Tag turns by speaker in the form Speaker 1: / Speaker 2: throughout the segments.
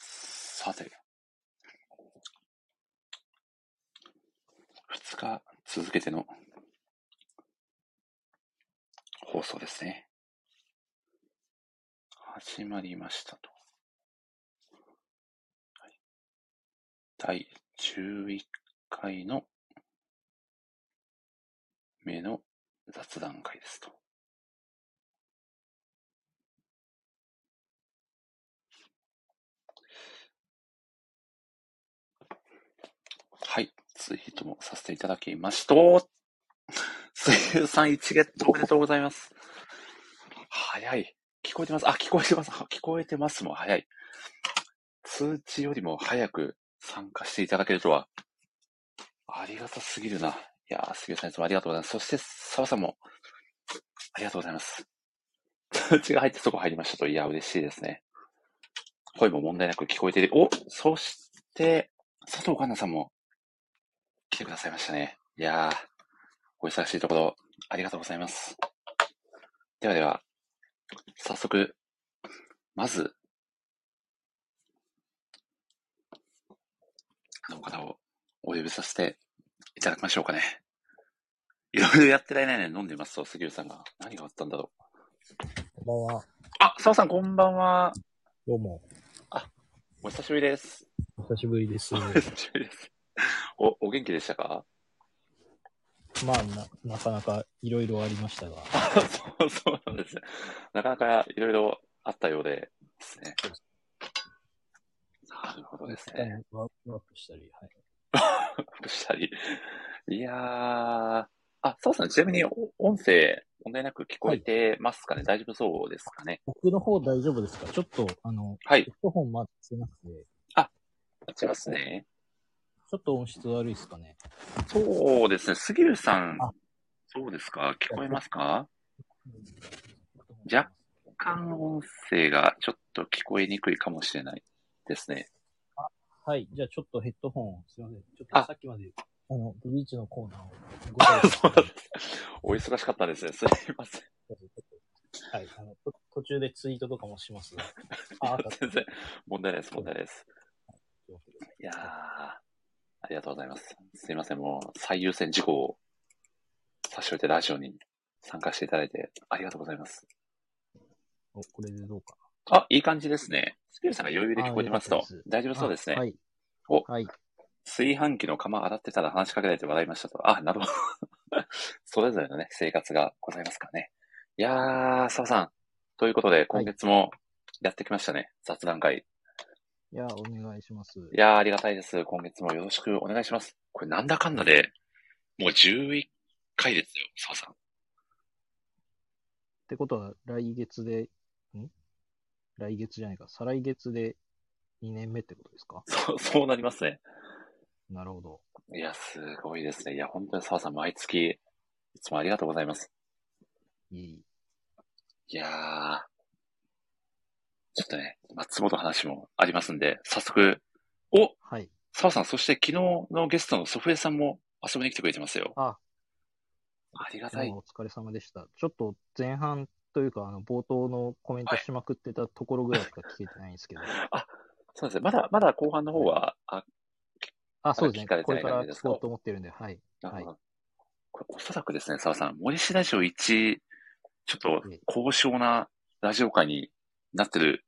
Speaker 1: さて、2日続けての放送ですね。始まりましたと。はい第11回の目の雑談会ですと。はい。ツイートもさせていただきま した。声優さん一ゲットおめでとうございます。早い。聞こえてます。あ、聞こえてます。あ聞こえてますも早い。通知よりも早く参加していただけるとは、ありがたすぎるな。いやー、杉浦さんいつもありがとうございます。そして、澤さんも、ありがとうございます。通知が入ってそこ入りましたと、いや、嬉しいですね。声も問題なく聞こえている。おそして、佐藤環奈さんも来てくださいましたね。いやー、お忙しいところ、ありがとうございます。ではでは、早速、まず、あの方をお呼びさせていただきましょうかね。いろいろやってられないのに飲んでますと、杉浦さんが。何があったんだろう。
Speaker 2: こんばんは。
Speaker 1: あ、澤さんこんばんは。
Speaker 2: どうも。
Speaker 1: お久しぶりです。
Speaker 2: お久しぶりです。
Speaker 1: お久しぶりです。お、お元気でしたか
Speaker 2: まあ、な、なかなかいろいろありましたが。
Speaker 1: そうそうなんですね。なかなかいろいろあったようでですね。なるほどですね。
Speaker 2: ワークアップしたり、はい。
Speaker 1: したり。いやー。あ、そうですね。ちなみに、お音声、問題なく聞こえてますかね、大丈夫そうですかね
Speaker 2: 僕の方大丈夫ですかちょっと、あの、
Speaker 1: は
Speaker 2: ヘ
Speaker 1: い
Speaker 2: ッ。ドホンまだしてなくて、
Speaker 1: いきますね。
Speaker 2: ちょっと音質悪いですかね。
Speaker 1: そうですね。杉浦さん
Speaker 2: あ、
Speaker 1: そうですか聞こえますか若間音声がちょっと聞こえにくいかもしれないですね。
Speaker 2: はい。じゃあちょっとヘッドホン、すいません。ちょっ
Speaker 1: あ
Speaker 2: とさっきまで、あの、ブリーチのコーナーをご紹 介
Speaker 1: そうなんです。お忙しかったですね。すいません。
Speaker 2: はい。あの、と途中でツイートとかもし ますが。あ、あった
Speaker 1: 全然問題ないです、問題ないです。
Speaker 2: というわけで
Speaker 1: いやー、ありがとうございます。すいません、もう最優先事項を差し置いてラジオに参加していただいてありがとうございます。
Speaker 2: お、これでどうか。
Speaker 1: あ、いい感じですね。スピルさんが余裕で聞こえてます
Speaker 2: あ
Speaker 1: と
Speaker 2: よかったで。す
Speaker 1: 大丈夫そうですね。
Speaker 2: あはい。
Speaker 1: お
Speaker 2: はい。
Speaker 1: 炊飯器の釜洗ってたら話しかけられて笑いましたと。あ、なるほど。 それぞれのね、生活がございますからね。いやー、澤さん。ということで、今月もやってきましたね。雑談会。
Speaker 2: いや、お願いします。
Speaker 1: いやー、ありがたいです。今月もよろしくお願いします。これなんだかんだで、もう11回ですよ、澤さん。
Speaker 2: ってことは、来月で、ん来月じゃないか、再来月で2年目ってことですか
Speaker 1: そう、 そうなりますね。
Speaker 2: なるほど。
Speaker 1: いや、すごいですね。いや、本当に澤さん、毎月、いつもありがとうございます。
Speaker 2: いい。
Speaker 1: いやー、ちょっとね、松本の話もありますんで、早速、お
Speaker 2: はい。
Speaker 1: 澤さん、そして昨日のゲストの祖父江さんも遊びに来てくれてますよ。
Speaker 2: あ、
Speaker 1: ありが
Speaker 2: 今
Speaker 1: た
Speaker 2: 日
Speaker 1: い
Speaker 2: は。お疲れ様でした。ちょっと前半というか、あの、冒頭のコメントしまくってたところぐらいしか聞けてないんです けど。
Speaker 1: そうですね。まだ、まだ後半の方は、あ、
Speaker 2: あ、そうです
Speaker 1: 聞か
Speaker 2: ね。
Speaker 1: れて
Speaker 2: こ
Speaker 1: ない
Speaker 2: れから
Speaker 1: 感じです
Speaker 2: 聞
Speaker 1: か
Speaker 2: こうと思ってるんで、はい。
Speaker 1: なる
Speaker 2: は
Speaker 1: ほ
Speaker 2: い
Speaker 1: ど。これおそらくですね、澤さん、森氏ラジオ1、ちょっと高尚なラジオ界になってる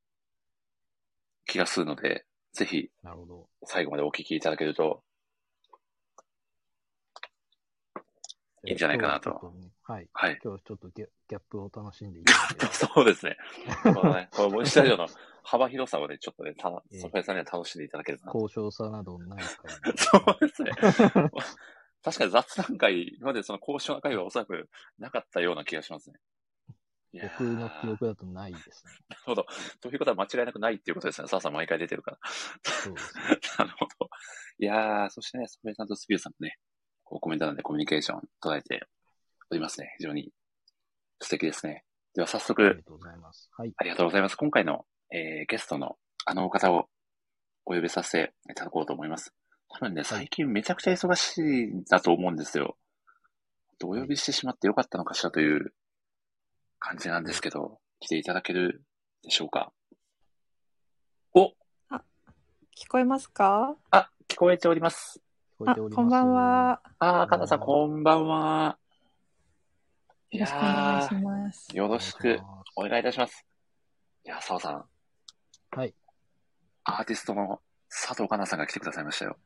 Speaker 1: 気がするので、ぜひ
Speaker 2: なるほど。
Speaker 1: 最後までお聞きいただけると、いいんじゃないかなと
Speaker 2: 今日はちょっねはい。
Speaker 1: はい。
Speaker 2: 今日はちょっとギャギャップを楽しんでいただいて。
Speaker 1: そうですね。このね、この森氏ラジオの幅広さをね、ちょっとね、た
Speaker 2: ええ
Speaker 1: ソフェさんには楽しんでいただけるかなと。
Speaker 2: 交渉さなどないか に
Speaker 1: そうですね。確かに雑談会、今までその高尚な会はおそらくなかったような気がしますね。いやー
Speaker 2: 僕の記憶だとないですね。
Speaker 1: なるほど。ということは間違いなくないっていうことですね。澤さん毎回出てるから。
Speaker 2: そうで すね。
Speaker 1: なるほど。いやー、そしてね、ソフェさんとスピルさんもね、こうコメント欄でコミュニケーション捉えておりますね。非常に素敵ですね。では早
Speaker 2: あり
Speaker 1: 速
Speaker 2: が、とうございます。はい。
Speaker 1: ありがとうございます。今回の、えーゲストのあのお方をお呼びさせていただこうと思います。多分ね、最近めちゃくちゃ忙しいんだと思うんですよ。お呼びしてしまってよかったのかしらという感じなんですけど、来ていただけるでしょうか。お
Speaker 3: あ聞こえますか
Speaker 1: あ、聞こえております。
Speaker 2: 聞こえ
Speaker 3: あ、
Speaker 2: ております。
Speaker 3: こんばんは。
Speaker 1: あー、カナさん、こんばんは。い
Speaker 3: よろしくお願い
Speaker 1: や
Speaker 3: します
Speaker 1: ー、。よ
Speaker 2: お願
Speaker 1: ろ
Speaker 2: い
Speaker 1: し
Speaker 2: します。
Speaker 1: くお願いいたします。いや、澤さん、
Speaker 2: はい。
Speaker 1: アーティストの佐藤かなさんが来てくださいましたよ。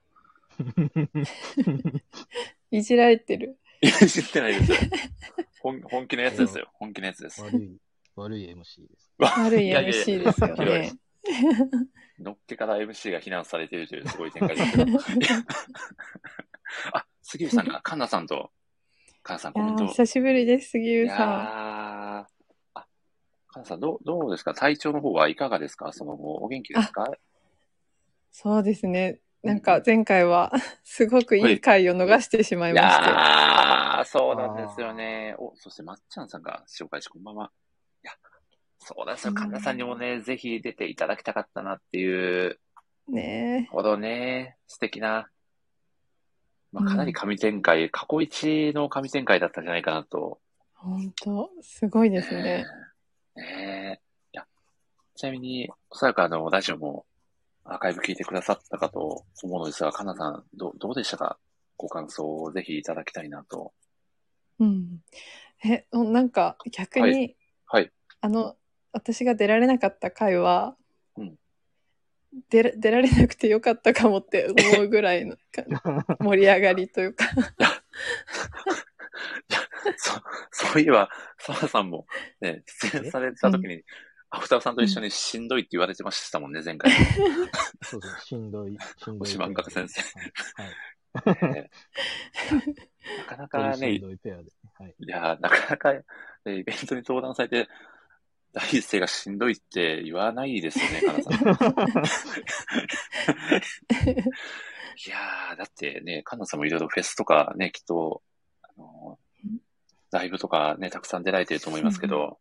Speaker 3: いじられてる。
Speaker 1: いや、知ってない ですよ。本本気のやつですよ。本気のやつです。
Speaker 2: 悪い、悪い MC です。
Speaker 3: 悪い
Speaker 1: いやいやいや
Speaker 3: MC ですよ
Speaker 1: ひどいで
Speaker 3: ね
Speaker 1: す。のっけから MC が非難されているというすごい展開です けど。あ、杉内さんが、カンナさんと、カンナさん
Speaker 3: い
Speaker 1: コ
Speaker 3: や
Speaker 1: メント。
Speaker 3: ー久しぶりです、杉
Speaker 1: い
Speaker 3: 浦
Speaker 1: や
Speaker 3: さ
Speaker 1: ーあ、カンナさん、どう、どうですか体調の方はいかがですかその後、お元気ですか
Speaker 3: ん。そうですね。なんか前回はすごくいい回を逃してしまい
Speaker 1: い
Speaker 3: まして。
Speaker 1: やー、そうなんですよね。お、そしてまっちゃんさんが紹介し、こんばんは。いや、そうなんですよ。カンナさんにもね、ぜひ出ていただきたかったなっていう
Speaker 3: ね
Speaker 1: ほどね、素敵な、ま
Speaker 3: う
Speaker 1: あ、
Speaker 3: ん
Speaker 1: かなり神展開、過去一の神展開だったんじゃないかなと。
Speaker 3: 本当すごいですね。
Speaker 1: えー。ねえいやちなみに、おそらくあの、ラジオもアーカイブ聞いてくださったかと思うのですが、かなさん、どうどうでしたかご感想をぜひいただきたいなと。
Speaker 3: うん。え、おなんか逆に、
Speaker 1: ははい。
Speaker 3: あの、私が出られなかった回は、
Speaker 1: うん
Speaker 3: 出ら出られなくてよかったかもって思うぐらいの 盛り上がりというか、
Speaker 1: そ、そういえば、澤さんもね、出演された時に、アフターさんと一緒にしんどいって言われてましたもんね、前回。
Speaker 2: そうそう、しんどい、しんどい。
Speaker 1: 星漫画家先生
Speaker 2: はい。はい。
Speaker 1: ねなかなか
Speaker 2: し
Speaker 1: ね
Speaker 2: ん、どいペアで。はい。
Speaker 1: いやー、なかなか、えーイベントに登壇されて、第一声がしんどいって言わないですよね、かなさん。いやー、だってね、かなさんもいろいろフェスとかね、きっと、あのー
Speaker 3: うん
Speaker 1: ライブとかね、たくさん出られてると思いますけど、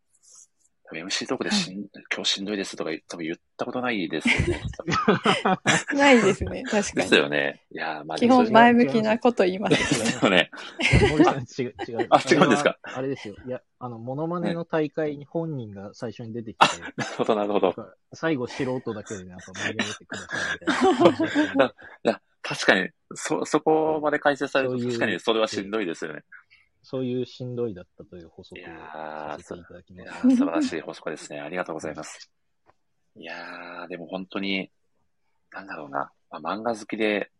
Speaker 1: 多分 MC トークでしん、今日しんどいですとか多分言ったことないですよね。多分
Speaker 3: ないですね、確か
Speaker 1: で
Speaker 3: に
Speaker 1: す。よね。いやー、まあ、
Speaker 3: 基本
Speaker 1: でも
Speaker 3: 前向きなこと言います。
Speaker 1: それですよ ね。
Speaker 2: 森さん、違う、違う。
Speaker 1: あ違うんですか
Speaker 2: あれは。あれですよ。いや、あの、モノマネの大会に本人が最初に出てきて、
Speaker 1: なるほど、なるほど。
Speaker 2: 最後素人だけでなんか盛り上げてくださいみたいな感じで。
Speaker 1: いや、確かに、そ、そこまで解説されると
Speaker 2: そういう
Speaker 1: 確かにそれはしんどいですよね。
Speaker 2: そういうしんどいだったという補足
Speaker 1: い
Speaker 2: を
Speaker 1: や
Speaker 2: さ
Speaker 1: ー
Speaker 2: せていただき
Speaker 1: い
Speaker 2: ま
Speaker 1: や
Speaker 2: す。
Speaker 1: ー素晴らしい補足ですね。ありがとうございます。いやー、でも本当に、なんだろうな、まあ、漫画好きで、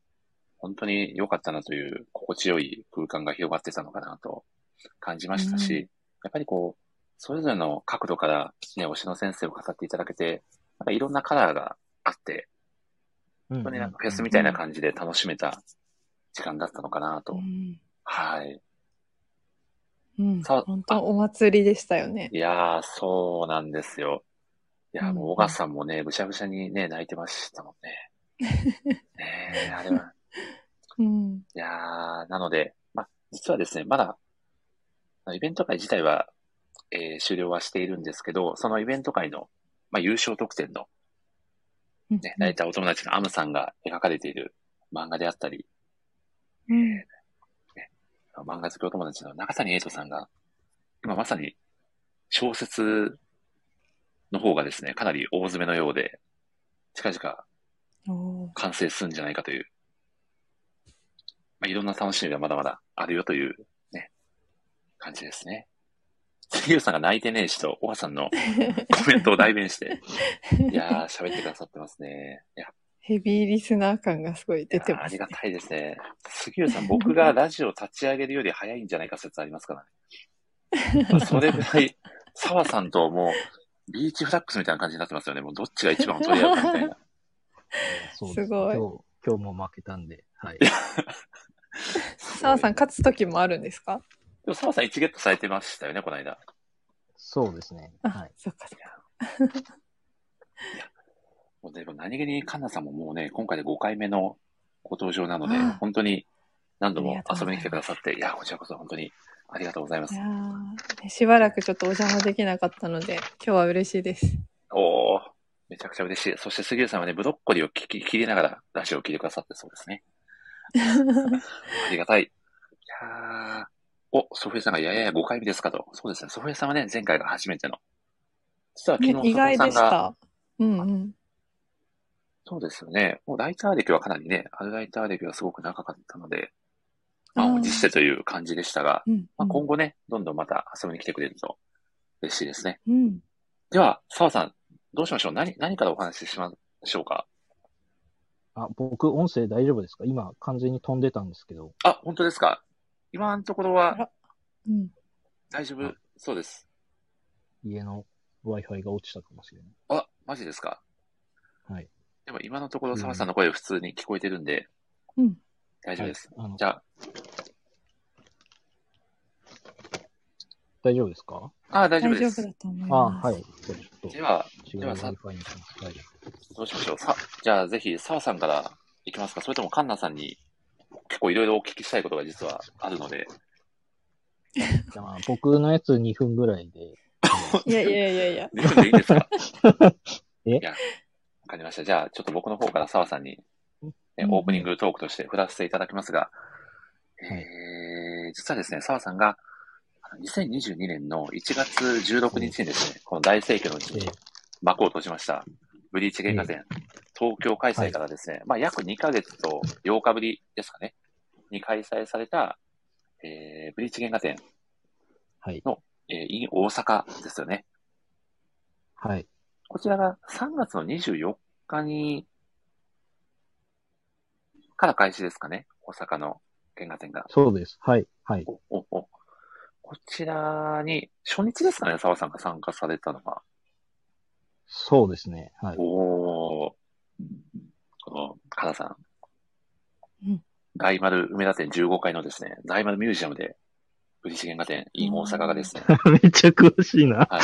Speaker 1: 本当に良かったなという、心地よい空間が広がってたのかなと感じましたし、
Speaker 3: うん
Speaker 1: やっぱりこう、それぞれの角度から、ね、推しの先生を語っていただけて、なんかいろんなカラーがあって、
Speaker 2: 本
Speaker 1: 本当になんかフェスみたいな感じで楽しめた時間だったのかなと。
Speaker 3: うん
Speaker 1: はい。
Speaker 3: うん、
Speaker 1: さ
Speaker 3: 本
Speaker 1: あ
Speaker 3: 当お祭りでしたよね。
Speaker 1: いやー、そうなんですよ。いやー、
Speaker 3: うん
Speaker 1: もう、小川さんもね、ぶしゃぶしゃにね、泣いてましたもん ね。ねえ、あれは。
Speaker 3: うん、
Speaker 1: いやー、なので、まあ、実はですね、まだ、イベント会自体は、えー終了はしているんですけど、そのイベント会の、まあ、優勝特典の、ね、泣いたお友達のアムさんが描かれている漫画であったり、
Speaker 3: うん
Speaker 1: 漫画好きお友達の中谷エイトさんが、今まさに小説の方がですね、かなり大詰めのようで、近々
Speaker 3: おー
Speaker 1: 完成するんじゃないかという、まあ、いろんな楽しみがまだまだあるよというね、感じですね。杉浦さんが泣いてねえしと、おばさんのコメントを代弁 して、いやー、喋ってくださってますね。いや、
Speaker 3: ヘビーリスナー感がすごい出
Speaker 1: い
Speaker 3: て
Speaker 1: やーあ
Speaker 3: ま
Speaker 1: り
Speaker 3: す
Speaker 1: が。たいですね。杉浦さん、僕がラジオ立ち上げるより早いんじゃないか説ありますからね。それぐらい、澤さんともう、ビーチフラックスみたいな感じになってますよね。もうどっちが一番を取り合うかみたいな。
Speaker 2: そうです
Speaker 3: すごい
Speaker 2: 今日、今日も負けたんで、 はい。
Speaker 3: 澤さん、勝つ時もあるんですか
Speaker 1: でも澤さん1ゲットされてましたよね、この間。
Speaker 2: そうですね。
Speaker 3: あ、
Speaker 2: はい。
Speaker 3: そっかそっか。
Speaker 1: もうでも何気にカンナさんももうね、今回で5回目のご登場なので
Speaker 3: ああ、
Speaker 1: 本当に何度
Speaker 3: あり
Speaker 1: も
Speaker 3: がと
Speaker 1: 遊
Speaker 3: うございます
Speaker 1: びに来てくださって、いや、こちらこそ本当にありがとうございます
Speaker 3: いや。ーねしばらくちょっとお邪魔できなかったので、今日は嬉しいです。
Speaker 1: おー、めちゃくちゃ嬉しい。そして杉浦さんはね、ブロッコリーを聞き切りながらラジオを聞いてくださってそうですね。ありがたい。いやーお、ソフィエさんがややや5回目ですかと。そうですね。ソフィエさんはね、前回が初めての。実は昨日、
Speaker 3: ね、意外
Speaker 1: ソフィエ
Speaker 3: でし
Speaker 1: さんが、
Speaker 3: た。うんうん。
Speaker 1: そうですよね。もうライター歴はかなりね、あるライター歴はすごく長かったので、
Speaker 3: あー
Speaker 1: 満を持してという感じでしたが、
Speaker 3: うん。
Speaker 1: まあ、今後ね、どんどんまた遊びに来てくれると嬉しいですね。
Speaker 3: うん。
Speaker 1: では、澤さん、どうしましょう何、何からお話ししましょうか
Speaker 2: あ、僕、音声大丈夫ですか今、完全に飛んでたんですけど。
Speaker 1: あ、本当ですか今のところ
Speaker 3: あ
Speaker 1: は
Speaker 3: らうん。
Speaker 1: 大丈夫そうです。
Speaker 2: 家の Wi-Fi が落ちたかもしれない。
Speaker 1: あ、マジですか
Speaker 2: はい。
Speaker 1: でも今のところ澤さんの声普通に聞こえてるんで、
Speaker 3: うん
Speaker 1: 大丈夫です。
Speaker 2: はいあの
Speaker 1: じゃあ、
Speaker 2: 大丈夫ですか
Speaker 1: あ、大丈
Speaker 3: 大
Speaker 1: 夫
Speaker 3: 丈
Speaker 1: で
Speaker 3: 夫
Speaker 1: す。
Speaker 3: だと思い
Speaker 2: あ
Speaker 3: ます。
Speaker 2: はい。じゃあちょっと
Speaker 1: では、
Speaker 2: 違う
Speaker 1: ではさ
Speaker 2: Wi-Fi にします。はい。
Speaker 1: どうしましょう。さ、じゃあぜひ澤さんからいきますかそれともカンナさんに結構いろいろお聞きしたいことが実はあるので。
Speaker 2: じゃあ、僕のやつ2分ぐらいで。
Speaker 3: いやいやいやいや。
Speaker 1: 2分でいいんですか
Speaker 2: え
Speaker 1: いや、わかりました。じゃあ、ちょっと僕の方から澤さんに、ね、
Speaker 3: うん
Speaker 1: オープニングトークとして振らせていただきますが、
Speaker 2: はい
Speaker 1: えー、実はですね、澤さんが、あの2022年の1月16日にですね、この大盛況のうちに
Speaker 2: で
Speaker 1: 幕を閉じました、ブリーチ芸家展、東京開催からですね、まあ約2ヶ月と8日ぶりですかね、に開催された、えー、ブリーチ芸家展、
Speaker 2: はい。
Speaker 1: えー、in 大阪ですよね。
Speaker 2: はい。
Speaker 1: こちらが3月の24日に、から開始ですかね。大阪の原画展が。
Speaker 2: そうです。はい。はい。
Speaker 1: お、お、お。こちらに、初日ですかね、澤さんが参加されたのが。
Speaker 2: そうですね。はい。
Speaker 1: おー。この、カナさん。
Speaker 3: うん
Speaker 1: 大丸梅田店15階のですね、大丸ミュージアムで、ブリッジ原画展 in 大阪がですね、
Speaker 2: めっちゃ詳しいな。
Speaker 1: は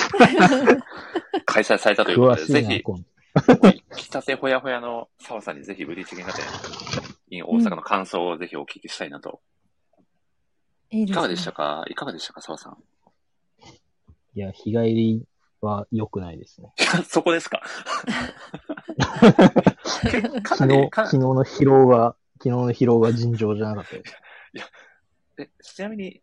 Speaker 1: い、開催されたということ
Speaker 2: 詳
Speaker 1: で、
Speaker 2: しい
Speaker 1: ぜ
Speaker 2: な
Speaker 1: ひ、、
Speaker 2: 今度。
Speaker 1: 来たてほやほやの澤さんにぜひブリーチ原画展 in 大阪の感想をぜひお聞きしたいなと。
Speaker 3: いい
Speaker 1: い
Speaker 3: ですね
Speaker 1: かがでしたかいかがでしたか澤さん。
Speaker 2: いや、日帰りは良くないですね。
Speaker 1: そこですかか
Speaker 2: 昨
Speaker 1: な
Speaker 2: 日
Speaker 1: り、か
Speaker 2: 昨日の疲労が、昨日の疲労が尋常じゃなかったです。
Speaker 1: えちなみに、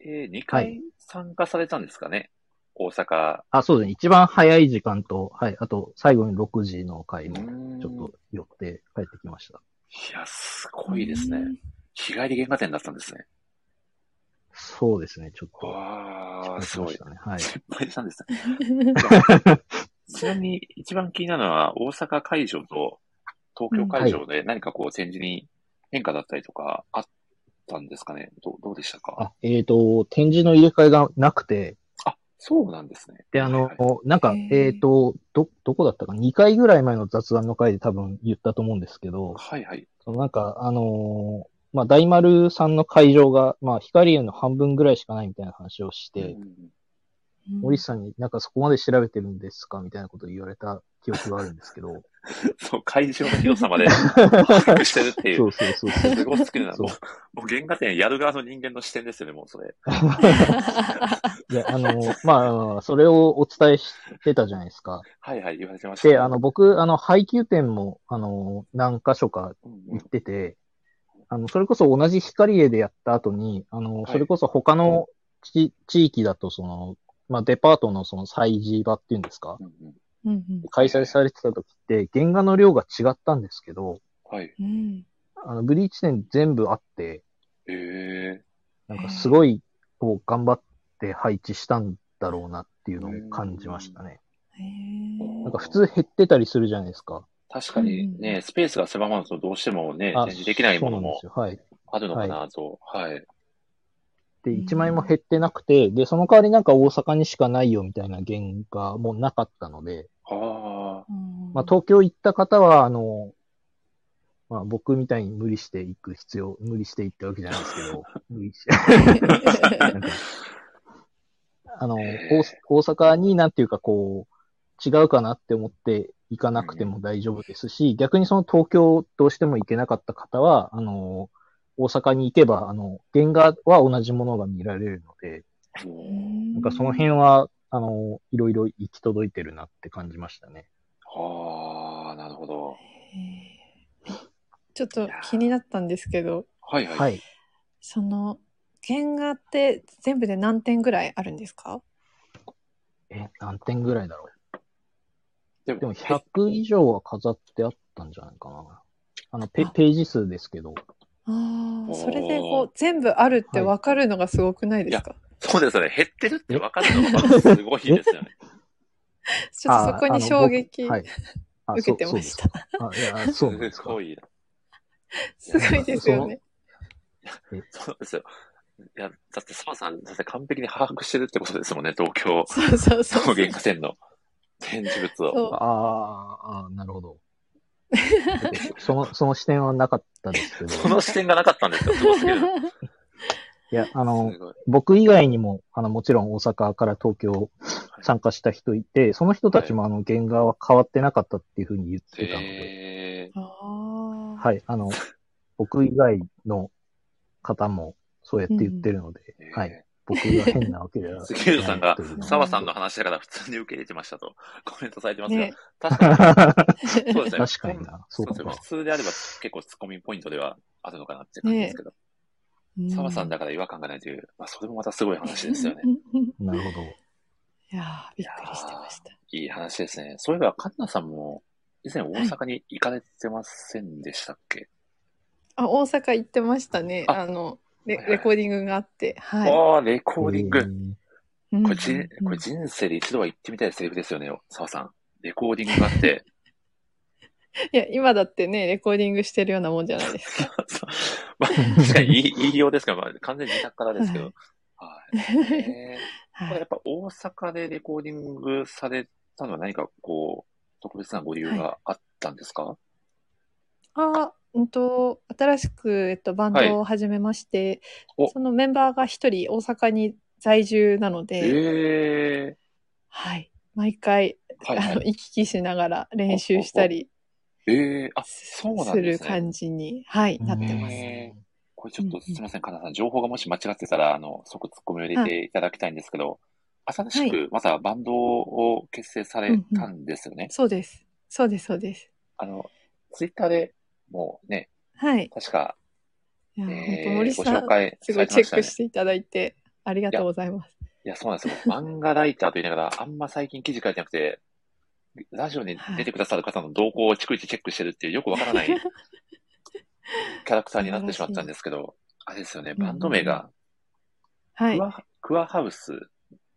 Speaker 1: え2回参加されたんですかね、大阪。
Speaker 2: あ、そうですね。一番早い時間と、はい。あと、最後に6時の回
Speaker 1: う
Speaker 2: も、
Speaker 1: ーん
Speaker 2: ちょっと寄って帰ってきました。
Speaker 1: いや、すごいですね。日帰り原画展だったんですね。
Speaker 2: そうですね。ちょっと。
Speaker 1: わあ、す
Speaker 2: 失敗
Speaker 1: ご
Speaker 2: しま
Speaker 1: い
Speaker 2: し。たね。はい。
Speaker 1: 失敗したんですね。
Speaker 3: うん
Speaker 1: ちなみに、一番気になるのは、大阪会場と東京会場で何かこう、展示に変化だったりとか、あったんですかねどうどうでしたか
Speaker 2: あ、えっ、と、展示の入れ替えがなくて、
Speaker 1: そうなんですね。
Speaker 2: で、あの
Speaker 1: はい、
Speaker 2: なんか
Speaker 3: へ、ー
Speaker 2: えっ、と、ど、どこだったか、2回ぐらい前の雑談の回で多分言ったと思うんですけど、
Speaker 1: はいはい。
Speaker 2: そのなんか、あのーまあ、大丸さんの会場が、まあ、光園の半分ぐらいしかないみたいな話をして、
Speaker 1: うんうん
Speaker 2: 森下さんになんかそこまで調べてるんですかみたいなことを言われた記憶があるんですけど、
Speaker 1: そう、会場の広 さまで把握してるってい。
Speaker 2: そううそうそうそう。
Speaker 1: すごすぎるな。
Speaker 2: そう
Speaker 1: もう、もう原画展やる側の人間の視点ですよね、もうそれ。
Speaker 2: いや、あのーまああの、それをお伝えしてたじゃないですか。
Speaker 1: はいはい、言われてました。
Speaker 2: で、あの、、僕、あの、配給店も、あのー何箇所か
Speaker 1: うんうん
Speaker 2: 行ってて、あの、それこそ同じ光栄でやった後に、あ
Speaker 1: い
Speaker 2: の、それこそ他のち地域だと、その、まあ、デパートのその催事場っていうんですか
Speaker 1: うんうん
Speaker 3: うん
Speaker 2: 開催されてた時って、原画の量が違ったんですけど、
Speaker 1: はい。
Speaker 3: うんうん
Speaker 2: あの、ブリーチ店全部あって、
Speaker 1: ええ
Speaker 2: なんかすごい、こう、頑張って配置したんだろうなっていうのを感じましたね。
Speaker 3: へー
Speaker 2: なんか普通減ってたりするじゃないですか。
Speaker 1: 確かに
Speaker 3: うん
Speaker 1: ね、スペースが狭まるとどうしてもね、
Speaker 2: あ
Speaker 1: 展示できないものも
Speaker 2: そうなんですよ。はい。
Speaker 1: あるのかなと。はい。
Speaker 2: で、
Speaker 3: うん
Speaker 2: 1枚も減ってなくて、で、その代わりなんか大阪にしかないよみたいな原画もなかったので、
Speaker 1: ああ。
Speaker 3: うん
Speaker 2: まあ、東京行った方は、あの、まあ、僕みたいに無理して行く必要、無理して行ったわけじゃないですけ ど、無理して。なんかあの、大大阪になんていうかこう、違うかなって思って行かなくても大丈夫ですし、逆にその東京どうしても行けなかった方は、あの、大阪に行けば、あの、原画は同じものが見られるので、
Speaker 1: もう
Speaker 2: なんかその辺は、あの、いろいろ行き届いてるなって感じましたね。
Speaker 1: ああ、なるほど。
Speaker 3: へーちょっと気になったんですけど、
Speaker 1: はいはい。
Speaker 2: はい。
Speaker 3: その、原画って全部で何点ぐらいあるんですか
Speaker 2: え、何点ぐらいだろう。
Speaker 1: で
Speaker 2: で
Speaker 1: も、
Speaker 2: も100以上は飾ってあっったんじゃないかな。あの、ペページ数ですけど。
Speaker 3: ああ、それでこう、全部あるってわかるのがすごくないですか、
Speaker 1: そうですよね。減ってるって分かるのがすごいですよね。
Speaker 3: ちょっとそこに衝撃
Speaker 2: ああの僕はいあ
Speaker 3: 受けてまし。た。
Speaker 2: そうそうですかあいや そうなんです
Speaker 1: す
Speaker 2: か。
Speaker 1: ごいな。
Speaker 3: すごいですよね。
Speaker 1: そうですよ。いや、だって澤さん、だって完璧に把握してるってことですもんね、東京、
Speaker 3: そうそうそうそ
Speaker 1: 東
Speaker 3: う。
Speaker 1: 原価線の展示物を。
Speaker 3: そう
Speaker 2: あーあー、なるほど。その、その視点はなかったですけど。
Speaker 1: その視点がなかったんですよ、すごすぎる。
Speaker 2: いや、あの
Speaker 1: す、ごい
Speaker 2: 僕以外にも、あの、もちろん大阪から東京参加した人いて、その人たちもあの、原画は変わってなかったっていうふうに言ってたので、
Speaker 1: え
Speaker 3: ああ。
Speaker 2: はい、あの、僕以外の方もそうやって言ってるので、
Speaker 1: ー
Speaker 2: はい。。僕が変なわけではない。
Speaker 1: 杉浦さんが
Speaker 2: という
Speaker 1: 澤さんの話だから普通に受け入れてましたとコメントされてますが、
Speaker 3: ね。
Speaker 1: 確かに、 そうですね。
Speaker 2: 確かにな
Speaker 1: そ
Speaker 2: そうう
Speaker 1: で
Speaker 2: か
Speaker 1: すね。普通であれば結構ツッコミポイントではあるのかなって感じですけど、澤、さんだから違和感がないという、まあ、それもまたすごい話ですよね。
Speaker 3: い
Speaker 2: なるほど。
Speaker 3: やー、びっくりしてました。
Speaker 1: いい話ですね。そういえば、カンナさんも以前大阪に行かれてませんでしたっけ、
Speaker 3: あ、大阪行ってましたね。
Speaker 1: あ
Speaker 3: あの、レ
Speaker 1: はいはい
Speaker 3: レコーディングがあって。はい。
Speaker 1: ああ、レコーディング。
Speaker 3: うん
Speaker 1: これじこれ人生で一度は行ってみたいセリフですよね、澤さん。レコーディングがあって。
Speaker 3: いや、今だってね、レコーディングしてるようなもんじゃないですか。
Speaker 1: そうまあ、確かに言い言いようですけど、まあ、完全に自宅からですけど。はい。 へーた
Speaker 3: は
Speaker 1: だや
Speaker 3: い
Speaker 1: っぱ大阪でレコーディングされたのは何かこう、特別なご理由があったんですか、
Speaker 3: あ、うんと、新しく、えっと、バンドを始めまして、
Speaker 1: お
Speaker 3: そのメンバーが一人大阪に在住なので、
Speaker 1: ええ
Speaker 3: はい。毎回、
Speaker 1: はいは
Speaker 3: あの、
Speaker 1: い。
Speaker 3: 行き来しながら練習したり
Speaker 1: ええあ、そうなん
Speaker 3: す
Speaker 1: で
Speaker 3: る
Speaker 1: すね。
Speaker 3: 感じに、はい、なってます。
Speaker 1: へーこれちょっとすみません、カナさん。情報がもし間違ってたら、あの、即突っ込みを入れていただきたいんですけど、新しくまたバンドを結成されたんですよね。
Speaker 3: そうです。そうです、そうです。
Speaker 1: あの、ツイッターでもうね、
Speaker 3: はい。
Speaker 1: 確か、
Speaker 3: いや、
Speaker 1: え
Speaker 3: 本
Speaker 1: ー
Speaker 3: 当森
Speaker 1: ご
Speaker 3: さ
Speaker 1: 紹
Speaker 3: ん、
Speaker 1: 介
Speaker 3: す
Speaker 1: さ
Speaker 3: ご
Speaker 1: れ
Speaker 3: い
Speaker 1: て
Speaker 3: チ
Speaker 1: まし
Speaker 3: ェッ
Speaker 1: た
Speaker 3: ク
Speaker 1: ね。
Speaker 3: していただいて、ありがとうございます。
Speaker 1: いや、そうなんですよ。漫画ライターと言いながら、あんま最近記事書いてなくて、ラジオに出てくださる方の動向を逐一チェックしてるっていう、よくわ からないキャラクターになってしまったんですけど、あれですよね、バンド名が、
Speaker 3: は
Speaker 1: ク
Speaker 3: い。
Speaker 1: ワ、クワハウス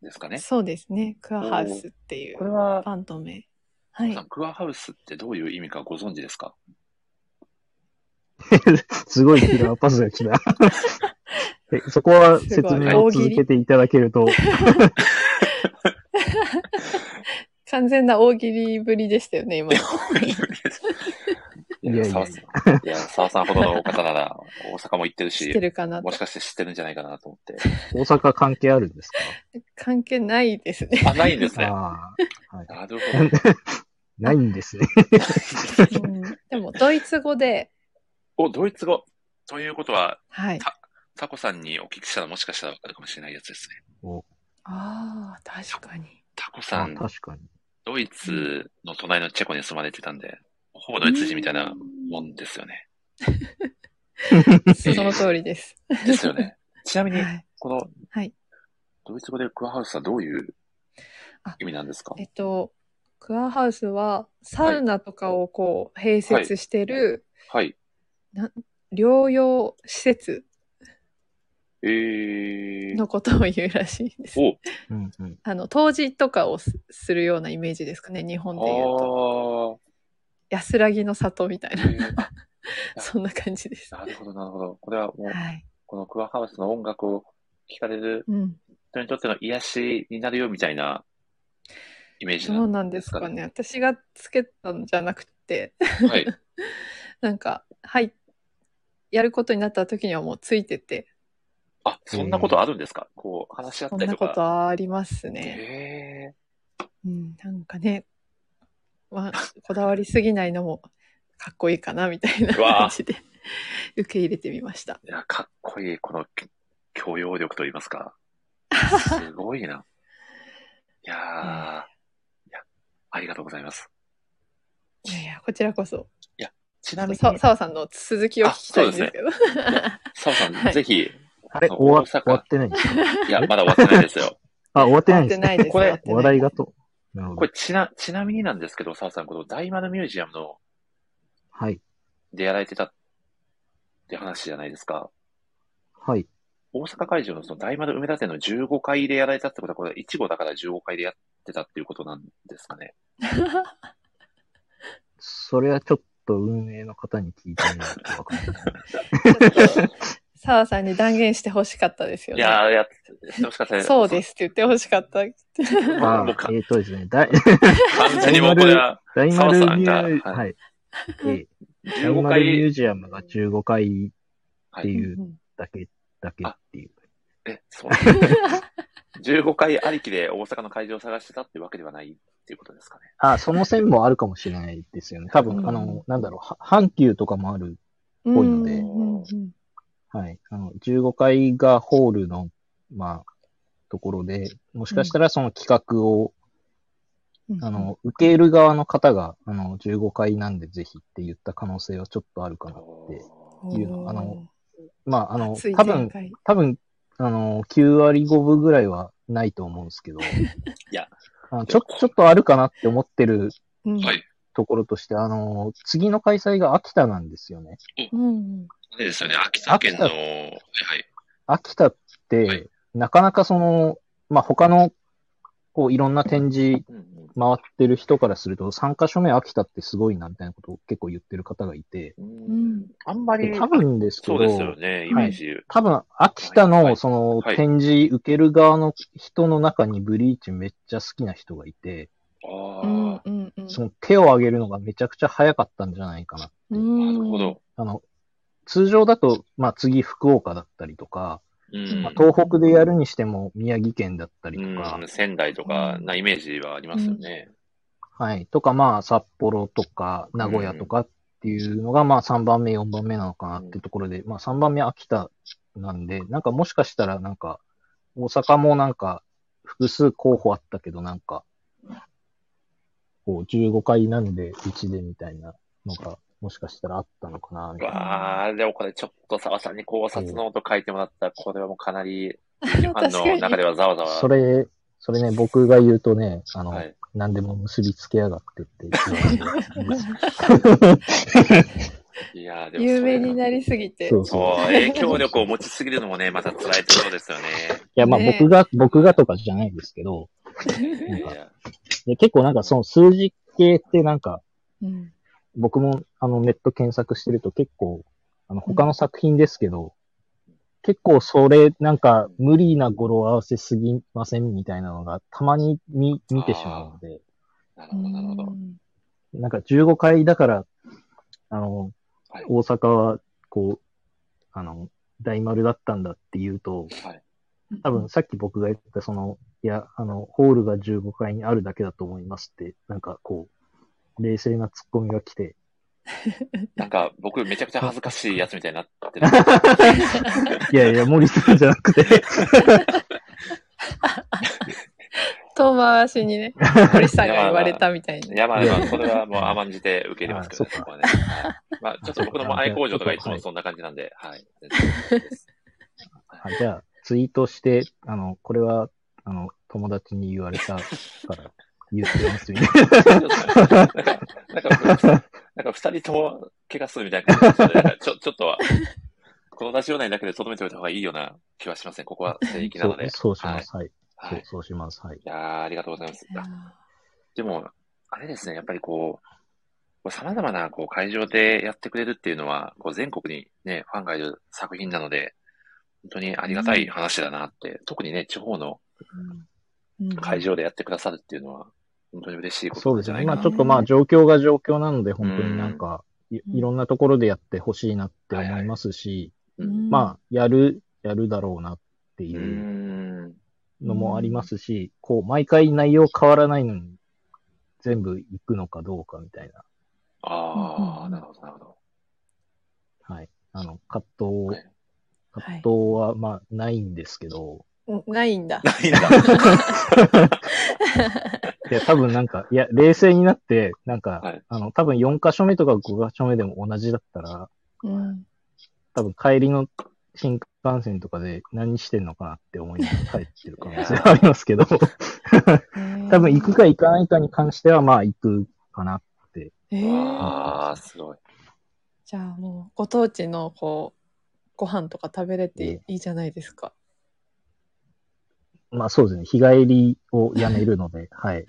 Speaker 1: ですかね。
Speaker 3: そうですね。クアハウスっていう
Speaker 1: これは、
Speaker 3: バンド名。はい
Speaker 1: さ。んクワハウスってどういう意味かご存知ですか
Speaker 2: すごいキラーパスが来 た。えそこは説明を続けていただけると、
Speaker 3: 完全な大喜利ぶりでしたよね、 今。
Speaker 1: い
Speaker 2: いやいや
Speaker 1: 沢さんいや、沢さんほどのお方なら、大阪も行ってる
Speaker 3: 知って
Speaker 1: し、
Speaker 3: るかな
Speaker 1: も
Speaker 3: と
Speaker 1: し。かして知ってるんじゃないかなと思って。
Speaker 2: 大阪関係あるんです
Speaker 3: 関係ないですね。
Speaker 1: あ、ないんです
Speaker 2: か
Speaker 1: ね。
Speaker 2: ああ、はい。
Speaker 1: なるほど。
Speaker 2: ないんですね。
Speaker 3: うんでも、ドイツ語で、
Speaker 1: お、ドイツ語。ということは、
Speaker 3: はい。
Speaker 1: タコさんにお聞きしたらもしかしたらわかるかもしれないやつですね。
Speaker 2: お
Speaker 3: ああ、確かに。
Speaker 1: タコさ
Speaker 2: あ
Speaker 1: ん、
Speaker 2: 確かに。
Speaker 1: ドイツの隣のチェコに住まれてたんで、ほぼドイツ人みたいなもんですよね。
Speaker 3: その通りです。
Speaker 1: ですよ ね。ちなみに、
Speaker 3: はい。
Speaker 1: この、
Speaker 3: はい
Speaker 1: ドイツ語でクアハウスはどういう
Speaker 3: あ
Speaker 1: 意味なんですか
Speaker 3: えっと、クアハウスは、サウナとかをこう、併設してる
Speaker 1: はい。
Speaker 3: 療養施設
Speaker 1: えー。
Speaker 3: のことを言うらしいです。
Speaker 1: お
Speaker 2: うんうん。
Speaker 3: あの、湯治とかをすするようなイメージですかね、日本で言うと。安らぎの里みたい
Speaker 1: あ
Speaker 3: な、
Speaker 1: ー、えーや
Speaker 3: そんな感じです。
Speaker 1: な
Speaker 3: は
Speaker 1: るほど、なるほど。これはもう、
Speaker 3: い。
Speaker 1: このクアハウスの音楽を聴かれる
Speaker 3: うん。
Speaker 1: 人にとっての癒しになるよみたいなイメージ
Speaker 3: どうなんですか
Speaker 1: で
Speaker 3: ね。私がつけたんじゃなくて、
Speaker 1: すかね。はい。
Speaker 3: なんか、はい。やることになった時にはもうついてて、
Speaker 1: あ、そんなことあるんですか、こう、話し合
Speaker 3: そ
Speaker 1: っ
Speaker 3: ん
Speaker 1: たり
Speaker 3: な
Speaker 1: と
Speaker 3: こ
Speaker 1: か。
Speaker 3: とありますね。
Speaker 1: へ
Speaker 3: うん、なんかね、まあ、こだわりすぎないのもかっこいいかな、みたいな
Speaker 1: うわ
Speaker 3: 感じで、 受け入れてみました。
Speaker 1: え。いや、かっこいい、このき許容力といいますか。すごい な。いやー、いや、ありがとうございます。
Speaker 3: いやいや、こちらこそ、
Speaker 1: ちなみに、
Speaker 3: 澤
Speaker 1: 澤
Speaker 3: さんの続きを聞きたいんですけど。
Speaker 1: さん、
Speaker 3: はい
Speaker 1: ぜ ひ、
Speaker 2: あれ、
Speaker 1: そう
Speaker 2: 終わ
Speaker 1: 大阪
Speaker 2: 終わってないんですか
Speaker 1: いや、まだ終わってないですよ。
Speaker 2: あ、終わって
Speaker 3: 終
Speaker 2: な
Speaker 3: わ
Speaker 2: いん
Speaker 3: っ
Speaker 2: で
Speaker 3: て
Speaker 2: すね。
Speaker 3: ないです。
Speaker 1: これ
Speaker 3: 終わってない
Speaker 2: 話題がと。なるほ
Speaker 1: こ
Speaker 2: ど
Speaker 1: れ、。ちな、ちなみになんですけど、澤さん、この大丸ミュージアムの
Speaker 2: はい。
Speaker 1: でやられてたって話じゃないですか。
Speaker 2: はい。
Speaker 1: 大阪会場のその大丸梅田店の15階でやられたってことは、これ1号だから15階でやってたっていうことなんですかね。
Speaker 2: それはちょっと運営の方に聞いてみないとわかんない。
Speaker 3: 澤さんに断言してほしかったですよ
Speaker 1: い
Speaker 3: ね。
Speaker 1: やー、やってほしかった。
Speaker 3: そうですすって言ってほしかった。
Speaker 2: あ
Speaker 1: 僕
Speaker 2: ーえっとですね、大、
Speaker 1: 完全にもうこれは、
Speaker 2: 大丸
Speaker 1: 澤さん
Speaker 2: ミュ
Speaker 1: が
Speaker 2: ージ
Speaker 1: は
Speaker 2: はい。ええ大
Speaker 1: 15
Speaker 2: 丸ミュー
Speaker 1: 階、
Speaker 2: ジアムが15階
Speaker 1: は
Speaker 2: って
Speaker 1: い。
Speaker 2: いう
Speaker 3: うん
Speaker 2: だけ、だけっていう。
Speaker 1: え、そう。15階ありきで大阪の会場を探してたってわけではないっていうことですかね。
Speaker 2: あ、その線もあるかもしれないですよね。多
Speaker 3: うん
Speaker 2: 分、あの、なんだろうは、阪急とかもある。
Speaker 3: うん
Speaker 2: ぽいので
Speaker 3: うんうん
Speaker 2: はい。あの、15階がホールの、まあ、ところで、もしかしたらその企画を、
Speaker 3: うん
Speaker 2: あの、受ける側の方が、あの、15階なんでぜひって言った可能性はちょっとあるかなって。いうのあの、まあ、あの、
Speaker 3: 熱い
Speaker 2: 多
Speaker 3: 展
Speaker 2: 分、
Speaker 3: 開
Speaker 2: 多分、あの、9割5分ぐらいはないと思うんですけど。い
Speaker 1: や。
Speaker 2: あのちょ、ちょっとあるかなって思ってる
Speaker 3: うん
Speaker 1: はい
Speaker 2: ところとして、あの、次の開催が秋田なんですよね。
Speaker 3: うん
Speaker 1: そうですよね。秋
Speaker 2: 田県の秋
Speaker 1: い。
Speaker 2: 秋田って、
Speaker 1: はい
Speaker 2: なかなかその、まあ、他の、こう、いろんな展示
Speaker 1: うんうん
Speaker 2: 回ってる人からすると、3カ所目秋田ってすごいな、みたいなことを結構言ってる方がいて、
Speaker 3: ん
Speaker 1: あんまり、
Speaker 2: で多分ですけ
Speaker 1: そうです
Speaker 2: ど
Speaker 1: よ、ね、イメージ。
Speaker 2: 多分、秋田
Speaker 1: はい
Speaker 2: のその
Speaker 1: はい
Speaker 2: 展示受ける側の人の中にブリーチめっちゃ好きな人がいて、
Speaker 3: う
Speaker 1: あ
Speaker 3: ん
Speaker 1: あ、
Speaker 3: うんうん
Speaker 2: その手を挙げるのがめちゃくちゃ早かったんじゃないかな。
Speaker 3: うん
Speaker 1: なるほど。
Speaker 2: あの、通常だと、まあ、次福岡だったりとか、
Speaker 1: うん
Speaker 2: まあ、東北でやるにしても宮城県だったりとか
Speaker 1: う、ん、仙台とかなイメージはありますよね。
Speaker 2: はい。とか、まあ、札幌とか、名古屋とかっていうのが、まあ、3番目、4番目なのかなってところで、まあ、3番目秋田なんで、なんかもしかしたら、なんか、大阪もなんか、複数候補あったけど、なんか、こう、15回なんで1でみたいなのが、もしかしたらあったのかな、み
Speaker 1: う
Speaker 2: たいな。
Speaker 1: わあ、でもこれちょっと沢さんに考察ノート書いてもらったら、これはもうかなり、ファンの中ではざわざわ。
Speaker 2: それ、それね、僕が言うとね、あの、
Speaker 1: はい。
Speaker 2: 何でも結びつけやがってって言われる
Speaker 1: いやーでもそれ
Speaker 3: 有名になりすぎて。
Speaker 2: そう
Speaker 1: そ、
Speaker 2: そうう。
Speaker 1: 影響力を持ちすぎるのもね、また辛いところですよね。
Speaker 2: いや、まあ
Speaker 3: ねえ
Speaker 2: 僕が、僕がとかじゃないですけど、なん
Speaker 1: い
Speaker 2: か
Speaker 1: や
Speaker 2: で結構なんかその数字系ってなんか、
Speaker 3: うん
Speaker 2: 僕もあのネット検索してると結構、あの他の作品ですけど、結構それなんか無理な語呂合わせすぎませんみたいなのがたまに見見てしまうので、
Speaker 1: なるほど、なるほど。
Speaker 2: なんか15回だから、あの、
Speaker 1: はい
Speaker 2: 大阪はこう、あの、大丸だったんだっていうと、
Speaker 1: はい。
Speaker 2: 多分さっき僕が言った、その、いや、あの、ホールが15階にあるだけだと思いますって、なんかこう、冷静なツッコミが来て、
Speaker 1: なんか、僕、めちゃくちゃ恥ずかしいやつみたいになってる。
Speaker 2: いやいや、森さんじゃなくて、
Speaker 3: 遠回しに ね、森さんが言われたみたい
Speaker 1: い
Speaker 3: な。
Speaker 1: や、まあ、まあ、それはもう甘んじて受け入れますけど、
Speaker 2: あ
Speaker 1: そこはね。はいまあ、ちょっと僕のも愛工場とかいつもそんな感じなんで、はい。
Speaker 2: あじゃあ、ツイートして、あの、これは、あの、友達に言われたから言ってます みたいな。
Speaker 1: なんか、なんか、なんか二人とも怪我するみたいな感じで、なんかち ょちょっとは、このラジオ内だけで留めておいた方がいいような気はしません。ここは聖域なので。
Speaker 2: そうそうします。はい。
Speaker 1: は
Speaker 2: そう
Speaker 1: い。
Speaker 2: そうします。はい
Speaker 1: い。やーありがとうございます。あでも、あれですね、やっぱりこう、さまざまなこう会場でやってくれるっていうのは、こう全国にね、ファンがいる作品なので、本当にありがたい話だなって、特にね、地方の
Speaker 3: うん
Speaker 1: 会場でやってくださるっていうのは、本当に嬉しいこ
Speaker 2: そう
Speaker 1: と
Speaker 2: で
Speaker 1: じ
Speaker 2: す
Speaker 1: ゃな
Speaker 2: ね。
Speaker 1: いか
Speaker 2: 今
Speaker 1: な。
Speaker 2: ちょっとまあ状況が状況なので、本当になんか、い
Speaker 3: うん
Speaker 2: いろんなところでやってほしいなって思いますし、
Speaker 1: うん
Speaker 2: まあ、やる、やるだろうなって
Speaker 1: う
Speaker 2: い
Speaker 1: ー。
Speaker 2: うんのもありますし、こう、毎回内容変わらないのに、全部行くのかどうかみたいな、
Speaker 1: あ
Speaker 3: うんうんう
Speaker 1: あ、
Speaker 3: ん
Speaker 1: なるほど、なるほど。
Speaker 2: はい。あの、葛藤を、
Speaker 1: はい
Speaker 2: 葛藤は、まあ、ないんですけど、
Speaker 3: うんないんだ。
Speaker 1: ないんだ。
Speaker 2: いや、多分なんか、いや、冷静になって、なんか、
Speaker 1: はい
Speaker 2: あの、多分4箇所目とか5箇所目でも同じだったら、
Speaker 3: うん
Speaker 2: 多分帰りの新幹線とかで何してんのかなって思いながら帰ってる可能性 はありますけど、多分行くか行かないかに関しては、まあ、行くかな。
Speaker 3: え
Speaker 1: ああ、すごい。
Speaker 3: じゃあもう、ご当地のこう、ご飯とか食べれていいじゃないで すか。
Speaker 2: まあそうですね。日帰りをやめるので、はい。
Speaker 3: う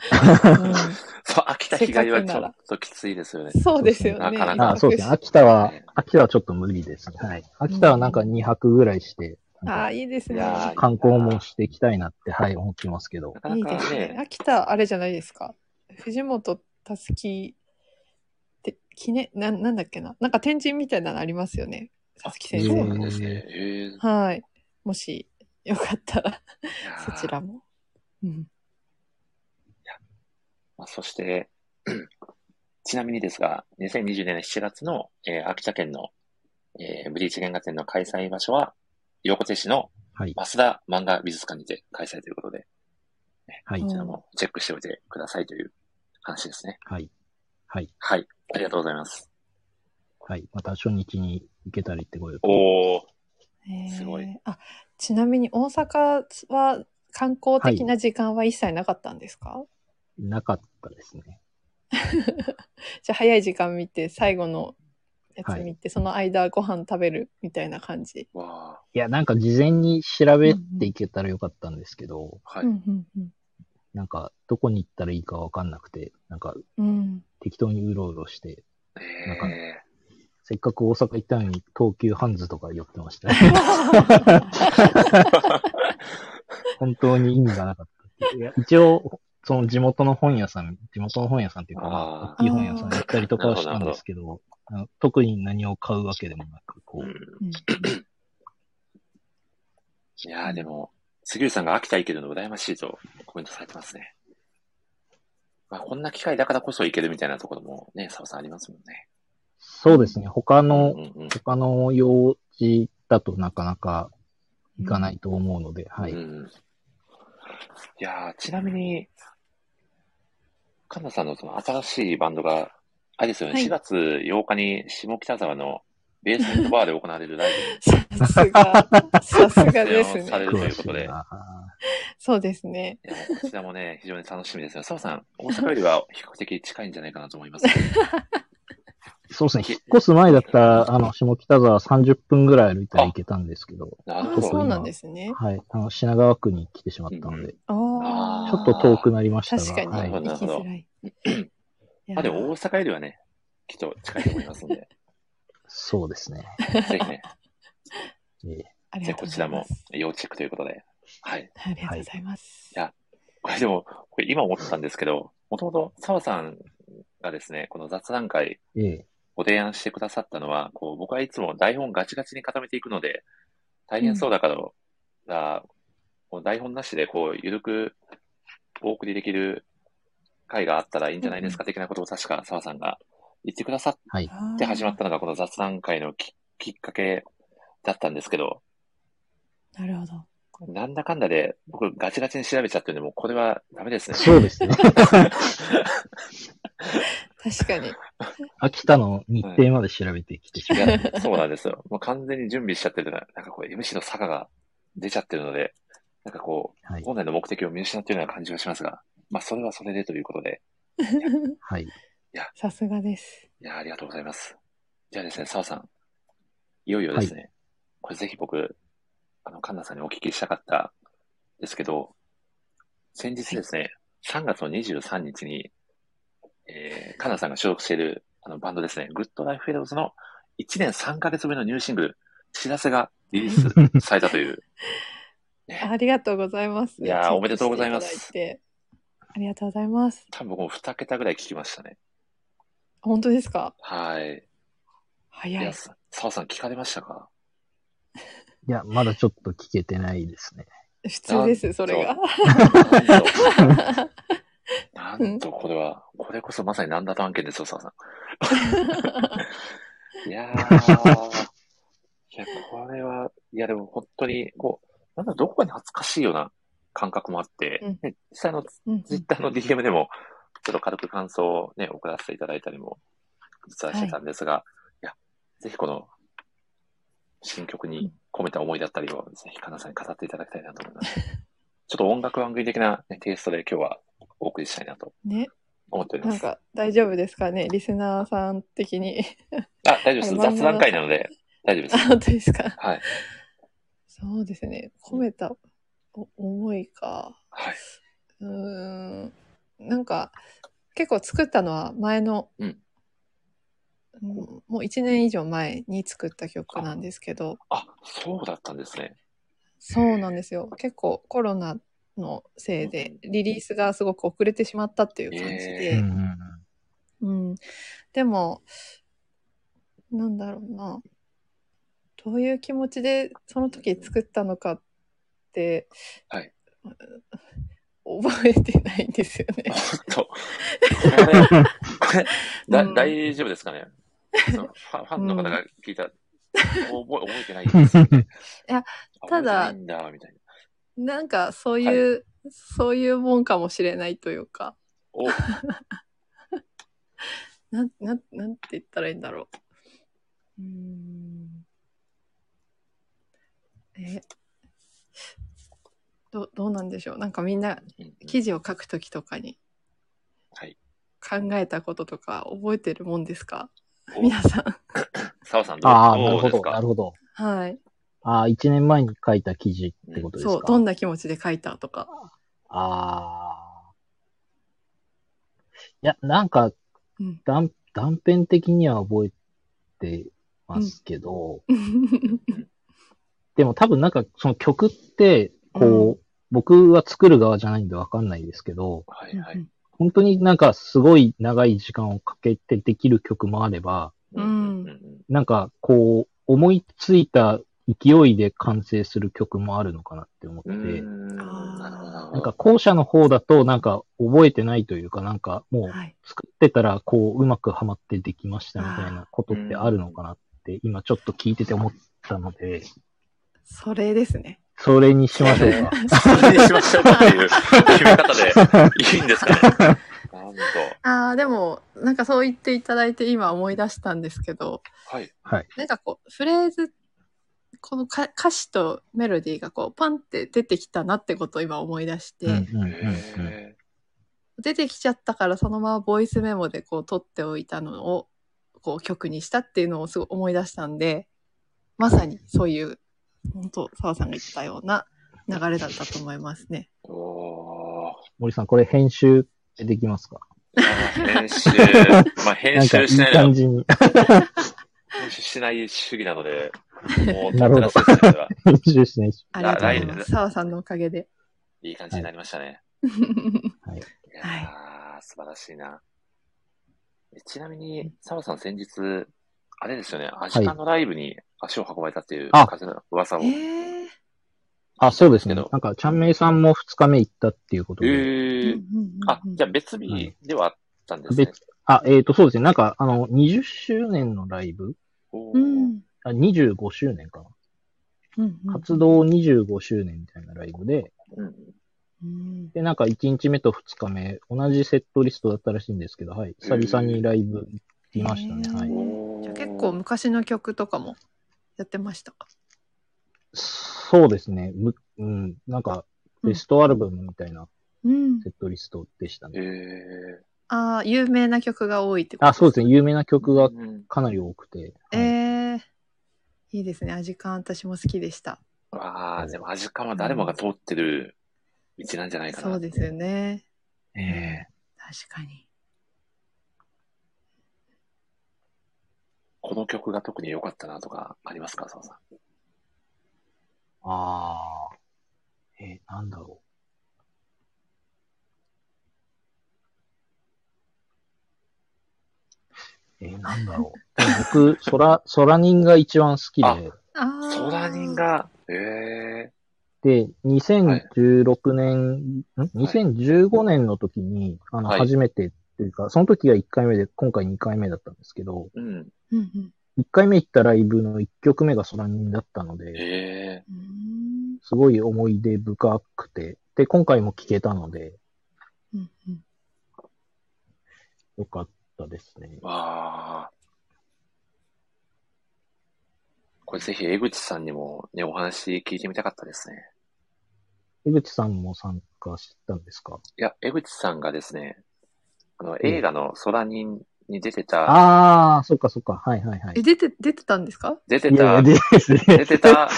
Speaker 1: そう、秋田日帰りは
Speaker 3: せっかく
Speaker 1: ち
Speaker 3: な
Speaker 1: ょ
Speaker 3: ら
Speaker 1: っときついですよね
Speaker 3: ん。そうですよね。
Speaker 1: なかなか
Speaker 2: あそうですね。
Speaker 3: 一泊し
Speaker 2: 秋田は、秋田はちょっと無理ですね。はい。秋田はなんか2泊ぐらいして、
Speaker 3: あ
Speaker 2: なんか
Speaker 3: あ、いいです
Speaker 1: い
Speaker 3: ね。
Speaker 1: やー
Speaker 2: 観光もしていきたいなって、はい、思ってますけど
Speaker 1: な。か
Speaker 3: い
Speaker 1: ない
Speaker 3: で
Speaker 1: か
Speaker 3: すね。
Speaker 1: ね、
Speaker 3: 秋田、あれじゃないですか。藤本たすきって、記念、ななんだっけな。なんか展示みたいなのありますよね。たすき先
Speaker 1: そう
Speaker 3: 生
Speaker 1: な
Speaker 3: の。
Speaker 1: んですね。えー
Speaker 3: はい。もし、よかったら、
Speaker 1: いやー
Speaker 3: そちらも。うん。
Speaker 1: まあ、そして、 ちなみにですが、2020年7月の、えー秋田県の、えーブリーチ原画展の開催場所は、横手市の
Speaker 2: はい。
Speaker 1: 増田漫画美術館にて開催ということで、
Speaker 2: は
Speaker 3: う
Speaker 2: い
Speaker 1: こ
Speaker 3: ん。
Speaker 1: ちらもチェックしておいてくださいという話ですね。
Speaker 2: はい。はい。
Speaker 1: はい。ありがとうございます。
Speaker 2: はい。また初日に行けたりってこようと。
Speaker 1: おー。
Speaker 3: えー
Speaker 1: すごい。
Speaker 3: あ、ちなみに大阪は観光的な時間は一切なかったんですか、
Speaker 2: なかったですね。
Speaker 3: じゃあ早い時間見て、最後のや
Speaker 2: は
Speaker 3: つ
Speaker 2: い
Speaker 3: 見て、その間ご飯食べるみたいな感じ。
Speaker 1: わ
Speaker 2: いや、なんか事前に調べていけたらよかったんですけ
Speaker 1: ー。
Speaker 2: ど、
Speaker 1: はい。
Speaker 3: うんうんうん
Speaker 2: なんかどこに行ったらいいかわかんなくて、なんか
Speaker 3: うん、
Speaker 2: 適当にうろうろして、なんか
Speaker 1: え
Speaker 2: せっかく大阪行ったのに東急ハンズとか寄ってま したね。本当に意味がなかった。いや一応、その地元の本屋さん、地元の本屋さんっていうか、まあ
Speaker 1: あー
Speaker 2: 大きい本屋さんに行ったりとかはしたんですけど、あの特に何を買うわけでもなく、こ
Speaker 1: ーう
Speaker 2: う、
Speaker 1: ん、
Speaker 3: うん
Speaker 1: いやーでも、杉内さんが秋田行けるの羨ましいとコメントされてますね。まあ、こんな機会だからこそ行けるみたいなところもね、澤さんありますもんね。
Speaker 2: そうですね、他の、
Speaker 1: うんうん
Speaker 2: 他の用事だとなかなか行かないと思うので、はい。
Speaker 1: うん、いやーちなみに、神田さんのその新しいバンドが、あれですよね、
Speaker 3: はい
Speaker 1: 4月8日に下北沢のベースメントバーで行われるライ
Speaker 3: さすが、さすがです
Speaker 1: される。
Speaker 3: ね
Speaker 1: ということで
Speaker 2: な
Speaker 3: そうですね。
Speaker 1: ブ。いやこちらもね、非常に楽しみですよ。澤さん、大阪よりは比較的近いんじゃないかなと思います。
Speaker 2: そうですね、引っ越す前だったら、あの、下北沢30分ぐらい歩いたら行けたんですけど、
Speaker 1: な
Speaker 3: あ
Speaker 1: る
Speaker 3: ー
Speaker 1: ほ
Speaker 3: そ
Speaker 1: ど。
Speaker 3: うなんですね。
Speaker 2: はい、あの、品川区に来てしまったので、
Speaker 3: あ
Speaker 1: あー
Speaker 2: ちょっと遠くなりま
Speaker 3: あ、
Speaker 2: したが、
Speaker 3: 確か
Speaker 2: は
Speaker 3: に、
Speaker 2: い、
Speaker 3: 行きづらい。いやー
Speaker 1: まあでも大阪よりはね、きっと近いと思いますん で、
Speaker 2: そうですね。
Speaker 1: ぜひね、
Speaker 2: ええ
Speaker 3: あり
Speaker 1: じゃあ
Speaker 3: がとう
Speaker 1: こ
Speaker 3: ご
Speaker 1: ち
Speaker 3: ざ
Speaker 1: ら
Speaker 3: いま
Speaker 1: も
Speaker 3: す。
Speaker 1: 要チェックということで。はい。
Speaker 3: ありがとうございます。
Speaker 1: はいこれでも、これ今思ったんですけど、もともと澤さんがですね、この雑談会
Speaker 2: ええ
Speaker 1: ご提案してくださったのは、こう僕はいつも台本ガチガチに固めていくので、大変そうだから、だこう台本なしでこう、ゆるくお送りできる会があったらいいんじゃないですか、的なことを確か澤さんが言ってくださっ
Speaker 3: あー
Speaker 1: で始まったのがこの雑談会のききっかけだったんですけど、
Speaker 3: なるほど。
Speaker 1: なんだかんだで僕ガチガチに調べちゃってるんで、もうこれはダメですね。
Speaker 2: そうです ね。
Speaker 3: 確かに。
Speaker 2: 秋田の日程まで調べてきてしま
Speaker 1: い
Speaker 2: っ
Speaker 1: やそうなんですよ。もう 完全に準備しちゃってるのはなんかこう MC の差が出ちゃってるので、なんかこ
Speaker 2: た。は
Speaker 1: う、
Speaker 2: い。
Speaker 1: 本来の目的を見失ってるような感じがしますが、まあそれはそれでということで、
Speaker 2: はい。
Speaker 3: さすがです。
Speaker 1: いや、ありがとうございます。じゃあですね、澤さん、いよいよですね、これぜひ僕、あの、カンナさんにお聞きしたかったですけど、先日ですね、3月の23日に、えー、カンナさんが所属しているあのバンドですね、グッドライフフェローズの1年3ヶ月ぶりのニューシングル、知らせがリリースされたという、
Speaker 3: ありがとうございます。
Speaker 1: いやー
Speaker 3: チェック
Speaker 1: おめでとうございます
Speaker 3: してただいてありがとうございます。
Speaker 1: 多分僕も2桁ぐらい聞きましたね。
Speaker 3: 本当ですか
Speaker 1: はい。い
Speaker 3: 早
Speaker 1: や、
Speaker 3: い。
Speaker 1: 澤さん聞かれましたか
Speaker 2: いや、まだちょっと聞けてないですね。
Speaker 3: 普通です、そ れが。
Speaker 1: なんとなんと、これは、これこそまさに何だと案件ですよ、 澤さん。いやー、いや、これは、いや、でも本当に、こう、なんだ、どこかに恥ずかしいような感覚もあって、
Speaker 3: うん
Speaker 1: ね実際のツ
Speaker 3: うん
Speaker 1: イッターの DM でも、ちょっと軽く感想をね、送らせていただいたりも、実はしてたんですが、い、や、ぜひこの、新曲に込めた思いだったりを、ぜひ、かなさんに語っていただきたいなと思います。ちょっと音楽番組的な、ね、テイストで今日はお送りしたいなと
Speaker 3: ね、
Speaker 1: 思っており
Speaker 3: な
Speaker 1: ま
Speaker 3: ん
Speaker 1: す。
Speaker 3: か大丈夫ですかね、リスナーさん的に。
Speaker 1: あ、大丈夫です。
Speaker 3: あれ漫画の
Speaker 1: 雑談会なので、大丈夫で
Speaker 3: あ、
Speaker 1: す。
Speaker 3: 本当ですか。
Speaker 1: はい。
Speaker 3: そうですね。込めたお思いか。
Speaker 1: はい。
Speaker 3: うーん。なんか、結構作ったのは前の、
Speaker 1: うん
Speaker 3: もうもう1年以上前に作った曲なんですけど、
Speaker 1: あ、そうだったんですね。
Speaker 3: そうなんですよ。結構コロナのせいで、リリースがすごく遅れてしまったっていう感じで、
Speaker 1: え
Speaker 2: うんうんうん
Speaker 3: うん。でも、なんだろうな。どういう気持ちでその時作ったのかって、
Speaker 1: はい
Speaker 3: 覚えてないんですよね。
Speaker 1: ちょっと、これ、これ、だ
Speaker 3: うん
Speaker 1: 大丈夫ですかね なんかファンファンの方が聞いた、覚え覚えてないですよね。
Speaker 3: いや
Speaker 1: あ、
Speaker 3: ただ
Speaker 1: 覚えてないんだ、みたいな。
Speaker 3: なんかそういう、そういうもんかもしれないというか、
Speaker 1: お、
Speaker 3: なん、なん、なんて言ったらいいんだろう。うーん。え、ど、どうなんでしょう。なんかみんな
Speaker 1: うん
Speaker 3: 記事を書くときとかに
Speaker 1: はい。
Speaker 3: 考えたこととか覚えてるもんですか
Speaker 1: お
Speaker 3: 皆さん。
Speaker 1: 澤さんどう、
Speaker 2: ああ、な
Speaker 1: どう
Speaker 2: るほ
Speaker 1: です
Speaker 2: ど、な
Speaker 1: か
Speaker 2: るほど。
Speaker 3: はい。
Speaker 2: ああ、1年前に書いた記事ってことですか。
Speaker 3: そう、どんな気持ちで書いたとか。
Speaker 2: ああ。いや、なんか
Speaker 3: うん。
Speaker 2: 断、断片的には覚えてますけど、でも多分なんかその曲って、こう、僕は作る側じゃないんでわかんないですけど、
Speaker 1: はいはい。
Speaker 2: 本当になんかすごい長い時間をかけてできる曲もあれば、
Speaker 3: うん
Speaker 1: うんうん
Speaker 2: なんかこう、思いついた勢いで完成する曲もあるのかなって思って、
Speaker 1: うーん
Speaker 3: あー
Speaker 1: なるほどなるほど
Speaker 2: なん か後者の方だとなんか覚えてないというか、なんかもう
Speaker 3: はい。
Speaker 2: 作ってたらこううまくはまってできましたみたいなことってあるのかなって今ちょっと聞いてて思ったので、
Speaker 3: それです ね。
Speaker 2: それにしましょうか。
Speaker 1: それにしましょうかっていう決め方でいいんですかね。なんと。
Speaker 3: ああ、でも、なんかそう言っていただいて今思い出したんですけど、
Speaker 1: はい。
Speaker 2: はい。
Speaker 3: なんかこう、フレーズ、このか歌詞とメロディーがこう、パンって出てきたなってことを今思い出して、
Speaker 2: うんうんうんうん
Speaker 1: へ
Speaker 3: 出てきちゃったからそのままボイスメモでこう、撮っておいたのを、こう、曲にしたっていうのをすごい思い出したんで、まさにそういう、本当澤さんが言ったような流れだったと思いますね。
Speaker 1: ーおー
Speaker 2: 森さん、これ編集できますか
Speaker 1: あー編集、まあ編
Speaker 2: なんかい
Speaker 1: 集
Speaker 2: い
Speaker 1: しない
Speaker 2: 感
Speaker 1: の、
Speaker 2: じに、
Speaker 1: 編集しない主義なので、もう、
Speaker 2: なるほど
Speaker 1: 撮ってらっしゃる人が
Speaker 2: 編集しないし。
Speaker 3: ありがとうございます。澤さんのおかげで。
Speaker 1: いい感じになりましたね。
Speaker 2: はい。
Speaker 1: いやー、素晴らしいな。えちなみに、澤さん先日、あれですよね、アジカのライブに足を運ばれたっていう
Speaker 2: あ
Speaker 1: 風の噂を。
Speaker 3: ええ
Speaker 2: あ、そうですね。
Speaker 1: け
Speaker 2: な
Speaker 1: ど
Speaker 2: んか、ちゃんめいさんも2日目行ったっていうこと
Speaker 1: え
Speaker 2: で。
Speaker 1: ー。あ、じゃあ別日ではあったんですね。
Speaker 2: 別あ、えっ、と、そうですね。なんか、あの、20周年のライブ
Speaker 1: おー
Speaker 3: うん
Speaker 2: あ、25周年か
Speaker 3: うんうん
Speaker 2: な。活動25周年みたいなライブで、
Speaker 1: うん
Speaker 3: うん
Speaker 2: で、なんか1日目と2日目、同じセットリストだったらしいんですけど、はい。久々にライブ行きましたね。
Speaker 3: へー
Speaker 2: はい。
Speaker 1: おー
Speaker 3: じゃあ結構昔の曲とかもやってました。
Speaker 2: そうですね。むうん。なんか、ベストアルバムみたいな
Speaker 3: うん
Speaker 2: セットリストでしたね。
Speaker 1: えー、
Speaker 3: ああ、有名な曲が多いってこと
Speaker 2: あ、そうです
Speaker 3: ね。
Speaker 2: ね。有名な曲が
Speaker 1: うん
Speaker 2: かなり多くて。
Speaker 3: え
Speaker 2: はい
Speaker 3: えいいですね。アジカン私も好きでした。
Speaker 1: わあ、でも、アジカは誰もが通ってる道なんじゃないかな。
Speaker 3: そうですよね。
Speaker 1: ねえ
Speaker 3: 確かに。
Speaker 1: この曲が特に良かったなとかありますか、澤さん。
Speaker 2: ああ。えーなんだろう。えーなんだろう。でも僕、空、空人が一番好き
Speaker 1: あ
Speaker 3: ああ。
Speaker 1: ソラニン。が、ええ
Speaker 2: で、で、2016年、ん ?2015 年の時に、あの、
Speaker 1: はい
Speaker 2: 初めてというか、その時が1回目で、今回2回目だったんですけど、
Speaker 1: うん。
Speaker 3: うんうん
Speaker 2: 1回目行ったライブの1曲目が空人だったので、
Speaker 1: ええ
Speaker 3: うん
Speaker 2: すごい思い出深くて、で、今回も聴けたので、
Speaker 3: うんうん。
Speaker 2: よかったですね。
Speaker 1: わあ。これぜひ江口さんにもね、お話聞いてみたかったですね。
Speaker 2: 江口さんも参加したんですか
Speaker 1: いや、江口さんがですね、あの、映画のソラニンに出てた、
Speaker 2: ああ、そっかそっか。はいはいはい。
Speaker 3: え、出て、出てたんですか
Speaker 1: 出て
Speaker 2: いやい
Speaker 1: た
Speaker 2: や、、です
Speaker 1: 出
Speaker 2: ね。
Speaker 1: て た、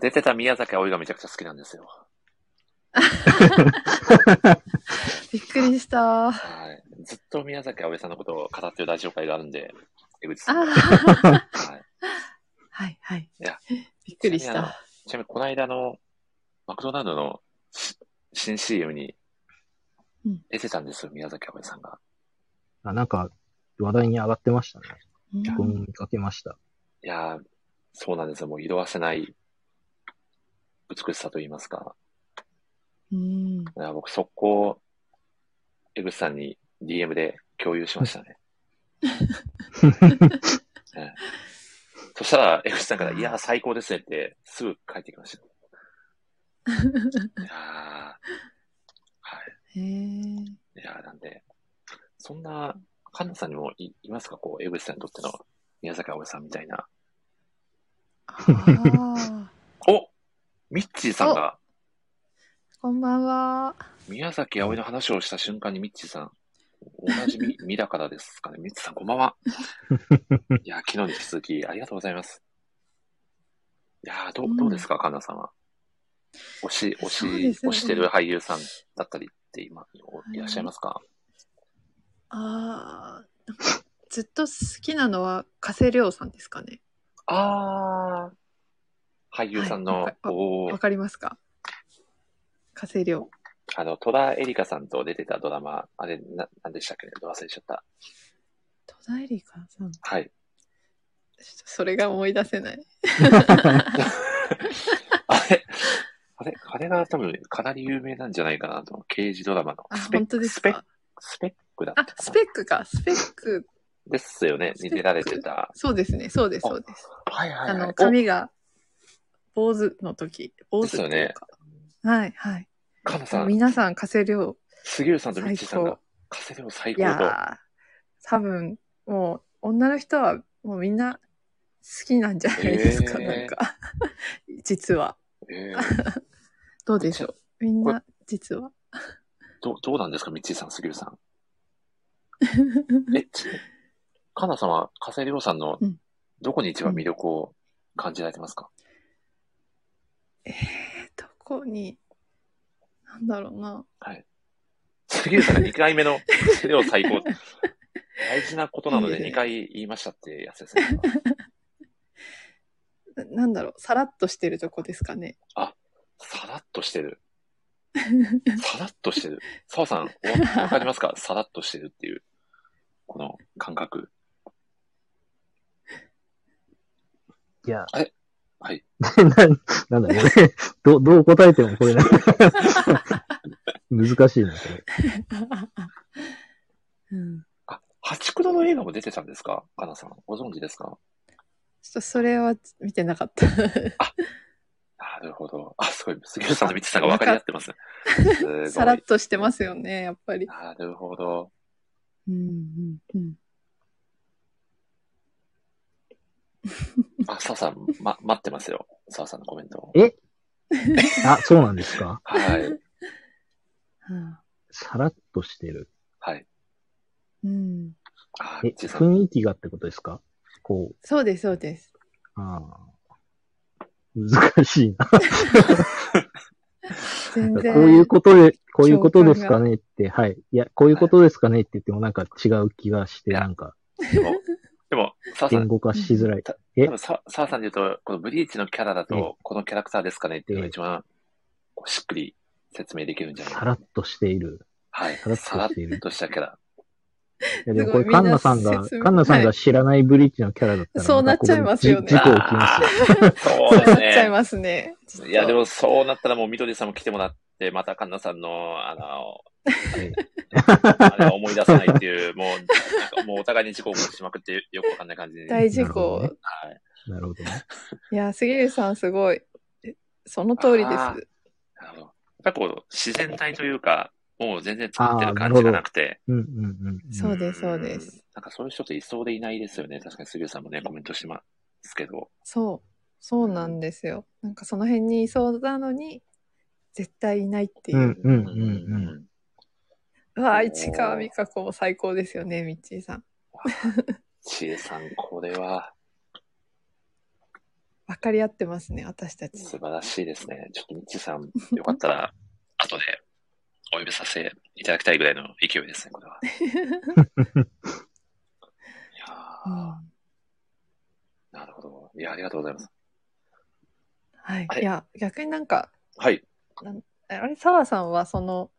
Speaker 1: 出てた宮崎葵がめちゃくちゃ好きなんですよ。
Speaker 3: びっくりした。あ
Speaker 1: はい。ずっと宮崎葵さんのことを語ってるラジオ会があるんで、江口さん。
Speaker 3: あ。
Speaker 1: はい
Speaker 3: はいはい。
Speaker 1: いや
Speaker 3: びっくりし
Speaker 1: ちなみにあの
Speaker 3: た。
Speaker 1: ちなみに、この間の、マクドナルドのし新 CM に
Speaker 3: うん
Speaker 1: 出てたんですよ、宮崎あおさんが。
Speaker 2: あなんか、話題に上がってましたね。
Speaker 3: うん
Speaker 2: 僕も見かけました。
Speaker 1: いやー、そうなんですよ。もう色褪せない美しさと言いますか。
Speaker 3: うん
Speaker 1: いや僕、速攻、江口さんに DM で共有しましたね。ねそしたら、江口さんから、いやー、最高ですねって、すぐ帰ってきました。いやーはい。
Speaker 3: へえ。
Speaker 1: いやー、なんで、そんな、カンナさんにもいいますかこう、江口さんにとっての宮崎葵さんみたいな。
Speaker 3: ああ。
Speaker 1: おミッチーさんが、
Speaker 3: こんばんは。
Speaker 1: 宮崎葵の話をした瞬間にミッチーさん、おなじ み、ミだからですかね。ミッチーさん、こんばんは。いやー、昨日に引き続き、ありがとうございます。いやー、どうどうですか、カンナさんは。推し、推し
Speaker 3: そうで、すね
Speaker 1: 推してる俳優さんだったりって今、いらっしゃいますか、
Speaker 3: ああ。なんかずっと好きなのは加瀬亮さんですかね。
Speaker 1: あー。俳優さんの、
Speaker 3: はいわか
Speaker 1: おー
Speaker 3: わかりますか加瀬亮。
Speaker 1: あの、戸田恵梨香さんと出てたドラマ、あれ、な、なんでしたっけねど忘れちゃった。
Speaker 3: 戸田恵梨香さん。ちょ
Speaker 1: はい。
Speaker 3: っとそれが思い出せない。
Speaker 1: あれ、あれ、あれが多分かなり有名なんじゃないかなと。刑事ドラマの。
Speaker 3: あ
Speaker 1: ス、ペッ
Speaker 3: 本
Speaker 1: ク、
Speaker 3: 当です
Speaker 1: スペッ
Speaker 3: か。
Speaker 1: スペックだった
Speaker 3: あ
Speaker 1: かな。、
Speaker 3: スペックか。スペック。
Speaker 1: ですよね。
Speaker 3: スペ
Speaker 1: に
Speaker 3: ック
Speaker 1: 出られてた。
Speaker 3: そうですね。そうです。
Speaker 1: あ
Speaker 3: そうです。
Speaker 1: はいはい
Speaker 3: あ
Speaker 1: はい。
Speaker 3: の、髪が、坊主の時。坊主っていう
Speaker 1: です
Speaker 3: か。はい、はい。
Speaker 1: おカナさん、
Speaker 3: 皆さん、加瀬亮、
Speaker 1: 杉浦さんとミッ
Speaker 3: 最
Speaker 1: チーさんが
Speaker 3: 高。、
Speaker 1: 加瀬亮最
Speaker 3: い
Speaker 1: 高
Speaker 3: や
Speaker 1: と。
Speaker 3: ー、多分、もう、女の人は、もうみんな、好きなんじゃないですか、
Speaker 1: へー
Speaker 3: なんか。 実は。
Speaker 1: えー、
Speaker 3: どうでしょう。みん
Speaker 1: こ
Speaker 3: な、実は。
Speaker 1: ど、どうなんですかミッチーさん、杉浦さん。え、ちカナさんは加瀬亮さんの
Speaker 3: うん
Speaker 1: どこに一番魅力を感じられてますか、
Speaker 3: えー、 どこに、なんだろうな。
Speaker 1: 杉浦さんが2回目の資料 最高。大事なことなの
Speaker 3: いい
Speaker 1: で
Speaker 3: ですね
Speaker 1: 2回言いましたってやつですね。
Speaker 3: ななんだろう、さらっとしてるとこですかね。
Speaker 1: さらっとしてる。さらっとしてる。澤さん、わわかります かさらっとしてるっていう、この感覚。
Speaker 2: いや。
Speaker 1: あれはい。
Speaker 2: な、なん だろうね。ど、どう答えてもこれな。 難しいな、これ。
Speaker 3: うん、
Speaker 1: あ、ハチクロの映画も出てたんですかかなさん、ご存知ですか
Speaker 3: ちょっとそれは見てなかった。
Speaker 1: なるほど。あ、すごい。杉浦さんと道さんが分かり合ってますね。すごい。
Speaker 3: さらっとしてますよね、やっぱり。
Speaker 1: なるほど。
Speaker 3: うんうんうん、
Speaker 1: あ、澤さん、ま、待ってますよ。澤さんのコメン トを。
Speaker 2: あ、そうなんですか
Speaker 1: はい。
Speaker 3: はあ
Speaker 2: さらっとしてる。
Speaker 1: はい。
Speaker 3: うん、
Speaker 1: あ、
Speaker 2: え、
Speaker 1: 道さん。
Speaker 2: 雰囲気がってことですかこう、
Speaker 3: そうです、そうです。
Speaker 2: ああ。難しいな。
Speaker 3: 全
Speaker 2: こう
Speaker 3: 然。
Speaker 2: いうことで、こういうことですかねって、はい。いや、こういうことですかねって言ってもなんか違う気がして、
Speaker 1: いや
Speaker 2: なんか
Speaker 1: でも、でも、澤さん
Speaker 2: 言、語化しづらい。え
Speaker 1: 多分さ澤さんで言うと、このブリーチのキャラだ
Speaker 2: ええ
Speaker 1: と、このキャラクターですかねっていうのが
Speaker 2: ええ
Speaker 1: 一番こうしっくり説明できるんじゃない
Speaker 2: さらっとしている。
Speaker 1: はい。
Speaker 2: さらっと
Speaker 1: さらっ
Speaker 2: している。
Speaker 1: としたキャラ。
Speaker 2: いやでもこ
Speaker 3: すごい
Speaker 2: れ、カンナさん
Speaker 3: みん
Speaker 2: が
Speaker 3: な説、明
Speaker 2: カンナさんが知らないブリーチのキャラだったら、
Speaker 3: そうなっちゃいますよね
Speaker 2: なんかここでじ事故起きますよ。
Speaker 1: そ
Speaker 3: そうう
Speaker 1: です
Speaker 3: なっちゃい
Speaker 1: ね。
Speaker 3: ますね。ちょっと
Speaker 1: いや、でもそうなったらもう、みどりさんも来てもらって、また、カンナさんの、あの、 あれは思い出さないっていう、もう、なんかもうお互いに事故を起こしまくって、よくわかんない感じに。
Speaker 3: 大事
Speaker 2: なるほ
Speaker 3: 故。
Speaker 2: どね
Speaker 1: はい。
Speaker 2: なるほどね。
Speaker 3: いや、杉浦さんすごい。えその通りで
Speaker 1: あ
Speaker 3: す。
Speaker 1: なるほどやっぱこう、自然体というか、もう全然作ってる感じ
Speaker 2: あーなるほ
Speaker 1: が
Speaker 2: ど
Speaker 1: なくて。
Speaker 2: うんうんうん。
Speaker 3: そうです、そうで
Speaker 1: ん
Speaker 3: す。。
Speaker 1: なんかそういう人っていそうでいないですよね。確かに杉浦さんもね、コメントしてますけど。
Speaker 3: そう。そうなんですよ。なんかその辺にいそうなのに、絶対いないっていうう。
Speaker 2: んうんうんうん。
Speaker 3: うわあ、市川美香子も最高ですよね、ミッチーさん。
Speaker 1: ちえさん、これは
Speaker 3: 分かり合ってますね、私たち。
Speaker 1: 素晴らしいですね。ちょっとミッチーさん、よかった ら、後でお呼びさせていただきたいぐらいの勢いですね、こ れは。いや
Speaker 3: う
Speaker 1: ー
Speaker 3: ん
Speaker 1: なるほど。いや、ありがとうございます。
Speaker 3: はい
Speaker 1: あ。れ
Speaker 3: いや、逆になんか、
Speaker 1: はい。
Speaker 3: あれ、澤さんはその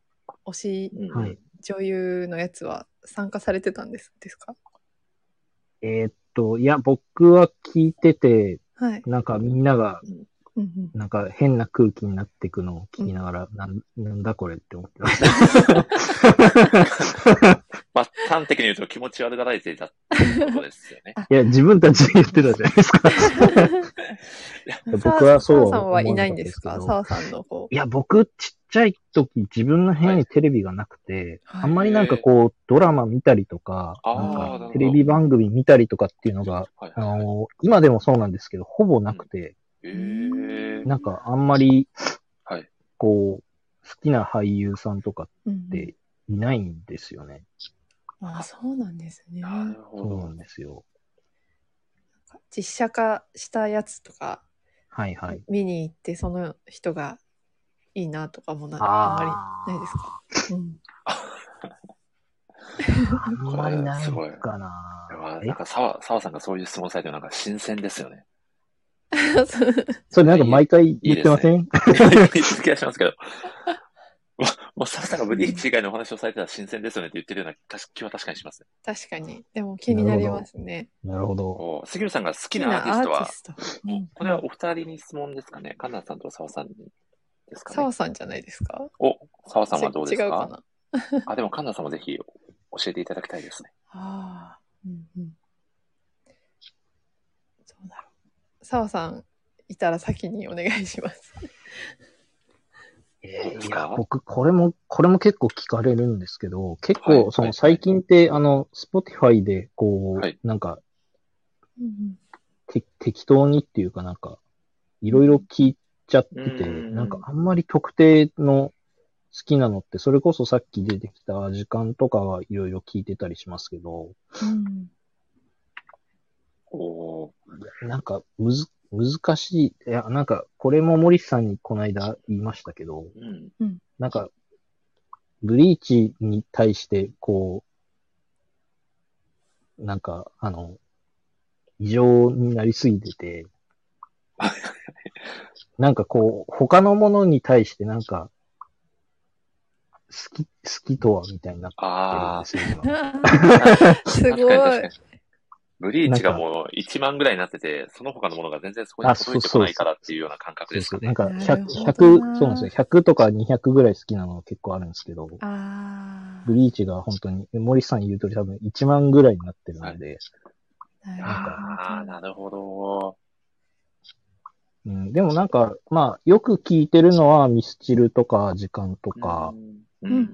Speaker 3: 推し
Speaker 2: はい。
Speaker 3: 女優のやつは参加されてたんですですか
Speaker 2: えーっと、いや、僕は聞いてて、
Speaker 3: はい。
Speaker 2: なんかみんなが、
Speaker 3: うんうん
Speaker 2: なんか変な空気になっていくのを聞きながら、なんなんだこれって思ってました。
Speaker 1: まあ、端的に言うと気持ち悪がられていたっていうことです よね。
Speaker 2: いや、自分たちで言ってたじゃないですか。僕はそう
Speaker 3: 澤さんはいないんですか
Speaker 2: 思わ
Speaker 3: 澤さんのこう
Speaker 2: い。や、僕、ちっちゃい時、自分の部屋にテレビがなくて、
Speaker 3: はい
Speaker 2: あんまりなんかこう、ドラマ見たりとか、
Speaker 1: あー
Speaker 2: な
Speaker 1: なんるほ
Speaker 2: か
Speaker 1: ど
Speaker 2: テレビ番組見たりとかっていうのが、
Speaker 1: はい
Speaker 2: あ。の、今でもそうなんですけど、ほぼなくて、
Speaker 1: えー、
Speaker 2: なんかあんまり、
Speaker 1: はい
Speaker 2: こう、好きな俳優さんとかっ
Speaker 3: うんうん
Speaker 2: ていないんですよね。
Speaker 3: あ、そうなんですね。
Speaker 1: なるほ
Speaker 2: そうな
Speaker 1: ど
Speaker 2: ん。ですよ。
Speaker 3: 実写化したやつとか
Speaker 2: はいはい。
Speaker 3: 見に行って、その人がいいなとかもなあんま
Speaker 2: あ
Speaker 3: りないですか、うん
Speaker 2: ーあんまりない
Speaker 1: これすごい
Speaker 2: か
Speaker 1: これは
Speaker 2: な。え
Speaker 1: なんか澤澤さんがそういう質問されてるのなんか新鮮ですよね。
Speaker 3: そう
Speaker 2: それなんか毎回言ってません
Speaker 1: いい気がし ますけど。まもう澤さんがブリーチ以外のお話をされてたら新鮮ですよねって言ってるようなたし気は確かにしますね。
Speaker 3: 確かに。でも気になりますね。
Speaker 2: なるほど。
Speaker 1: お杉浦さんが好き
Speaker 3: 好き
Speaker 1: なアーティストは、
Speaker 3: ストうん
Speaker 1: これはお二人に質問ですかね。カンナさんと澤さんにですか
Speaker 3: 澤
Speaker 1: ね。
Speaker 3: さんじゃないですか
Speaker 1: お、澤さんはどうですか
Speaker 3: 違うかな
Speaker 1: あ、でもカンナさんもぜひ教えていただきたいですね。
Speaker 3: ああ、うんうん。そうだろう。澤さんいたら先にお願いします。
Speaker 1: そう
Speaker 2: え
Speaker 1: で
Speaker 2: ー
Speaker 1: す
Speaker 2: い
Speaker 1: か
Speaker 2: や、僕、これも、これも結構聞かれるんですけど、結
Speaker 1: はいはい
Speaker 2: 構、その最近って、あの、Spotify で、こ、
Speaker 1: はいう
Speaker 2: なんか、
Speaker 3: うんうん
Speaker 2: て適当にっていうかなんか、いろいろ聞いちゃってて、
Speaker 1: うん
Speaker 2: なんかあんまり特定の好きなのって、それこそさっき出てきた時間とかはいろいろ聞いてたりしますけど、
Speaker 3: うん
Speaker 1: おー
Speaker 2: なんかむず、難しい。いや、なんか、これも森さんにこの間言いましたけど、
Speaker 1: うん。
Speaker 2: なんか、ブリーチに対して、こう、なんか、あの、異常になりすぎてて、なんかこう、他のものに対してなんか、好き、好きとはみたいにな
Speaker 1: あ
Speaker 2: ってる んですよ。今
Speaker 3: あーす
Speaker 1: 確
Speaker 3: ご
Speaker 1: か
Speaker 3: い
Speaker 1: に。確かに。ブリーチがもう1万ぐらいになってて、その他のものが全然そこに届いてこないからっていうような感覚
Speaker 2: そう
Speaker 1: です
Speaker 2: そ
Speaker 1: か
Speaker 2: うなん
Speaker 1: ね。
Speaker 2: か
Speaker 3: なる
Speaker 2: 100、
Speaker 3: ほどな
Speaker 2: 100、そうなんですよ。100とか200ぐらい好きなの結構あるんですけど、
Speaker 3: あ
Speaker 2: ブリーチが本当に、森さん言うとり多分1万ぐらいになってるので、
Speaker 3: あ、なる
Speaker 1: ああ、
Speaker 3: ほど。
Speaker 1: なるほど。
Speaker 2: うん、でもなんか、まあ、よく聞いてるのは、ミスチルとか、時間とか、
Speaker 1: う。
Speaker 3: うんん
Speaker 1: う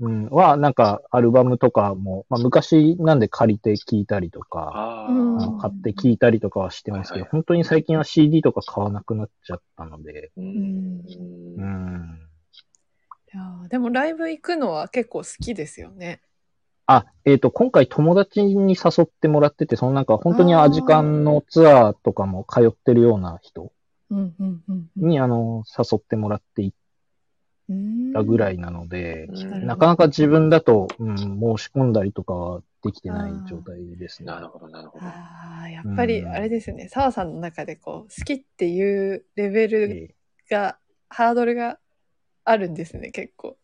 Speaker 3: うん
Speaker 1: ん。
Speaker 2: うん、は、なんか、アルバムとかも、まあ、昔なんで借りて聞いたりとか、
Speaker 1: あ
Speaker 2: あ
Speaker 3: う
Speaker 2: の
Speaker 1: あ。
Speaker 3: ん
Speaker 2: 買って聞いたりとかはしてますけど、
Speaker 1: はい
Speaker 2: 本当に最近は CD とか買わなくなっちゃったので、
Speaker 1: う。
Speaker 2: うんん。
Speaker 3: いやーでもライブ行くのは結構好きですよね。
Speaker 2: あ、えっ、と、今回友達に誘ってもらってて、そのなんか、本当にアジカンのツアーとかも通ってるような人
Speaker 3: うんうんうんうん
Speaker 2: に、あの、誘ってもらっていっ
Speaker 3: うーん。
Speaker 2: たぐらいなので、
Speaker 1: うん
Speaker 2: なかなか自分だと、うん、申し込んだりとかはできてない状態ですね
Speaker 1: な。るほど、なるほど。
Speaker 3: ああ、やっぱりあれですね。澤さんの中でこう、好きっていうレベル
Speaker 2: え
Speaker 3: が、ハードルがあるんですね、結構。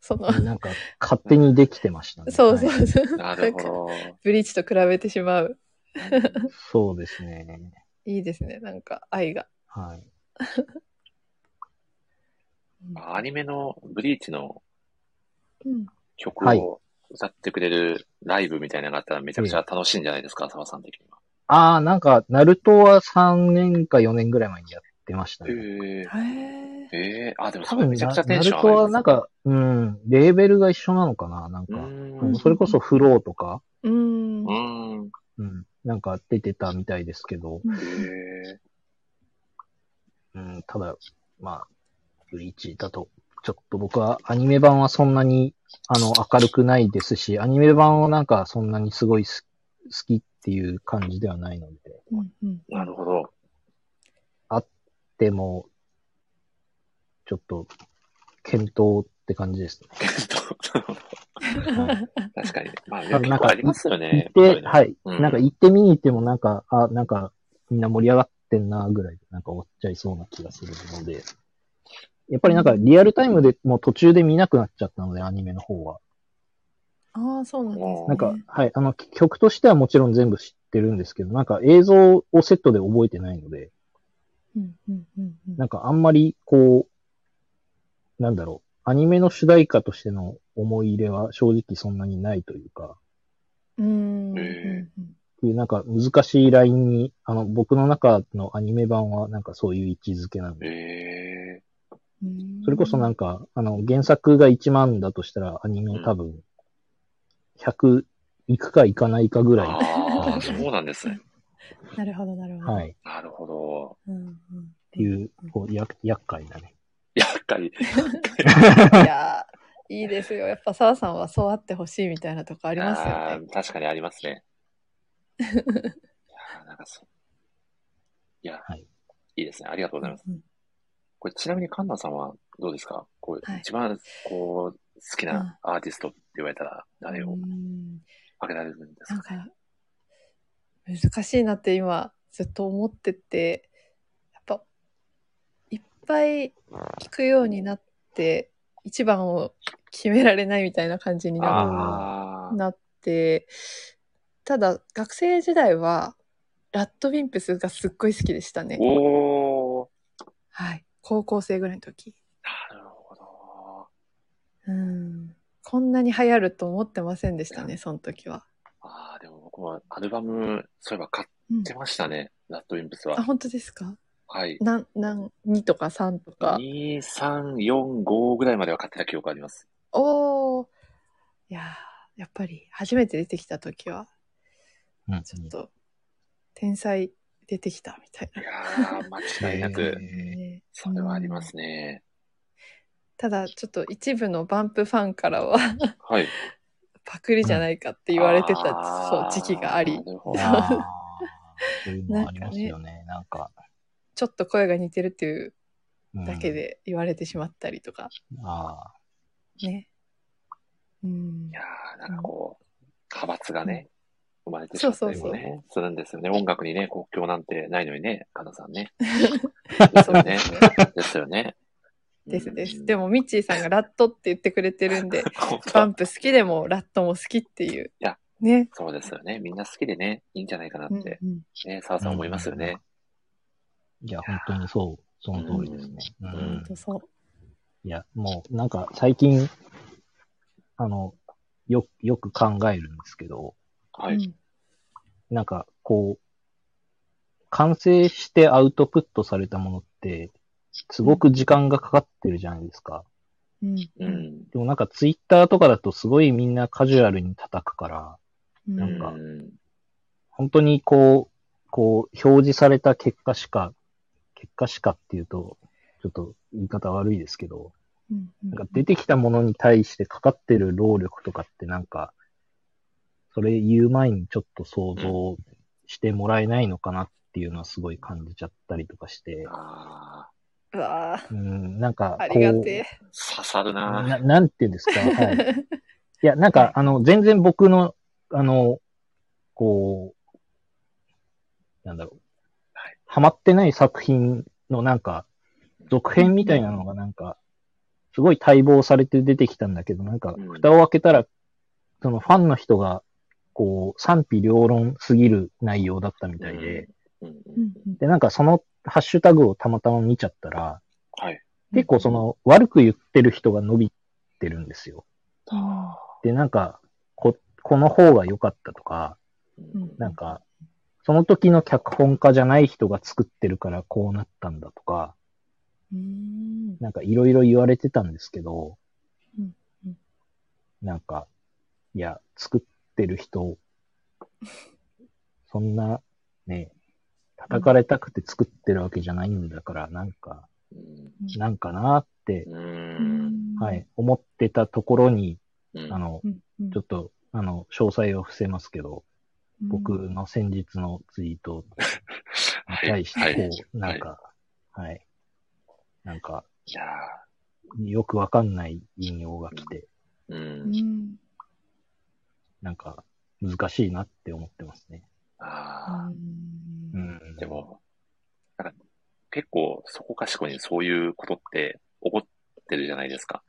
Speaker 3: その、
Speaker 2: えなんか、勝手にできてましたね。
Speaker 3: そうそ
Speaker 2: はい。
Speaker 3: うそう。
Speaker 1: なるほ
Speaker 3: なんか
Speaker 1: ど。
Speaker 3: ブリーチと比べてしまう。
Speaker 2: そうですね。
Speaker 3: いいですね、なんか愛が。
Speaker 2: はい。
Speaker 1: アニメのブリーチの
Speaker 3: うん、
Speaker 1: 曲
Speaker 2: はい
Speaker 1: を歌ってくれるライブみたいなのがあったらめちゃくちゃ楽しいんじゃないですか、澤さん的には。
Speaker 2: ああ、なんか、ナルトは3年か4年ぐらい前にやってましたね。
Speaker 1: ええ。
Speaker 3: へえ。
Speaker 1: ええ。あ、でも
Speaker 2: 多
Speaker 1: それ
Speaker 2: 分
Speaker 1: めちゃ
Speaker 2: な、
Speaker 1: くちゃテ
Speaker 2: ナ
Speaker 1: ン
Speaker 2: ル
Speaker 1: ション
Speaker 2: ト
Speaker 1: 上が
Speaker 2: は
Speaker 1: り
Speaker 2: な
Speaker 1: ま
Speaker 2: んか、うん、レーベルが一緒なのかななん
Speaker 1: すね。う
Speaker 2: か、
Speaker 1: ん。
Speaker 2: それこそフローとか、
Speaker 3: うん。うん
Speaker 1: うん。
Speaker 2: うん、なんか出てたみたいですけど、
Speaker 1: ええ。
Speaker 2: うん、ただ、まあ、ブリーチだと、ちょっと僕はアニメ版はそんなに、あの、明るくないですし、アニメ版はなんかそんなにすごいす好きっていう感じではないので、
Speaker 3: うんうん。
Speaker 1: なるほど。
Speaker 2: でも、ちょっと、検討って感じですね。はい
Speaker 1: 確かに。まあ、
Speaker 2: 多分なんか
Speaker 1: ありますよね。こ
Speaker 2: 行
Speaker 1: う
Speaker 2: っ
Speaker 1: う
Speaker 2: て、
Speaker 1: の
Speaker 2: はい。
Speaker 1: うん
Speaker 2: なんか行って見に行ってもなんか、あ、なんかみんな盛り上がってんなぐらいでなんか終わっちゃいそうな気がするので、やっぱりなんかリアルタイムでもう途中で見なくなっちゃったので、アニメの方は。
Speaker 3: ああ、そうなんです、ね。
Speaker 2: なんか、はい、あの曲としてはもちろん全部知ってるんですけど、なんか映像をセットで覚えてないので、
Speaker 3: うんうんうんうん。
Speaker 2: なんかあんまりこう、なんだろう、アニメの主題歌としての思い入れは正直そんなにないというか、
Speaker 3: うんうん
Speaker 1: え
Speaker 3: うん。
Speaker 2: っていうなんか難しいラインに、あの、僕の中のアニメ版はなんかそういう位置づけなので、
Speaker 1: え
Speaker 3: うん
Speaker 2: それこそなんか、あの、原作が1万だとしたらアニメ多分、100いくかいかないかぐ
Speaker 1: ー、
Speaker 2: らい。
Speaker 1: ああ、そうなんですね。
Speaker 3: なるほど、なるほど。
Speaker 2: はい。っ
Speaker 1: なるほど。
Speaker 3: うんうん。って
Speaker 2: いう、こう、や、厄介だね。
Speaker 1: やっぱり、
Speaker 3: いやー、いいですよ。やっぱ澤さんはそうあってほしいみたいなとこありますよね。
Speaker 1: あー確かにあります ね。いやーなんかそう。いや、
Speaker 2: はい
Speaker 1: い、いですね。ありがとうございます。
Speaker 3: うん
Speaker 1: これちなみにカンナさんはどうですかこう、
Speaker 3: はい
Speaker 1: 一番こう好きなアーティストって言われたら誰を
Speaker 3: うん
Speaker 1: 挙げられるんです
Speaker 3: なん
Speaker 1: か、
Speaker 3: か、難しいなって今、ずっと思ってて、やっぱ、いっぱい聞くようになって、一番を決められないみたいな感じになる
Speaker 1: ああ、
Speaker 3: なって、ただ、学生時代は、ラッドウィンプスがすっごい好きでしたね。
Speaker 1: おー、
Speaker 3: はい。高校生ぐらいの時。
Speaker 1: なるほど。
Speaker 3: うんこんなに流行ると思ってませんでしたね、その時は。
Speaker 1: ああ、でも僕もアルバム、そういえば買っ
Speaker 3: うん
Speaker 1: てましたね。ラッドウィンプス
Speaker 3: あ、
Speaker 1: は。
Speaker 3: 本当ですか
Speaker 1: はい。
Speaker 3: なん、なん、2とか3とか。
Speaker 1: 2、3、4、5ぐらいまでは買ってた記憶あります。
Speaker 3: おー。いやー、やっぱり初めて出てきた時は、
Speaker 2: うん。
Speaker 3: ちょっと、天才出てきたみたい
Speaker 1: い
Speaker 3: な
Speaker 1: やー、間違いな
Speaker 2: へ
Speaker 1: く
Speaker 2: ー、
Speaker 3: 感じで。
Speaker 1: それはあります
Speaker 3: うん
Speaker 1: ね。
Speaker 3: ただ、ちょっと一部のバンプファンからは、
Speaker 1: はい。
Speaker 3: パクリじゃないかって言われてた、そう
Speaker 1: あー
Speaker 3: 時期があり
Speaker 1: な、るほ ど。
Speaker 2: あーそういうのありますよね。なんか、
Speaker 3: ちょっと声が似てるっていう
Speaker 2: うん
Speaker 3: だけ。で言われてしまったりとか、
Speaker 2: あ
Speaker 3: ね。うん
Speaker 1: いや。ーなんかこう、派閥がね、生まれてし
Speaker 3: そ
Speaker 1: まっ
Speaker 3: う
Speaker 1: た
Speaker 3: そう
Speaker 1: り
Speaker 3: そ
Speaker 1: も
Speaker 3: う
Speaker 1: ね、するんですよね。音楽にね、国境なんてないのにね、カナさん ね。です
Speaker 3: そ
Speaker 1: よ
Speaker 3: う
Speaker 1: ね
Speaker 3: ですね。。
Speaker 1: ですよね。
Speaker 3: ですです。
Speaker 1: うん、
Speaker 3: で、も、ミッチーさんがラットって言ってくれてる んで
Speaker 1: 本当
Speaker 3: バンプ好きでもラットも好きっていう。
Speaker 1: や
Speaker 3: ね。
Speaker 1: そうですよね。みんな好きでね、いいんじゃないかなっ
Speaker 3: うん
Speaker 1: て、
Speaker 3: うん
Speaker 1: ね、澤さん思いますよね。
Speaker 2: ーいや、本当にそう。その通りですね。う
Speaker 1: うん
Speaker 2: ん
Speaker 3: 本。当そう。
Speaker 2: いや、もう、なんか最近、あの、よ、よく考えるんですけど、
Speaker 1: は
Speaker 3: う
Speaker 1: い。
Speaker 3: ん
Speaker 2: なんか、こう、完成してアウトプットされたものって、すごく時間がかかってるじゃないですか。
Speaker 3: うん
Speaker 1: う。ん。
Speaker 2: でもなんかツイッターとかだとすごいみんなカジュアルに叩くから、
Speaker 3: うん
Speaker 2: なんか
Speaker 1: う
Speaker 2: 本当にこう、こう、表示された結果しか、結果しかっていうと、ちょっと言い方悪いですけど、
Speaker 3: うんうん
Speaker 2: なんか出てきたものに対してかかってる労力とかってなんか、それ言う前にちょっと想像してもらえないのかなっていうのはすごい感じちゃったりとかして、
Speaker 1: あ
Speaker 3: うわー
Speaker 2: うん、なんか
Speaker 3: あ
Speaker 2: こ
Speaker 3: りが
Speaker 2: う、
Speaker 3: て
Speaker 1: ー刺さるな
Speaker 2: ななんて言うんですか、
Speaker 3: え。
Speaker 2: はい。いや、なんか、あの、全然僕の、あの、こう、なんだろう
Speaker 1: はい、
Speaker 2: ハマってない作品のなんか、続編みたいなのがなんか、すごい待望されて出てきたんだけど、なんか
Speaker 1: うん、
Speaker 2: 蓋を開けたら、そのファンの人が、こう、賛否両論すぎる内容だったみたいで、
Speaker 1: うんうん
Speaker 3: うんうん
Speaker 2: で、なんかそのハッシュタグをたまたま見ちゃったら、
Speaker 1: はい。
Speaker 2: 結構そ、の、悪く言ってる人が伸びてるんですよ。
Speaker 3: あ
Speaker 2: で、なんか、こ、この方が良かったとか、
Speaker 1: うん
Speaker 2: なんか、その時の脚本家じゃない人が作ってるからこうなったんだとか、
Speaker 3: ーうん
Speaker 2: なんかいろいろ言われてたんですけど
Speaker 3: うんうん、
Speaker 2: なんか、いや、作ってる人、そんな、ね、叩かれたくて作ってるわけじゃないんだから、なんか、
Speaker 1: うん
Speaker 2: なんかなーって
Speaker 1: う。
Speaker 3: うんん
Speaker 2: はい、思ってたところに、
Speaker 1: うん
Speaker 2: あの、
Speaker 3: うんうん
Speaker 2: ちょっと、あの、詳細は伏せますけど、
Speaker 3: うん
Speaker 2: 僕の先日のツイートに
Speaker 1: はい。
Speaker 2: 対して、こう、
Speaker 1: は
Speaker 2: ないんか、はい、なんか、
Speaker 1: いや
Speaker 2: よくわかんない引用が来て、
Speaker 1: ーう。
Speaker 3: うんん
Speaker 2: なんか、難しいなって思ってますね。
Speaker 1: あ
Speaker 2: う
Speaker 3: うん
Speaker 2: ん。
Speaker 1: あ、で、も、なんか、結構そこかしこにそういうことって起こってるじゃないですか。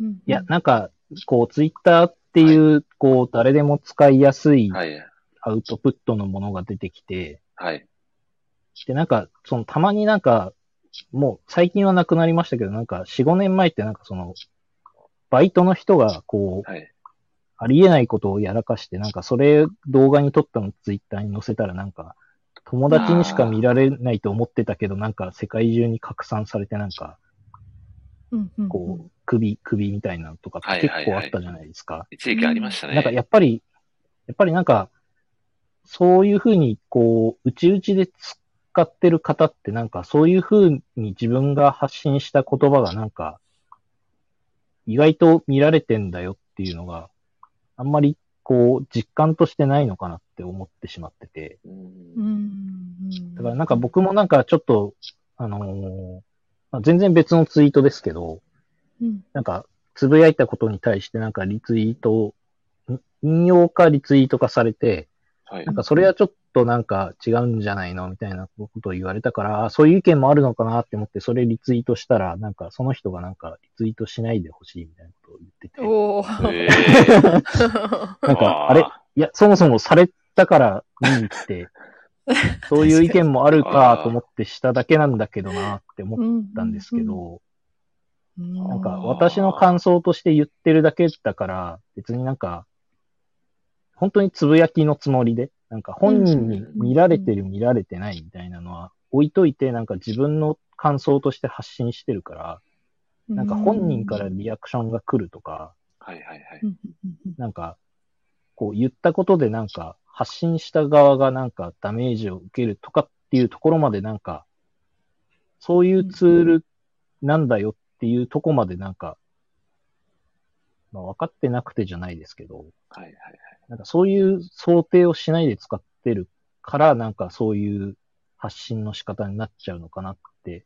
Speaker 3: うん
Speaker 2: いや、なんか、こう、ツイッターっていう、こう、誰でも使いやすい
Speaker 1: はい。
Speaker 2: アウトプットのものが出てきて、
Speaker 1: はい。
Speaker 2: で、なんか、その、たまになんか、もう最近はなくなりましたけど、なんか、4、5年前ってなんかその、バイトの人が、こう、
Speaker 1: はい。
Speaker 2: ありえないことをやらかして、なんか、それ動画に撮ったのツイッターに載せたら、なんか、友達にしか見られないと思ってたけど、なんか、世界中に拡散されて、なんか、
Speaker 3: うんうん
Speaker 2: こう、首、首みたいなのとか
Speaker 1: は
Speaker 2: っ
Speaker 1: い
Speaker 2: て
Speaker 1: はい
Speaker 2: 結
Speaker 1: はい
Speaker 2: 構あったじゃないですか。
Speaker 1: 一時期ありましたね。
Speaker 2: なんか、やっぱり、やっぱりなんか、そういうふうに、こう、内々で使ってる方って、なんか、そういうふうに自分が発信した言葉が、なんか、意外と見られてんだよっていうのが、あんまり、こう、実感としてないのかなって思ってしまってて。
Speaker 1: う
Speaker 3: うん
Speaker 1: ん
Speaker 3: うん
Speaker 2: だから、なんか僕もなんか、ちょっと、あのーまあ、全然別のツイートですけど、
Speaker 3: うん
Speaker 2: なんか、つぶやいたことに対して、なんかリツイートを、ん引用かリツイートかされて、
Speaker 1: はい
Speaker 2: なん。かそれはちょっとなんか違うんじゃないのみたいなことを言われたから、あそういう意見もあるのかなって思って、それリツイートしたら、なんかその人がなんかリツイートしないでほしいみたいなことを言ってて、
Speaker 3: おー
Speaker 1: えー
Speaker 2: なんか、あれいや、そもそもされたから見に来て、そういう意見もあるかと思ってしただけなんだけどなって思ったんですけど、
Speaker 3: うん
Speaker 2: なんか私の感想として言ってるだけだから、別になんか、本当につぶやきのつもりで、なんか本人に見られてる見られてないみたいなのは置いといて、なんか自分の感想として発信してるから、なんか本人からリアクションが来るとか、
Speaker 1: はいはいはい。
Speaker 3: うんうんうん
Speaker 2: なんか、こう言ったことでなんか発信した側がなんかダメージを受けるとかっていうところまでなんか、そういうツールなんだよっていうとこまでなんか、まあ、分かってなくてじゃないですけど、
Speaker 1: はいはい。
Speaker 2: なんかそういう想定をしないで使ってるから、なんかそういう発信の仕方になっちゃうのかなって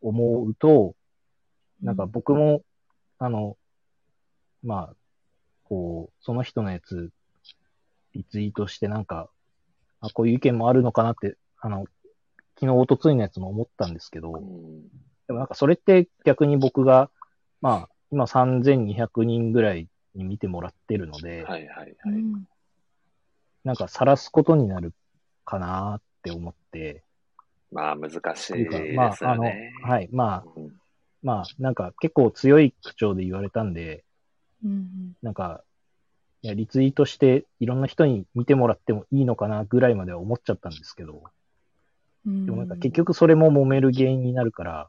Speaker 2: 思うと、なんか僕も、あの、まあ、こう、その人のやつ、リツイートしてなんか、あ、こういう意見もあるのかなって、あの、昨日、おとついのやつも思ったんですけど、
Speaker 1: うん
Speaker 2: でもなんかそれって逆に僕が、まあ、今3200人ぐらいに見てもらってるので、
Speaker 1: はいはいは
Speaker 3: う
Speaker 1: い。
Speaker 3: ん
Speaker 2: なんか晒すことになるかなって思って、
Speaker 1: まあ難しい
Speaker 2: と
Speaker 1: で
Speaker 2: い
Speaker 1: すよね
Speaker 2: う。か、まあ、あの、はい、まあ、
Speaker 1: うん
Speaker 2: まあ、なんか結構強い口調で言われたんで、
Speaker 3: うん
Speaker 2: なんか、いや、リツイートしていろんな人に見てもらってもいいのかなぐらいまでは思っちゃったんですけど、
Speaker 3: うん
Speaker 2: でもなんか結局それも揉める原因になるから、うん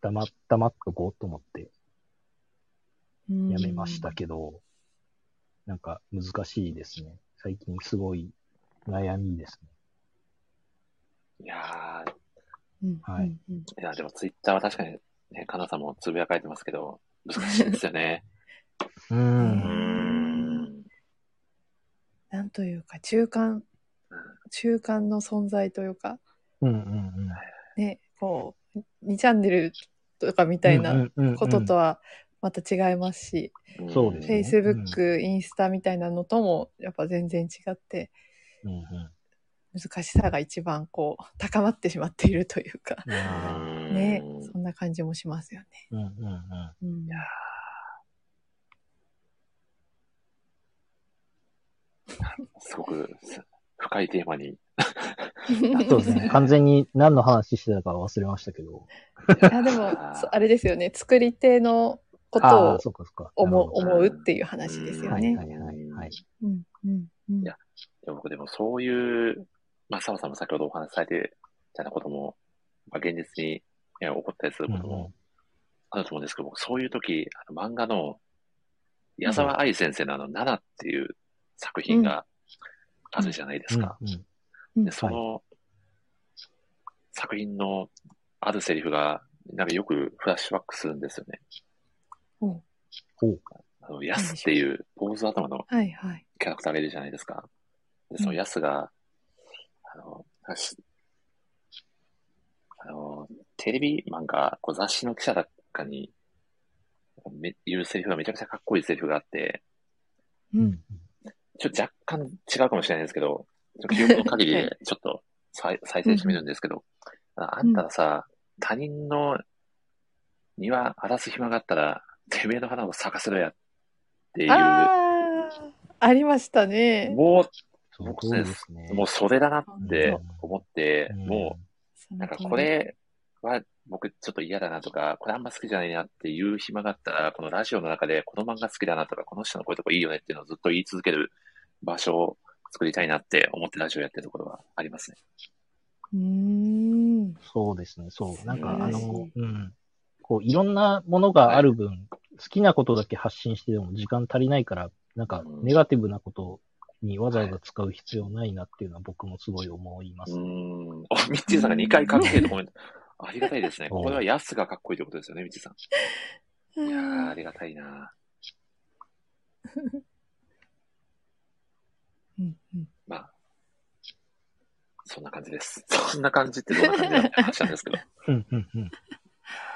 Speaker 2: 黙っ、黙っとこうと思ってやめましたけど、なんか難しいですね。最近すごい悩みですね。
Speaker 1: いや
Speaker 3: うん
Speaker 2: はい
Speaker 3: うん
Speaker 1: ーいやでもツイッターは確かにね、かなさんもつぶやかれてますけど、難しいですよね。
Speaker 2: う
Speaker 1: うー
Speaker 2: ん。
Speaker 1: ん。
Speaker 3: なんというか、中間、中間の存在というか、
Speaker 2: うんうんうん。
Speaker 3: ね、こう、2チャンネルとかみたいなことと
Speaker 2: は、
Speaker 3: はまた違いますし、
Speaker 2: そうですね
Speaker 3: Facebook、インスタみたいなのとも、やっぱ全然違って、
Speaker 2: うんうん
Speaker 3: 難しさが一番こう、高まってしまっているというか、
Speaker 2: うんあ
Speaker 3: ね
Speaker 1: ね、
Speaker 3: そんな感じもしますよね。
Speaker 2: ーうんうんうん
Speaker 3: うん
Speaker 1: いやすごくす深いテーマに。い
Speaker 2: そうですね。完全に何の話してたか忘れましたけど。
Speaker 1: や
Speaker 3: いやでも、そうあ
Speaker 1: れ
Speaker 3: れですよね。作り手のこ
Speaker 2: あ
Speaker 3: と
Speaker 2: あ、
Speaker 3: を
Speaker 2: そうかそうか。
Speaker 3: 思う
Speaker 2: なる
Speaker 3: 思うっていう話で
Speaker 2: ほど
Speaker 3: すよ
Speaker 2: はい
Speaker 3: ね
Speaker 2: は。いはいはい。
Speaker 3: うんうんうん
Speaker 1: いや僕でもそういう、まあ、澤さんも先ほどお話しされてたようなことも、まあ、現実に、ね、起こったりすることもあると思うんですけど、僕そういう時、あの漫画の矢沢愛先生のあの、ナナっていう作品があるじゃないですか。
Speaker 2: うんうん
Speaker 3: うん
Speaker 1: で、その作品のあるセリフがなんかよくフラッシュバックするんですよね。
Speaker 3: お
Speaker 2: ほう。
Speaker 1: あの、ヤスっていう坊主頭の
Speaker 3: はいはい。
Speaker 1: キャラクターがいるじゃないですか。で、そのヤスが、あの、なんかしあの、テレビマンか、こう雑誌の記者だっかに、め言うセリフがめちゃくちゃかっこいいセリフがあって、
Speaker 3: う
Speaker 2: うんん。
Speaker 1: ちょっと若干違うかもしれないですけど、ちょっと記憶の限り
Speaker 3: は
Speaker 1: でちょっと再再生してみるんですけど、ああんたらさ、他人の庭荒らす暇があったら、てめえの花を咲かせろやっていう、
Speaker 3: ああ、ありましたね。
Speaker 1: も
Speaker 2: そう
Speaker 1: 僕ね
Speaker 2: ですね
Speaker 1: う、もうそれだなって思って、
Speaker 2: うん
Speaker 1: もう、なんかこれは僕ちょっと嫌だなとか、これあんま好きじゃないなっていう暇があったら、このラジオの中でこの漫画好きだなとか、この人のこういうとこいいよねっていうのをずっと言い続ける場所を作りたいなって思ってラジオやってるところはありますね。
Speaker 3: うーん。
Speaker 2: そうですね、そう。なんか、
Speaker 1: 素
Speaker 2: あ
Speaker 3: 晴ら
Speaker 2: の
Speaker 3: し、
Speaker 2: うん。こう、いろんなものがある分、好きなことだけ発信してでも時間足りないから、なんか
Speaker 1: う、ん
Speaker 2: ネガティブなことにわざわざ使う必要ないなっていうのは僕もすごい思いま
Speaker 1: う
Speaker 2: す。
Speaker 1: ーん。あ、 ミッチーさんが2回かっけえ とコメント。ありがたいですね。これは安がかっこいいということですよね、ミッチーさん。いやー、ありがたいな
Speaker 3: うんうん
Speaker 1: まあ、そんな感じです。そんな感じってどんな感じなのって話なんですけど。
Speaker 2: うん、うん、うん。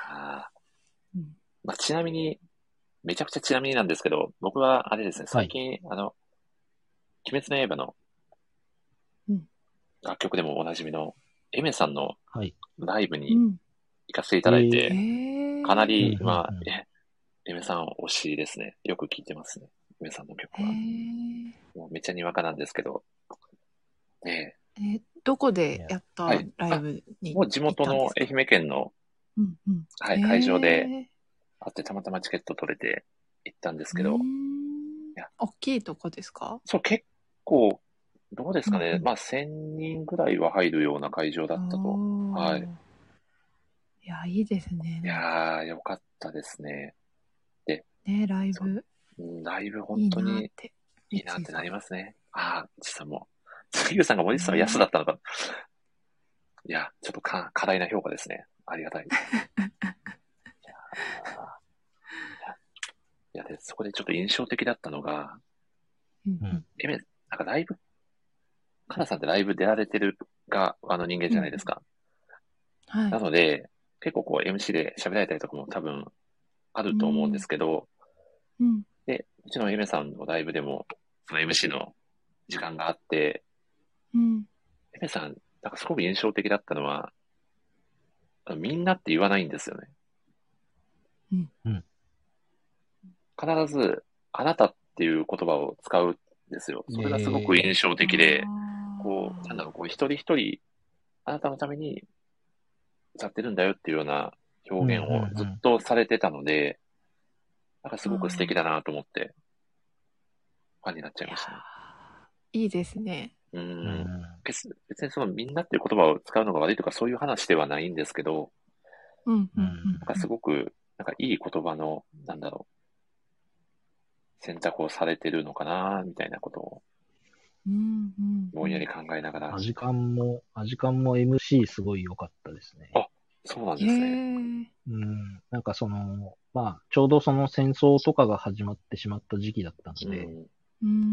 Speaker 1: あー
Speaker 3: うん
Speaker 1: まあ、ちなみに、めちゃくちゃちなみになんですけど、僕はあれですね、
Speaker 2: は
Speaker 1: 最
Speaker 2: い
Speaker 1: 近、あの、鬼滅の刃の
Speaker 3: うん
Speaker 1: 楽曲でもおなじみの、エメさんの
Speaker 2: はい。
Speaker 1: ライブに
Speaker 3: うん
Speaker 1: 行かせていただいて、
Speaker 3: えー
Speaker 1: かなり、
Speaker 2: うん
Speaker 1: まあ
Speaker 2: うんうん、
Speaker 1: え、エメさん推しですね。よく聴いてますね。エメさんの曲
Speaker 3: え
Speaker 1: は。
Speaker 3: ー
Speaker 1: もうめっちゃにわかなんですけど。ね
Speaker 3: えーどこでやった
Speaker 1: はい
Speaker 3: ライブ
Speaker 1: え
Speaker 3: に
Speaker 1: もう地元の愛媛県の、
Speaker 3: うんうん
Speaker 1: は
Speaker 3: え
Speaker 1: い、
Speaker 3: ー
Speaker 1: 会場であって、たまたまチケット取れて行ったんですけ
Speaker 3: う
Speaker 1: ど
Speaker 3: ー、ん
Speaker 1: や
Speaker 3: 大きいとこですか
Speaker 1: そう、結構、どうですか
Speaker 3: うんう
Speaker 1: ね
Speaker 3: ん。
Speaker 1: まあ、1000人ぐらいは入るような会場だったと。
Speaker 3: おー
Speaker 1: はい
Speaker 3: いやいいですね
Speaker 1: いやー、よかったですね。
Speaker 3: ねライブ
Speaker 1: うんライブ
Speaker 3: い
Speaker 1: 本
Speaker 3: い
Speaker 1: 当
Speaker 3: なっ
Speaker 1: に
Speaker 3: て
Speaker 1: いいなってなり
Speaker 3: ま
Speaker 1: ますね。ああ、ちさんも。ゆうさんが森内さんは安だったのか。いや、ちょっとか、過大な評価ですね。ありがた い。いやーいやで、そこでちょっと印象的だったのが、
Speaker 3: すうんうん
Speaker 1: えめ、なんかライブ、かなさんってライブ出られてるが、あの人間じゃないですか。な
Speaker 3: はい
Speaker 1: ので、結構こう MC で喋られたりとかも多分あると思うんですけど、
Speaker 3: うん
Speaker 1: で、うちのエメさんのライブでも、その MC の時間があって、
Speaker 3: うん
Speaker 1: エメさん、なんかすごく印象的だったのは、あのみんなって言わないんですよね。
Speaker 3: うん
Speaker 2: うん
Speaker 1: 必ず、あなたっていう言葉を使うんですよ。それがすごく印象的で、こう、なんだろう、こう、一人一人、あなたのために歌ってるんだよっていうような表現をずっとされてたので、なんかすごく素敵だなと思って、ファンになっちゃいましたね。
Speaker 3: いいですね
Speaker 1: うん
Speaker 2: うん
Speaker 1: 別別にそのみんなっていう言葉を使うのが悪いとかそういう話ではないんですけど、
Speaker 3: うんうん
Speaker 2: うん
Speaker 1: なんかすごく、なんかいい言葉の、なんだろう、選択をされてるのかな、みたいなことを
Speaker 3: うんうん
Speaker 1: ぼんやり考えながら
Speaker 2: ア、ジカンも、アジカンも MC すごい良かったですね。
Speaker 1: あそうなん
Speaker 3: へ
Speaker 1: ですね。
Speaker 3: ー
Speaker 2: うん。なんかその、まあ、ちょうどその戦争とかが始まってしまった時期だったので、
Speaker 1: うん
Speaker 3: うん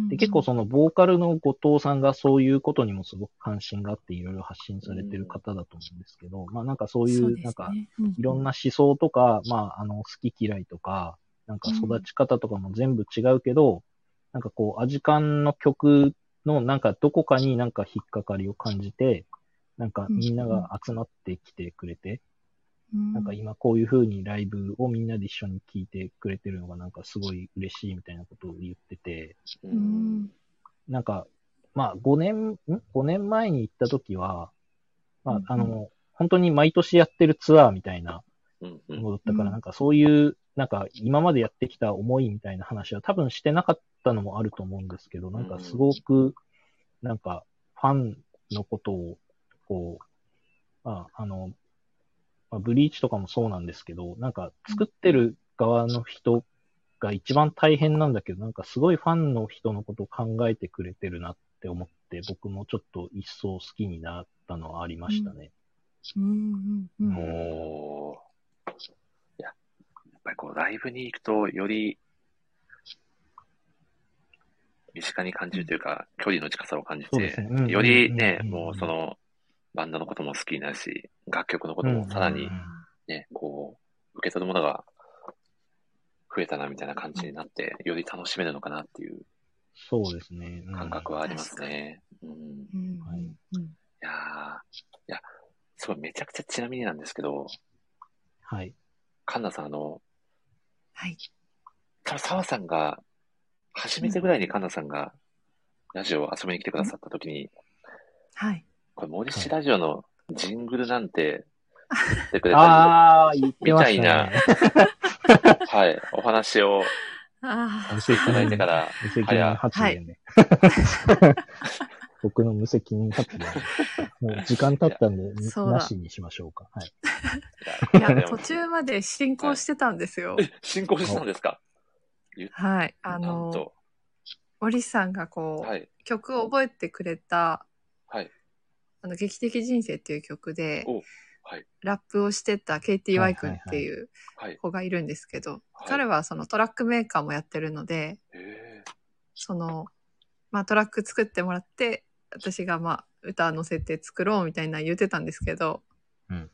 Speaker 2: で結構そのボーカルの後藤さんがそういうことにもすごく関心があっていろいろ発信されてる方だと思うんですけど、まあなんかそうい
Speaker 3: そうで、す
Speaker 2: なんか
Speaker 3: ねう
Speaker 2: いろんな思想とか、まああの好き嫌いとか、なんか育ち方とかも全部違うけど、なんかこうアジカンの曲のなんかどこかになんか引っかかりを感じて、なんかみんなが集まってきてくれて、
Speaker 3: うん
Speaker 2: なんか今こういう風にライブをみんなで一緒に聴いてくれてるのがなんかすごい嬉しいみたいなことを言ってて、
Speaker 1: う
Speaker 3: うんん
Speaker 2: なんか、まあ、5年、ん ?5 年前に行った時は、ま
Speaker 3: うん
Speaker 2: あ、あの、本当に毎年やってるツアーみたいな
Speaker 1: うんうん
Speaker 2: ものだったか
Speaker 3: うん
Speaker 2: ら、なんかそういう、なんか今までやってきた思いみたいな話は多分してなかったのもあると思うんですけど、なんかすごく、なんかファンのことを、こう、まあ、あの、まあ、ブリーチとかもそうなんですけど、なんか作ってる側の人が一番大変なんだけど、なんかすごいファンの人のことを考えてくれてるなって思って、僕もちょっと一層好きになったのはありましたね。
Speaker 3: うんうんうん
Speaker 2: うん
Speaker 1: おーぱりこう、ライブに行くと、より、身近に感じるというか、距離の近さを感じ
Speaker 2: そうです
Speaker 1: て
Speaker 2: ね、うん
Speaker 1: よりね、
Speaker 2: うんうんうん
Speaker 1: もうその、バンドのことも好きになるし、楽曲のこともさらに
Speaker 2: うん
Speaker 1: ね、こう、受け取るものが増えたな、みたいな感じになって、より楽しめるのかなっていう
Speaker 2: そうですね。うん
Speaker 1: 感覚はありますね。うん。
Speaker 3: うん
Speaker 2: はい
Speaker 3: うん
Speaker 1: いやーいや、すごい、めちゃくちゃちなみになんですけど、
Speaker 2: はい。
Speaker 1: カンナさん、あの、
Speaker 3: はい。
Speaker 1: 多分澤さんが、初めてぐらいにカンナさんが、ラジオを遊びに来てくださった時に、
Speaker 3: はい。
Speaker 1: これ、森氏ラジオのジングルなんて、言ってくれた
Speaker 2: ああ、言ってましたね。
Speaker 1: り、はい、お話を
Speaker 3: あ
Speaker 2: 無
Speaker 1: してい
Speaker 2: 責
Speaker 1: た だいて
Speaker 2: 任
Speaker 1: か、ら、
Speaker 2: 無責任発言で。僕の無責任発言。もう時間経ったんで、
Speaker 3: そうだ
Speaker 2: なしにしましょうか。はい。
Speaker 3: あ。い
Speaker 1: いや
Speaker 3: や、
Speaker 1: でも
Speaker 3: 途中まで進行してたんですよ。
Speaker 1: え進行してたんですか
Speaker 3: はい。あ
Speaker 1: なん
Speaker 3: の、
Speaker 1: と
Speaker 3: 森さんがこう、
Speaker 1: はい、
Speaker 3: 曲を覚えてくれた、
Speaker 1: はい、
Speaker 3: あの、劇的人生っていう曲で、
Speaker 1: お、はい、
Speaker 3: ラップをしてた KT ワイ君っていう
Speaker 1: はい、
Speaker 3: 子がいるんですけど、
Speaker 1: はい
Speaker 3: 彼はそのトラックメーカーもやってるので、
Speaker 1: え
Speaker 3: その、まあトラック作ってもらって、私がまあ歌乗せて作ろうみたいな言ってたんですけど、
Speaker 2: うん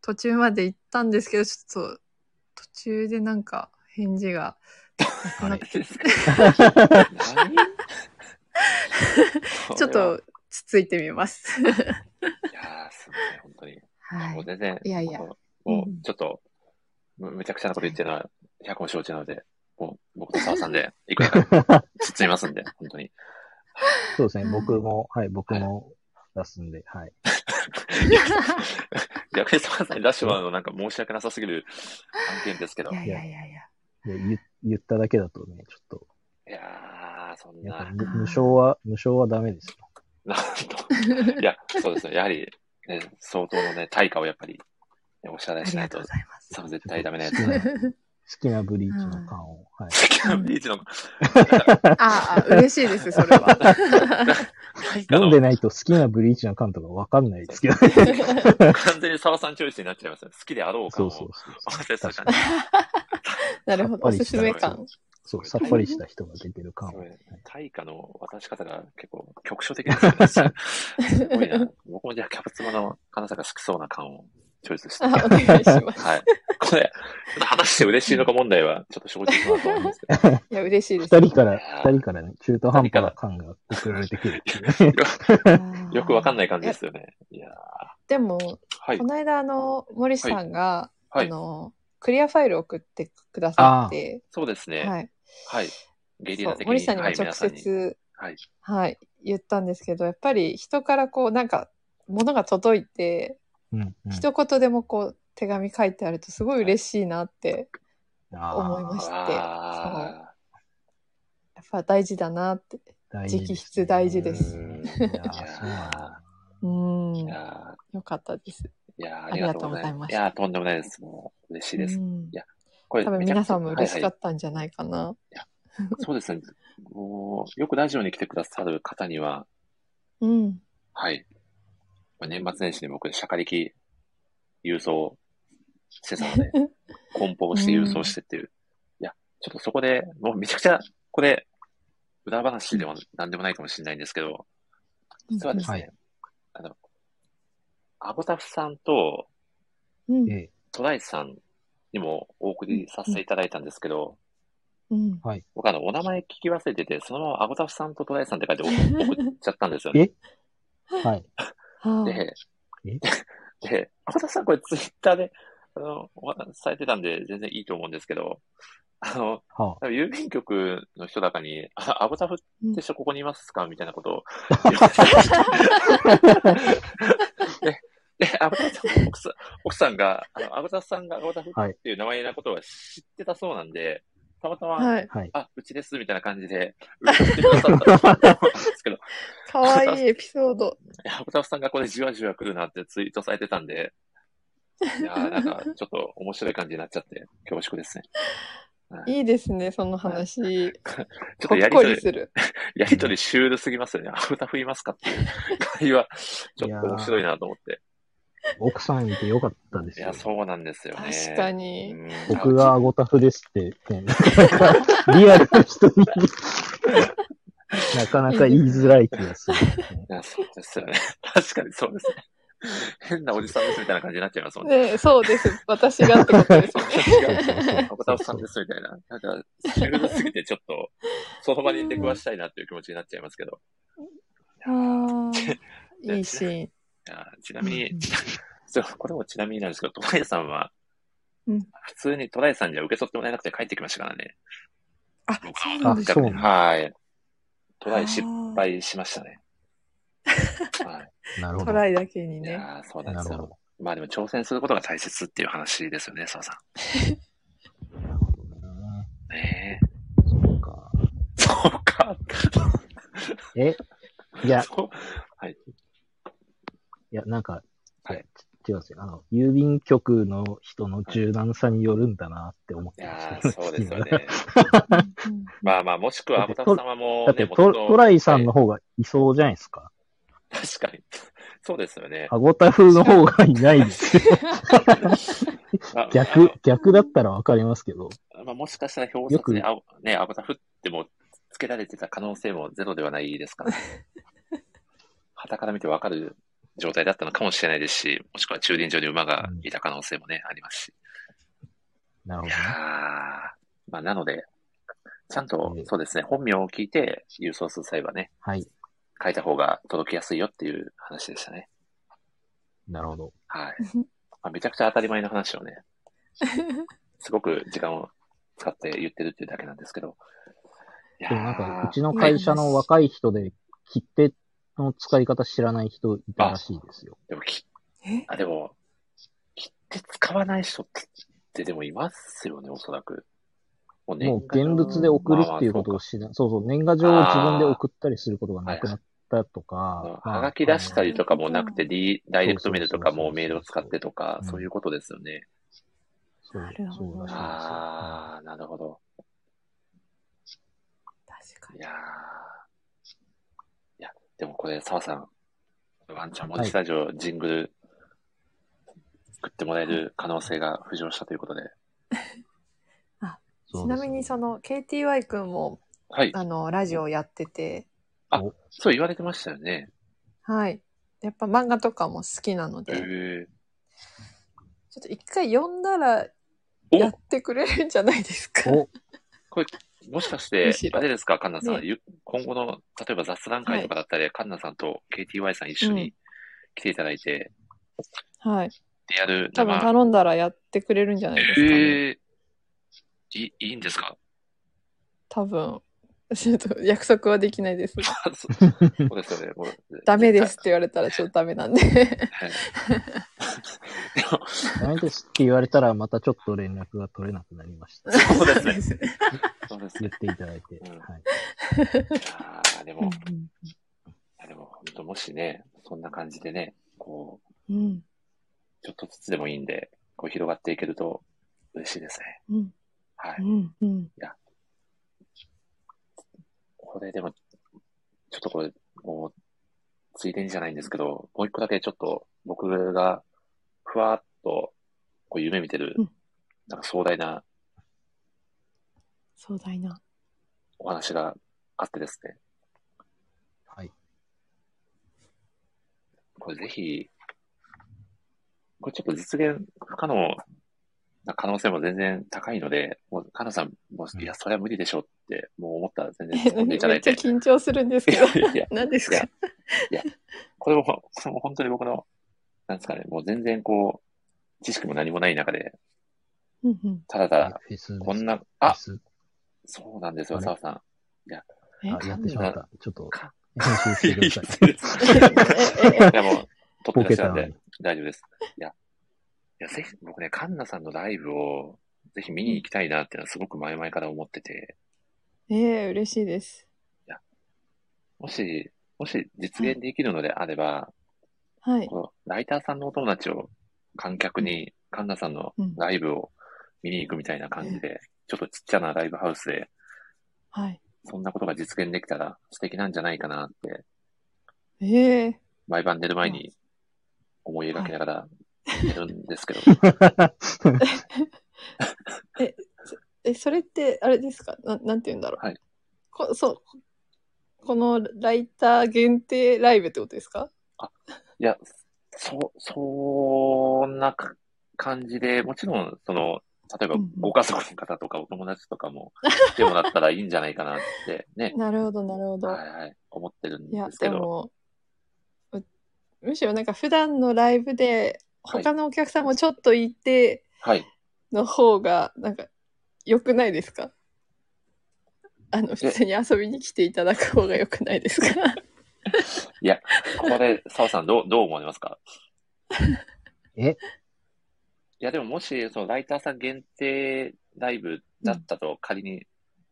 Speaker 3: 途中まで行ったんですけど、ちょっと途中でなんか返事がなくなっ
Speaker 1: ー、
Speaker 3: て、
Speaker 1: ですか何
Speaker 3: ちょっとつついてみます。
Speaker 1: いやー、すごい、本当に。
Speaker 3: は
Speaker 1: もう
Speaker 3: い。
Speaker 1: 全然、
Speaker 3: いやいや
Speaker 1: もう、もう
Speaker 3: うん
Speaker 1: ちょっと、むむちゃくちゃなこと言ってるのは、百も承知なので、もう、僕と沢さん で、いくらか、つっつみますんで、本当に。
Speaker 2: そうですね。
Speaker 3: うん
Speaker 2: 僕も、はい、僕も出すんで、はい。
Speaker 1: 逆に沢さんに出してもらうの、なんか申し訳なさすぎる案件ですけど。
Speaker 3: い
Speaker 1: い
Speaker 3: やいやいやいや。
Speaker 2: で言言っただけだとね、ちょっ
Speaker 1: やー、そん
Speaker 2: と、やっぱ
Speaker 1: な、
Speaker 2: 無
Speaker 3: あー
Speaker 2: 無償は、無償はダメですよ。
Speaker 1: なんと。いや、そうですね。やはり、ね、相当のね、対価をやっぱり、ねお支払
Speaker 3: あ
Speaker 1: いし
Speaker 3: り
Speaker 1: な
Speaker 3: が
Speaker 1: い
Speaker 3: とう
Speaker 1: と
Speaker 3: ご、ざいます。
Speaker 1: 多分絶対ダメなやつ
Speaker 2: 好き
Speaker 1: だ
Speaker 2: な
Speaker 1: な。
Speaker 2: 好 きなブリーチの感を、はい。
Speaker 1: スキャンビーチの、
Speaker 3: ああ、嬉しいです、それは。
Speaker 1: 対価
Speaker 2: 飲
Speaker 1: の
Speaker 2: んでないと好きなブリーチの缶とかわかんないですけど、ね、
Speaker 1: 完全に沢さんチョイスになっちゃいますね。好きで あろうか
Speaker 2: そ
Speaker 1: を
Speaker 2: うそうそう
Speaker 1: 合わせた
Speaker 2: 確か
Speaker 1: 感
Speaker 2: に
Speaker 1: じ。
Speaker 3: なるほど、おすすめ感。
Speaker 2: そう、さっぱりした人が出てる缶を。はい
Speaker 1: 対価の渡し方が結構局所的ですよ ね。すごいな。僕もじゃあキャベツマの金坂好きそうな感をチョイスして。
Speaker 3: あ
Speaker 1: は
Speaker 3: お願いし
Speaker 1: い。
Speaker 3: ます。
Speaker 1: これ、ちょっと果たして嬉しいのか問題は、ちょっと正直なと思うんですけ ど。
Speaker 3: いや、嬉しいです。
Speaker 2: 二人から、二人からね、中途半端な缶が送られてくるっていうね。
Speaker 1: よくわかん
Speaker 3: い。
Speaker 1: ない感じですよね。いやー
Speaker 3: でも、
Speaker 1: はい
Speaker 3: こ。の間、あの、森さんが、
Speaker 1: はい
Speaker 3: あの、クリアファイルを送ってくださって、
Speaker 1: そうですね。
Speaker 3: は。
Speaker 1: はいい。ゲリ
Speaker 3: そ
Speaker 1: ラ
Speaker 3: う
Speaker 1: 的に。
Speaker 3: 森さんにも
Speaker 1: はい、
Speaker 3: 直
Speaker 1: 皆さんに。
Speaker 3: 接、
Speaker 1: はい。
Speaker 3: はい、言ったんですけど、やっぱり人からこう、なんか、物が届いて、
Speaker 2: うんうん
Speaker 3: 一言でもこう、手紙書いてあると、すごい嬉しいなって、
Speaker 2: あー
Speaker 3: 思いました
Speaker 1: あ
Speaker 3: やっぱ大事だなって。
Speaker 2: 大事ですね
Speaker 3: 直筆大事です
Speaker 2: うんいやーそうなんだ
Speaker 3: うん
Speaker 1: ーい、や
Speaker 3: よかったです。
Speaker 1: ーいやーあ
Speaker 3: あ
Speaker 1: り
Speaker 3: り
Speaker 1: が
Speaker 3: が
Speaker 1: と
Speaker 3: と
Speaker 1: う
Speaker 3: う
Speaker 1: ご
Speaker 3: ご
Speaker 1: ざ
Speaker 3: ざ
Speaker 1: い
Speaker 3: い
Speaker 1: ま。
Speaker 3: ますす
Speaker 1: いやーとんでもないです。もう嬉しいです
Speaker 3: う。ん
Speaker 1: これ
Speaker 3: 多分
Speaker 1: めちゃくちゃ
Speaker 3: 皆さんも嬉しか
Speaker 1: はい
Speaker 3: ったんじゃないかな。
Speaker 1: はいそうですね。もう、よくラジオに来てくださる方には、
Speaker 3: うん。
Speaker 1: はい。まあ年末年始に僕、シャカリキ郵送してたの で、梱包して郵送してっていう。いや、ちょっとそこで、もうめちゃくちゃ、これ、裏話でも何でもないかもしれないんですけど、実はですね、
Speaker 2: はい
Speaker 1: あの、アゴタフさんと
Speaker 3: うん。
Speaker 2: ええ
Speaker 1: トライさんにもお送りさせていただいたんですけど、
Speaker 3: うん。
Speaker 1: 僕あの、お名前聞き忘れてて、そのままアゴタフさんとトライさんって書いてお送っちゃったんですよね。
Speaker 2: はい。
Speaker 3: はい。
Speaker 1: で
Speaker 2: え、
Speaker 1: で、アゴタフさんこれツイッターで、あの、お話しされてたんで全然いいと思うんですけど、あの、
Speaker 2: は
Speaker 1: 多分郵便局の人だかに、あアゴタフって人ここにいますかみたいなことを言われて でで、アゴタフさんの奥さん奥さんが、あの、アゴタフさんがアゴタフっていう名前なことは知ってたそうなんで、たまたま、
Speaker 3: はい。
Speaker 2: あ、はい。
Speaker 1: あ、うちです、みたいな感じで、うちってくださったと思うんですけど、い
Speaker 3: かわいいエピソー ド。
Speaker 1: や、ブタフさんがこれじわじわ来るなってツイートされてたんで、いやーなんか、ちょっと面白い感じになっちゃって、恐縮ですね。
Speaker 3: いいですね、その話。
Speaker 1: ちょっ
Speaker 3: ほ
Speaker 1: とや
Speaker 3: っ
Speaker 1: りと
Speaker 3: こり
Speaker 1: り、
Speaker 3: する。
Speaker 1: やりとりシュールすぎますよね。アブタフいますかっていう会話、ちょっと面白いなと思って。
Speaker 2: 奥さんいてよかったです
Speaker 1: い
Speaker 2: よ
Speaker 1: や、。そうなんですよね。
Speaker 3: 確かに
Speaker 1: うん。
Speaker 2: 僕がアゴタフですって、ね、なかなかリアルな人に なかなか言いづらい気がする、
Speaker 1: いや、そうですよね。確かにそうですね。変なおじさんですみたいな感じになっちゃいますもんね。
Speaker 3: ねそうです。私がってことですよ ね。
Speaker 1: アボタフさんですみたいな。なんか、シュールすぎてちょっと、その場に出くわしたいなっていう気持ちになっちゃいますけど。
Speaker 3: あーいいシーン。
Speaker 1: いやちなみに、そうこれもちなみになんですけど、トライさんは、
Speaker 3: うん
Speaker 1: 普通にトライさんには受け取ってもらえなくて帰ってきましたからね。
Speaker 3: あ、そうな
Speaker 2: あ
Speaker 3: んで
Speaker 2: そう
Speaker 1: ね。はい。トライ失敗しました ね。はい
Speaker 2: なるほ
Speaker 3: ト
Speaker 2: ど。
Speaker 3: ライだけに
Speaker 1: い
Speaker 3: ね。
Speaker 1: やーそうなんで
Speaker 2: な
Speaker 1: す
Speaker 2: る
Speaker 1: よ
Speaker 2: ほ。
Speaker 1: まあでも挑戦することが大切っていう話ですよね、澤さ
Speaker 2: ど。なるほどな。
Speaker 1: ん。ね
Speaker 2: そうか。
Speaker 1: え。そうか。
Speaker 2: えいや、
Speaker 1: そう
Speaker 2: いや、なんか、
Speaker 1: はい
Speaker 2: や、ち違うんですよ。あの、郵便局の人の柔軟さによるんだなって思っ
Speaker 1: い
Speaker 2: てまし
Speaker 1: や
Speaker 2: た。
Speaker 1: ーそうですよね。
Speaker 3: うん
Speaker 1: まあまあ、もしくは、アボタフ様も、ね、
Speaker 2: だって
Speaker 1: 元
Speaker 2: ト、
Speaker 1: 々
Speaker 2: トライさんの方がいそうじゃないですか。
Speaker 1: 確かに。そうですよね。
Speaker 2: アゴタフの方がいないで すよ。
Speaker 1: あ
Speaker 2: 逆、逆だったらわかりますけど。
Speaker 1: あまあ、もしかしたら表札に
Speaker 2: よ
Speaker 1: あ、ね、アボタフってもつけられてた可能性もゼロではないですから、ね。 旗から見てわかる状態だったのかもしれないですし、もしくは駐輪場に馬がいた可能性もね、ありますし。
Speaker 2: なるほ
Speaker 1: い
Speaker 2: ど
Speaker 1: やー
Speaker 2: ね。
Speaker 1: まあ、なので、ちゃんと
Speaker 2: う、ん
Speaker 1: そうですね、本名を聞いて郵送する際はね、
Speaker 2: はい。
Speaker 1: 書いた方が届きやすいよっていう話でしたね。
Speaker 2: なるほど。
Speaker 1: はい。まあ、めちゃくちゃ当たり前の話をね、すごく時間を使って言ってるっていうだけなんですけど。いや
Speaker 2: でもなんか、
Speaker 1: ー
Speaker 2: うちの会社の若い人で、切手の使い方知らない人いたらしいですよ。
Speaker 1: でもき、
Speaker 3: え
Speaker 1: あ、でも、切手使わない人ってでもいますよね、おそらく。もう
Speaker 2: もう現物で送るっていうことを知らそうそう、年賀状を自分で送ったりすることがなくなったとか
Speaker 1: は。がき出したりとかもなくて、
Speaker 3: うん
Speaker 1: D、ダイレクトメールとか
Speaker 2: そうそうそうそう
Speaker 1: もうメールを使ってとか
Speaker 2: う、ん
Speaker 1: そういうことですよね。
Speaker 2: そう
Speaker 3: なるほど
Speaker 2: そうらしいですよ
Speaker 1: ああ、なるほど。
Speaker 3: 確か
Speaker 1: い
Speaker 3: に。
Speaker 1: やーいや、でもこれ、澤さん、ワンちゃんもスタジオ、ジングル、作ってもらえる可能性が浮上したということで。
Speaker 2: そう
Speaker 3: ちなみにそ
Speaker 2: の、
Speaker 3: の KTY くんも
Speaker 1: はい。
Speaker 3: あのラジオやってて、
Speaker 1: そう言われてましたよね。
Speaker 3: はい。やっぱ漫画とかも好きなの
Speaker 1: え
Speaker 3: で、ちょっと一回読んだらやってくれるんじゃないですか。
Speaker 2: お、
Speaker 1: ーもしかし
Speaker 3: む
Speaker 1: て
Speaker 3: し、ろ
Speaker 1: あれですか、カンナさん、
Speaker 3: ね
Speaker 1: ゆ今後の、例えば雑談会とかだったり、カンナさんと KTY さん一緒
Speaker 3: う
Speaker 1: に来ていただいて、
Speaker 3: はい。
Speaker 1: リアル
Speaker 3: 多分
Speaker 1: 生、
Speaker 3: 頼んだらやってくれるんじゃないですかね。
Speaker 1: えー、いいいんです か
Speaker 3: 多分。 ちょっと約束はできないです。
Speaker 1: そうそうですよね。もう
Speaker 3: ダメですっ。て言われたらちょっとダメなんで。
Speaker 1: はい
Speaker 2: ダメですって言われたら、またちょっと連絡が取れなくなりました。
Speaker 1: そうですね
Speaker 3: ね。
Speaker 1: そうです
Speaker 2: 言
Speaker 1: ね
Speaker 2: っ。ていただいて。
Speaker 1: うん
Speaker 2: はい。
Speaker 1: ああ、でも、あでも本当もしね、そんな感じでね、こう、
Speaker 3: うん。
Speaker 1: ちょっとずつでもいいんで、こう広がっていけると嬉しいですね。
Speaker 3: うん。
Speaker 1: は
Speaker 3: う
Speaker 1: い。
Speaker 3: ん。うん。
Speaker 1: これでも、ちょっとこれ、もう、ついでにじゃないんですけど、もう一個だけちょっと僕が、ふわっと、こう夢見てる
Speaker 3: うん、
Speaker 1: なんか壮大な
Speaker 3: 壮大な。
Speaker 1: お話があってですね、
Speaker 2: はい。
Speaker 1: これぜひ、これちょっと実現不可能な可能性も全然高いので、もう、かなさん、もう、いや、それは無理でしょうって、もう思ったら全 然
Speaker 3: え、
Speaker 1: 突っ込んで
Speaker 3: 何め
Speaker 1: いただ
Speaker 3: っ
Speaker 1: い
Speaker 3: ちゃ
Speaker 1: て。
Speaker 3: 緊張するんです
Speaker 1: い
Speaker 3: けど。
Speaker 1: やいや、
Speaker 3: 何です
Speaker 1: い
Speaker 3: か
Speaker 1: やこれも、これも本当に僕の、なんですかね、もう全然こう、知識も何もない中で、
Speaker 3: うんうん。
Speaker 1: ただただ、
Speaker 2: フェスです
Speaker 1: こんな、
Speaker 2: フ
Speaker 1: あ
Speaker 2: ェ、ス
Speaker 1: そうなんですよ、
Speaker 2: あれ
Speaker 1: 澤さん。
Speaker 3: え
Speaker 2: あ、やってしまった。ちょっと、編集
Speaker 1: い
Speaker 2: し
Speaker 1: や
Speaker 2: てください。
Speaker 1: いや、いやもう、撮って
Speaker 2: ボ
Speaker 1: らっ
Speaker 2: ケ
Speaker 1: しゃるん
Speaker 2: たの
Speaker 1: で
Speaker 2: に。。
Speaker 1: 大丈夫です。いや、いやぜひ、僕ね、カンナさんのライブを、ぜひ見に行きたいなっていうのはすごく前々から思ってて、
Speaker 3: ええ 嬉しいです。
Speaker 1: もし、もし実現できるのであれば、
Speaker 3: はい。
Speaker 1: このライターさんのお友達を観客に、カンナさんの
Speaker 3: うん
Speaker 1: ライブを見に行くみたいな感じで、ちょっとちっちゃなライブハウスで、
Speaker 3: はい。
Speaker 1: そんなことが実現できたら素敵なんじゃないかなって、
Speaker 3: ええ
Speaker 1: 毎晩寝る前に思い描きながらやるんですけ ど、
Speaker 3: え、それって、あれですかななんて言うんだろう。
Speaker 1: はい
Speaker 3: こそう。このライター限定ライブってことですか
Speaker 1: いや、そ、そんなか感じで、もちろん、その、例えば
Speaker 3: うん
Speaker 1: ご家族の方とかお友達とかも来てもらったらいいんじゃないかなって ね、
Speaker 3: なるほど、なるほど。
Speaker 1: はいはい、思ってるん
Speaker 3: いや
Speaker 1: で、すけ
Speaker 3: で
Speaker 1: ど、
Speaker 3: も、むむしろなんか普段のライブで、
Speaker 1: はい
Speaker 3: 他のお客さんもちょっといて
Speaker 1: はい。
Speaker 3: の方が、なんか、良くないですかあの、普通に遊びに来ていただく方が良くないですか
Speaker 1: これ、澤さんどう、どう思いますか
Speaker 2: え
Speaker 1: いや、でももし、そのライターさん限定ライブだったと、仮に、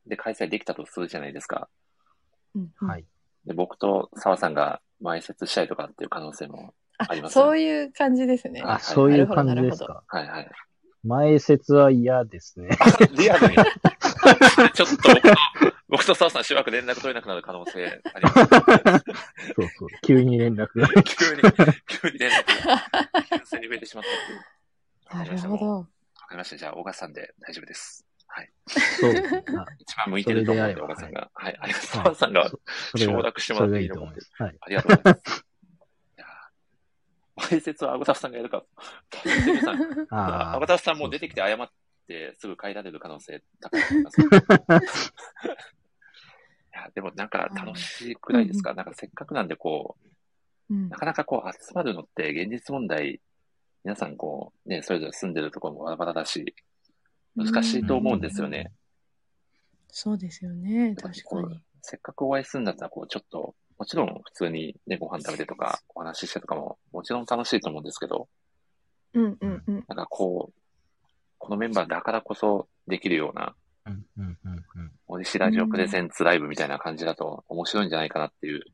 Speaker 1: で、開催できたとするじゃないですか。
Speaker 2: はい。
Speaker 1: で、僕と澤さんが前説したりとかっていう可能性も、あり
Speaker 3: あ、
Speaker 1: ます
Speaker 3: そういう感じですね。
Speaker 2: あ、そういう感じ
Speaker 3: なる
Speaker 2: で
Speaker 3: ほ
Speaker 2: す
Speaker 3: どな
Speaker 2: か。
Speaker 1: はいはい。
Speaker 2: 前説は嫌ですね。
Speaker 1: リアルに。 ちょっと僕と、僕と澤さんしばらく連絡取れなくなる可能性あります。
Speaker 2: そうそう。急に連絡が。
Speaker 1: 急に、急に連絡が、急に増えてしまったっていう。わか
Speaker 3: な
Speaker 1: りま
Speaker 3: る
Speaker 1: した
Speaker 3: ほ
Speaker 1: わ
Speaker 3: ど。
Speaker 1: かりました。じゃあ、小川さんで大丈夫です。
Speaker 2: そうですね。 あ
Speaker 1: 一番向いてると思うんで、小
Speaker 2: そ
Speaker 1: 川
Speaker 2: れであれば
Speaker 1: さんが。はい、ありがとうござい
Speaker 2: は
Speaker 1: ま
Speaker 2: い
Speaker 1: す。さんが、
Speaker 2: それ
Speaker 1: 承
Speaker 2: が、
Speaker 1: 諾しても
Speaker 2: そ
Speaker 1: らっ
Speaker 2: れが
Speaker 1: てい
Speaker 2: い
Speaker 1: い
Speaker 2: い
Speaker 1: の
Speaker 2: と
Speaker 1: か
Speaker 2: 思います。はい。
Speaker 1: ありがとうございます。いやー前説はアゴタフさんがやるから、セミさん
Speaker 2: あー
Speaker 1: アゴタフさんもう出てきて謝ってすぐ帰られる可能性高いと思い ます。いやでもなんか楽しくないですか、なんかせっかくなんでこ
Speaker 3: うん
Speaker 1: う、なかなかこう集まるのって現実問題、皆さんこう、ね、それぞれ住んでるところもバラバラだし、難しいと思うんですよね。
Speaker 3: そうですよね、
Speaker 1: やっぱり
Speaker 3: 確
Speaker 1: こ
Speaker 3: か
Speaker 1: う
Speaker 3: に。
Speaker 1: せっかくお会いするんだったら、こうちょっと、もちろん普通にね、ご飯食べてとか、お話ししてとかも、もちろん楽しいと思うんですけど、
Speaker 3: うんうんうん。
Speaker 1: なんかこう、このメンバーだからこそできるような、
Speaker 2: うんうんうんうん
Speaker 1: オリシラジオプレゼンツライブみたいな感じだと面白いんじゃないかなっていう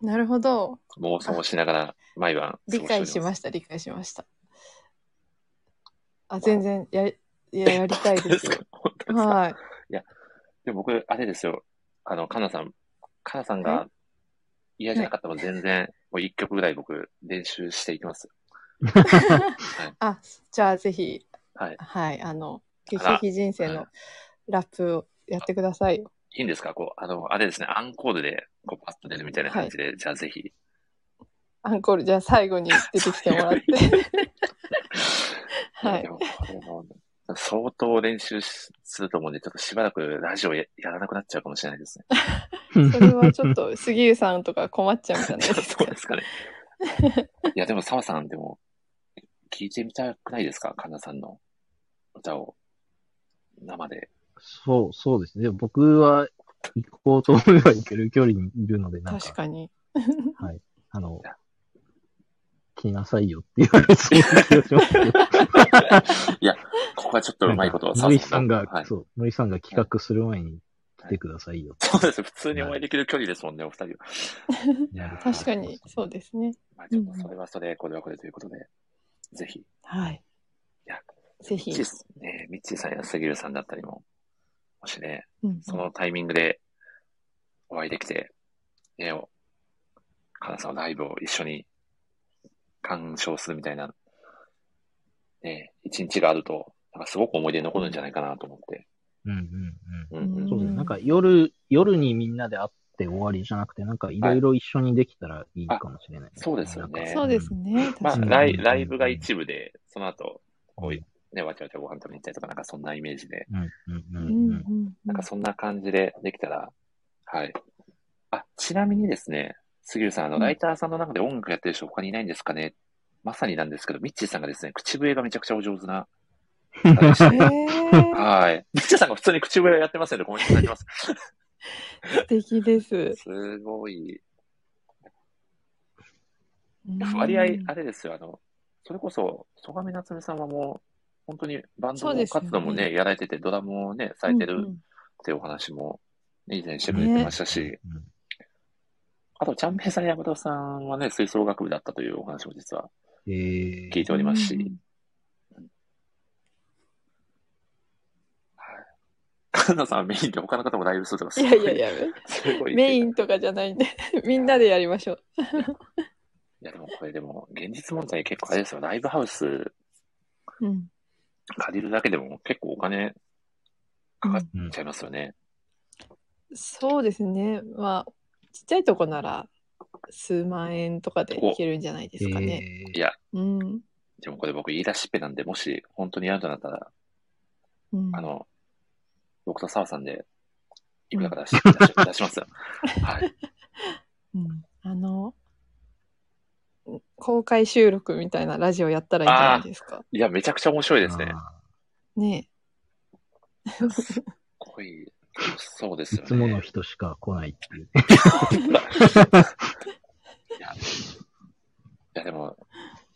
Speaker 3: なるほど。
Speaker 1: 妄想をしながら毎晩過
Speaker 3: 理
Speaker 1: ごしており。
Speaker 3: 解しますした、理解しました。あ、全然やり、いややりたい
Speaker 1: 本当で
Speaker 3: ですす
Speaker 1: か
Speaker 3: よ。
Speaker 1: 本当ですか
Speaker 3: はい。
Speaker 1: でも僕、あれですよ。あの、カナさん、カナさんが嫌じゃなかったら全然、もう一曲ぐらい僕、練習していきます。
Speaker 3: あ、じゃあぜひ、
Speaker 1: はい。
Speaker 3: はい、あの、劇
Speaker 1: あら
Speaker 3: 的人生のラップをやってくださいよ。
Speaker 1: いいんですかこう、あの、あれですね、アンコールで、こう、パッと出るみたいな感じで、じゃあぜひ。
Speaker 3: アンコール、じゃあ最後に出てきてもら って。は
Speaker 1: や
Speaker 3: い
Speaker 1: で
Speaker 3: い。
Speaker 1: もこれも相当練習しすると思うんで、ちょっとしばらくラジオややらなくなっちゃうかもしれないです ね。
Speaker 2: うん。
Speaker 3: それはちょっと杉浦さんとか困っちゃうんじゃないで す
Speaker 1: そ
Speaker 3: か
Speaker 1: うで。すか ね。いや、でも澤さん、でも、聞いてみたくないですか神田さんの歌を生で。
Speaker 2: そう、そうですね。でも僕は行こうと思えば行ける距離にいるので、なんか、
Speaker 3: 確かに。
Speaker 2: あの、来なさいよって言われそうな 気がしますけど。
Speaker 1: ここはちょっとうまいことを
Speaker 2: 森さんが、
Speaker 1: はい。
Speaker 2: そう、森さんが企画する前に来てくださいよ。
Speaker 1: そうです。普通にお会いできる距離ですもんね、お二人は。
Speaker 3: 確かに、そうですね。
Speaker 1: まあ、ちょっとそれはそれ、これはこれということで、ぜひ。い
Speaker 3: はい。
Speaker 1: や、
Speaker 3: ぜ
Speaker 1: ミ
Speaker 3: ひ
Speaker 1: ッチ。ーね、ミッチーさんや杉浦さんだったりも、もしね、
Speaker 3: うん
Speaker 1: そのタイミングでお会いできて、ね、おカナさんのライブを一緒に鑑賞するみたいな、ね、一日があると、なんかすごく思い出に残るんじゃないかなと思って。
Speaker 2: うんう
Speaker 1: う
Speaker 2: んうん。
Speaker 1: んう
Speaker 3: う
Speaker 1: んん
Speaker 2: そうですね。なんか夜、夜にみんなで会って終わりじゃなくて、なんかいろいろ一緒にできたらいいかもしれない、
Speaker 1: あそうですよね
Speaker 2: なんか
Speaker 3: そうです。ね。
Speaker 1: まあ、
Speaker 3: 確かに。
Speaker 1: ライライブが一部で、その後、こ
Speaker 2: うん
Speaker 1: う、ね、わちゃわちゃご飯食べに行ったりとか、なんかそんなイメージで、
Speaker 2: うんうんう
Speaker 3: うんん
Speaker 2: う。
Speaker 3: うんんう
Speaker 1: なん
Speaker 3: ん
Speaker 1: かそんな感じでできたら、はい。あ、ちなみにですね、杉浦さん、あの、
Speaker 3: うん
Speaker 1: ライターさんの中で音楽やってる人他にいないんですかねまさになんですけど、ミッチーさんがですね、口笛がめちゃくちゃお上手 な。
Speaker 3: へー
Speaker 1: はい。ミッチーさんが普通に口笛をやってますので、コメントいただきます。
Speaker 3: 素敵です。
Speaker 1: すごい。
Speaker 3: うん
Speaker 1: 割合、あれですよ、あの、それこそ、曽我目夏目さんはもう、本当にバン
Speaker 3: そ
Speaker 1: ド
Speaker 3: うで
Speaker 1: も
Speaker 3: すよね
Speaker 1: 活動もね、やられてて、ドラムをね、されて
Speaker 3: うんう
Speaker 1: る
Speaker 3: ん
Speaker 1: ってお話も、ね以前してくれてましたし、あと、ちゃんぺいさんや山田さんはね、吹奏楽部だったというお話も実は
Speaker 2: ええ
Speaker 1: 聞いておりますし、
Speaker 3: うんうん
Speaker 1: はい。カンナさんはメインで他の方もライブするとかす
Speaker 3: い
Speaker 1: ごい、
Speaker 3: やいやいや、
Speaker 1: すごい。
Speaker 3: メインとかじゃないんで、みんなでやりましょう。
Speaker 1: いや、でもこれでも、現実問題結構あれですよ。ライブハウス
Speaker 3: うん。
Speaker 1: 借りるだけでも結構お金かかっちゃいますよね。
Speaker 3: そうですね。まあ、ちっちゃいとこなら、数万円とかでいけるんじゃないですかね。
Speaker 1: い
Speaker 2: え
Speaker 1: や、
Speaker 3: うん。
Speaker 1: でもこれ僕言い出しっぺなんで、もし本当にやるとなったら、
Speaker 3: うん、
Speaker 1: あの、僕と澤さんで、いくらか出し出し出しますよ。はい。
Speaker 3: うん、あの、公開収録みたいなラジオやったらいいんじゃないですか。
Speaker 1: いや、めちゃくちゃ面白い
Speaker 2: ー
Speaker 1: です ね。
Speaker 2: あ
Speaker 3: ね
Speaker 1: 濃い。そうで
Speaker 2: ー
Speaker 1: す
Speaker 2: い
Speaker 1: よ
Speaker 2: つもの
Speaker 1: ね。
Speaker 2: 人しか来ないっていう。
Speaker 1: いや、でも、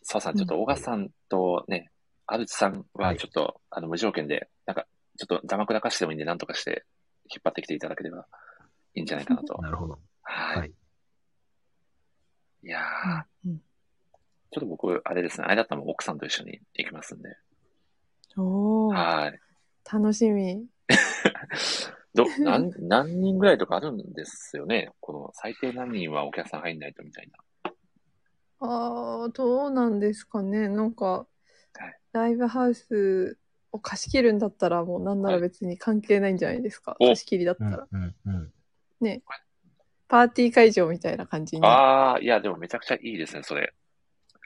Speaker 1: 澤さん、ちょっと、小川さんとね、アルチさんはちょっと、あの、無条件で、なんか、ちょっと邪魔くらかしてもいいんで、なんとかして、引っ張ってきていただければいいんじゃないかなと。
Speaker 2: なるほど。
Speaker 1: は
Speaker 2: はいい。
Speaker 1: いや
Speaker 3: え。
Speaker 1: ー、
Speaker 3: うん
Speaker 1: ちょっと僕、あれですね、あれだったらもう奥さんと一緒に行きますんで。
Speaker 3: おー、
Speaker 1: はい。
Speaker 3: 楽しみ。
Speaker 1: ど、何、 何人ぐらいとかあるんですよね。この最低何人はお客さん入んないとみたい
Speaker 3: ああ、どうなんですかね。なんか、
Speaker 1: はい
Speaker 3: ライブハウスを貸し切るんだったら、もうなんなら別に関係ないんじゃないですか。
Speaker 1: お
Speaker 3: 貸し切りだった
Speaker 2: うん
Speaker 3: ら。
Speaker 2: うんうん。
Speaker 3: パーティー会場みたいな感じに。
Speaker 1: な。ああ、いや、でもめちゃくちゃいいですね、それ。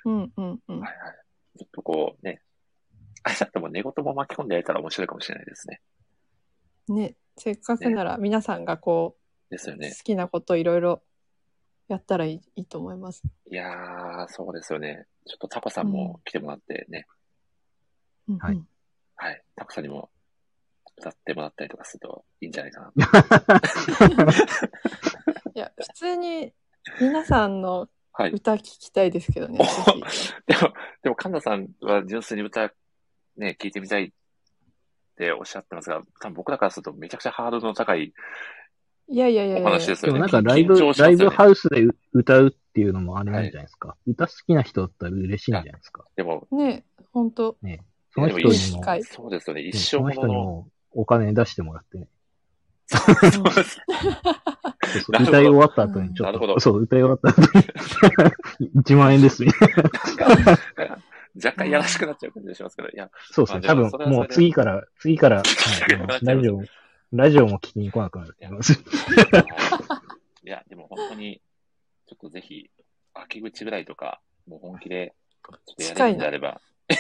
Speaker 3: うんうんうん
Speaker 1: はい。はい。ちょっとこう、ね。 あれだってもう寝言も巻き込んでやれたら面白いかもしれないですね。
Speaker 3: ね、せっかくなら皆さんがこ
Speaker 1: ですよ
Speaker 3: う、
Speaker 1: ね
Speaker 3: 好。きなこといろいろやったらいいいいと思います。
Speaker 1: いやー、そうですよね。ちょっとタコさんも来てもらってね。
Speaker 3: うんうん
Speaker 2: はい
Speaker 1: はい。タコさんにも歌ってもらったりとかするといいんじゃないかな。
Speaker 3: いや、普通に皆さんの
Speaker 1: はい。
Speaker 3: 歌聞きたいですけどね。
Speaker 1: お
Speaker 3: 私
Speaker 1: でも、でも、神田さんは純粋に歌、ね、聞いてみたいっておっしゃってますが、多分僕らからするとめちゃくちゃハードルの高い
Speaker 3: いやいやいやい
Speaker 1: お
Speaker 3: や。
Speaker 1: 話です
Speaker 2: で
Speaker 1: よ
Speaker 2: も
Speaker 1: ね。
Speaker 2: なんかライ
Speaker 1: 緊
Speaker 2: ブ、
Speaker 1: 張します
Speaker 2: ライ
Speaker 1: よね
Speaker 2: ブハウスで歌うっていうのもあれなんじゃないですか。歌好きな人だったら嬉しいんじゃないですか。
Speaker 1: でも、
Speaker 3: ね、ほんと。
Speaker 2: その
Speaker 1: でも
Speaker 2: 人
Speaker 1: 一
Speaker 2: に
Speaker 3: いい
Speaker 2: も、
Speaker 3: 機会
Speaker 2: ね
Speaker 1: そうですよね。一生
Speaker 2: その
Speaker 1: も
Speaker 2: 人
Speaker 1: の
Speaker 2: に
Speaker 1: の。
Speaker 2: もお金出してもらってね。
Speaker 1: そうです
Speaker 2: そうそう
Speaker 1: なるほど
Speaker 2: 歌い終わった後にちょ
Speaker 1: な
Speaker 2: っ
Speaker 1: るほど
Speaker 2: と、そう、歌い終わった後に 1万円 ですみたいな。
Speaker 1: なんか 若干やらしくなっちゃう感じがしますけど、いや、
Speaker 2: そうですね。
Speaker 1: あ
Speaker 2: 多
Speaker 1: でも
Speaker 2: 分
Speaker 1: それはそれで
Speaker 2: もう次から、次から、はい
Speaker 1: 聞きたくなっちゃい
Speaker 2: ラ
Speaker 1: ます
Speaker 2: ジオ、ラジオも聞きに来なくなると思います。
Speaker 1: いや、でも本当に、ちょっとぜひ、秋口ぐらいとか、もう本気で、ちょっとやれるんであれば、い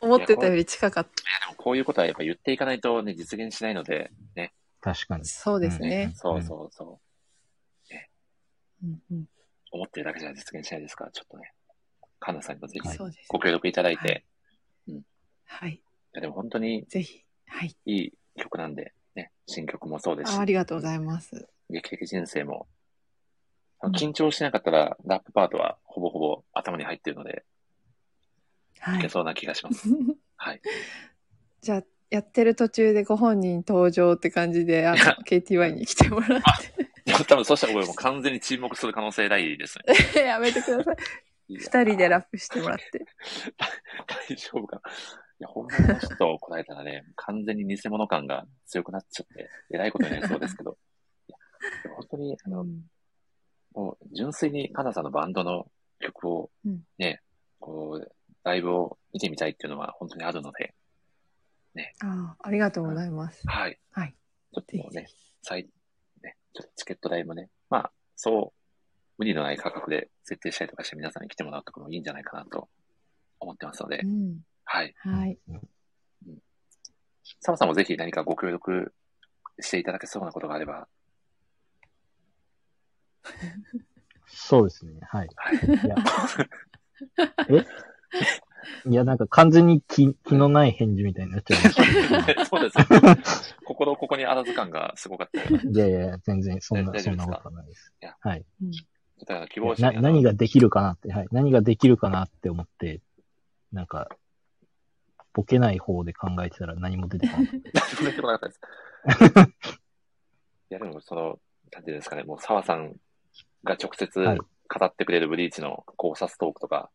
Speaker 3: 思ってたより近かった。
Speaker 1: やでもこういうことはやっぱ言っていかないとね、実現しないので、
Speaker 2: 確かに。
Speaker 3: そうです
Speaker 1: ね
Speaker 3: ね。
Speaker 1: そうそうそう。
Speaker 3: うんうん
Speaker 1: 思ってるだけじゃ実現しないですから、ちょっとね、カンナさんにもぜひ
Speaker 3: そうです
Speaker 1: ご。協力いただいて、
Speaker 3: はいいはい。
Speaker 1: やでも本当に
Speaker 3: ぜひ。はい。
Speaker 1: いい曲なんで、ね、新曲もそうですし
Speaker 3: ああ、りがとうございます。
Speaker 1: 劇的人生も、
Speaker 3: うん
Speaker 1: 緊張しなかったらラップパートはほぼほぼ頭に入ってるので、
Speaker 3: はい
Speaker 1: け
Speaker 3: い。
Speaker 1: そうな気がします。 はい。
Speaker 3: じゃあ、やってる途中でご本人登場って感じで、あの
Speaker 1: いや、
Speaker 3: KTY に来てもらっ
Speaker 1: でも多分そうしたら俺もう完全に沈黙する可能性ないですね。
Speaker 3: て、やめてください。 二人でラップしてもらって。
Speaker 1: 大丈夫かな。いや、ほんまにちょっと答えたらね、完全に偽物感が強くなっちゃって、えらいことになりそうです けど、いやでも本当に、あの、もう純粋にカナさんのバンドの曲を
Speaker 3: うん
Speaker 1: ね、こう、ライブを見てみたいっていうのは本当にあるので、
Speaker 3: ああ、ありがとうございます。
Speaker 1: はい。
Speaker 3: はい。
Speaker 1: ちょっともう
Speaker 3: ぜ
Speaker 1: ね、最、ね、ちょっとチケット代もね、まあ、そう、無理のない価格で設定したりとかして皆さんに来てもらうとかもいいんじゃないかなと思ってますので
Speaker 3: う、ん。
Speaker 1: はい。
Speaker 3: はい。
Speaker 1: サムさんもぜひ何かご協力していただけそうなことがあれ ば、
Speaker 2: そうですね。はい。
Speaker 1: はい。
Speaker 2: いや、え いや、なんか完全に気気のない返事みたいになっちゃい ましたけ
Speaker 1: そう ですね。心ここにあらず感がすごかったような。ちょ
Speaker 2: ど。いやいやいや、全然そん
Speaker 1: 大
Speaker 2: な、
Speaker 1: 丈
Speaker 2: そ
Speaker 1: 夫で
Speaker 2: んな
Speaker 1: すか
Speaker 2: ことはないです
Speaker 1: いや。
Speaker 2: はい。
Speaker 3: うん
Speaker 1: っとあの希望者
Speaker 2: な
Speaker 1: にあの
Speaker 2: 何ができるかなって、はい。何ができるかなって思って、なんか、ボケない方で考えてたら何も出てこない。
Speaker 1: 何も出てこなかったです。いや、でも、その、なんていうんですかね、もう澤さんが直接
Speaker 2: はい
Speaker 1: 語ってくれるブリーチの考察トークとか、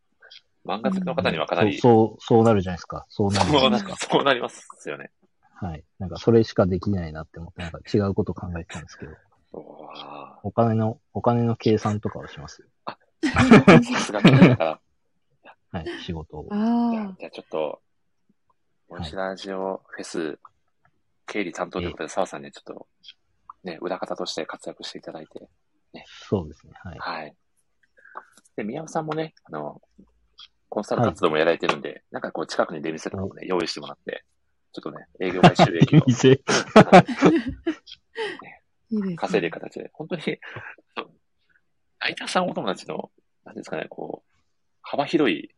Speaker 1: 漫画好きの方にはかなり、
Speaker 2: そう、そう、そうなるじゃないですか。そうなるじ
Speaker 1: そ
Speaker 2: ゃ
Speaker 1: う
Speaker 2: な
Speaker 1: ない
Speaker 2: ですか。
Speaker 1: そうなりますよね。
Speaker 2: はい。なんか、それしかできないなって思って、なんか違うこと考えてたんですけど、
Speaker 1: うわ
Speaker 2: お金の、お金の計算とかをしますよ。
Speaker 1: あ、 さすがにだから、
Speaker 2: はい、仕事を。
Speaker 1: じゃあ
Speaker 3: あ
Speaker 1: じゃあちょっと、
Speaker 2: はい
Speaker 1: モシラジオフェス経理担当ということで、澤さんにちょっと、ね、裏方として活躍していただいて、
Speaker 2: そうですね。はい。
Speaker 1: はい。で、宮尾さんもね、あの、コンサル活動もやられてるんで、なんかこう近くに出店とかもね、用意してもらって、ちょっとね、営業回収 益を
Speaker 2: 店
Speaker 3: あ、いいです、ね。
Speaker 1: 稼いでる形で、本当 に、そうライターさんお友達の、なんですかね、こう、幅広い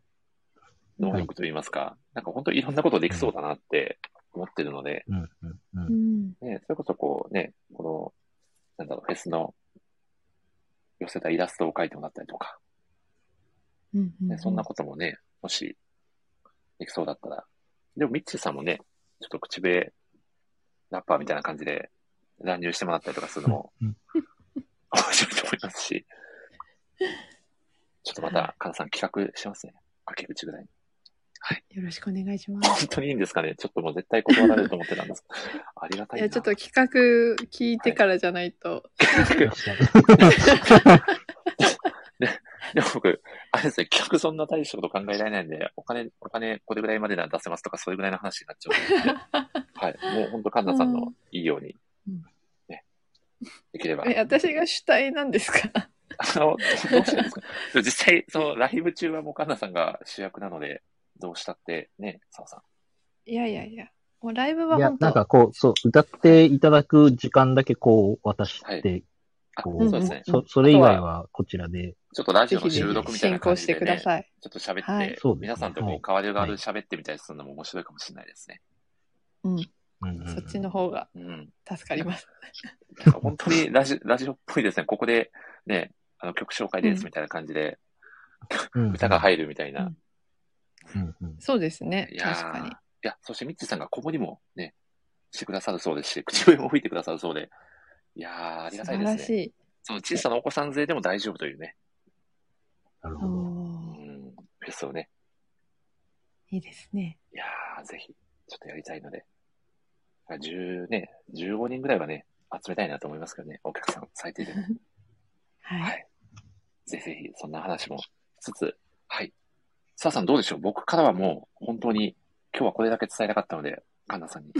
Speaker 1: 能力といいますか、なんか本当にいろんなことできそうだなって思ってるので、
Speaker 2: うん、うん、うん
Speaker 3: う。ん。
Speaker 1: ね、それこそこうね、この、なんだろう、フェスの寄せたイラストを描いてもらったりとか、
Speaker 3: うんう
Speaker 1: ね、
Speaker 3: ん。
Speaker 1: そんなこともね、もし、できそうだったら。でも、ミッチーさんもね、ちょっと口笛、ラッパーみたいな感じで乱入してもらったりとかするのも
Speaker 2: うん、
Speaker 1: 面白いと思いますし。ちょっとまた、カナさん企画しますね。秋口ぐらいに。
Speaker 3: よろしくお願いします。
Speaker 1: 本当にいいんですかねちょっともう絶対断られると思ってたん です。ありがたい
Speaker 3: い
Speaker 1: な。
Speaker 3: や、ちょっと企画聞いてからじゃないと。
Speaker 1: でも僕、あれですね、企画そんな大したこと考えられないんで、お金、お金これぐらいまでなら出せますとか、それぐらいの話になっちゃ うんで、はい。もう本当、神田さんのいいように
Speaker 3: うん、
Speaker 1: ね、できれば。
Speaker 3: え、私が主体なんですか
Speaker 1: あの、どうしたんですかでも実際、そのライブ中はもう神田さんが主役なので、どうしたって、ね、澤さん。
Speaker 3: いやいやいや。もうライブはい
Speaker 2: や、
Speaker 3: 本当
Speaker 2: なんかこう、そう、歌っていただく時間だけこう渡して、
Speaker 1: あ、
Speaker 2: こ
Speaker 1: そう
Speaker 2: う、
Speaker 1: ですね。
Speaker 2: そそれ以外はこちらで、
Speaker 1: ちょっとラジ
Speaker 3: ぜ
Speaker 1: オの
Speaker 3: ひぜ
Speaker 1: 収録
Speaker 3: ひ
Speaker 1: みたいな
Speaker 3: 進
Speaker 1: 感
Speaker 3: 行
Speaker 1: じ
Speaker 3: し
Speaker 1: で、
Speaker 3: て
Speaker 1: ね、
Speaker 3: ください。
Speaker 1: ちょっと喋って、
Speaker 3: はい
Speaker 2: そうですね
Speaker 1: 皆さんと
Speaker 2: は
Speaker 1: こう、
Speaker 2: い
Speaker 1: 代わりがある喋ってみたりするのも面白いかもしれないですね。
Speaker 3: うん。
Speaker 2: うんうんうん
Speaker 3: そっちの方が
Speaker 1: うん。
Speaker 3: 助かります。
Speaker 1: なんか本当にラジ ラジオっぽいですね。ここで、ね、あの曲紹介ですみたいな感じで、
Speaker 2: うん
Speaker 1: 歌が入るみたいな。
Speaker 3: うん
Speaker 2: うんうん
Speaker 3: そうですね
Speaker 1: い。やー
Speaker 3: 確かに。
Speaker 1: いや、そしてミッチーさんが子守もね、してくださるそうですし、口笛も吹いてくださるそうで、いやー、ありが
Speaker 3: 素
Speaker 1: たいで
Speaker 3: 晴ら
Speaker 1: す
Speaker 3: し
Speaker 1: ね。
Speaker 3: い。
Speaker 1: その小さなお子さん勢でも大丈夫というね、
Speaker 2: なる
Speaker 3: お
Speaker 2: ほど。
Speaker 1: う
Speaker 3: ー
Speaker 1: ん、フェスをね、
Speaker 3: いいですね。
Speaker 1: いやー、ぜひ、ちょっとやりたいので、10ね、15人ぐらいはね、集めたいなと思いますけどね、お客さん、最低でも。
Speaker 3: はい。
Speaker 1: ぜひぜひ、そんな話もしつつ、はい。さあさんどうでしょう僕からはもう、本当に、今日はこれだけ伝えたかったので、カンナさ んに。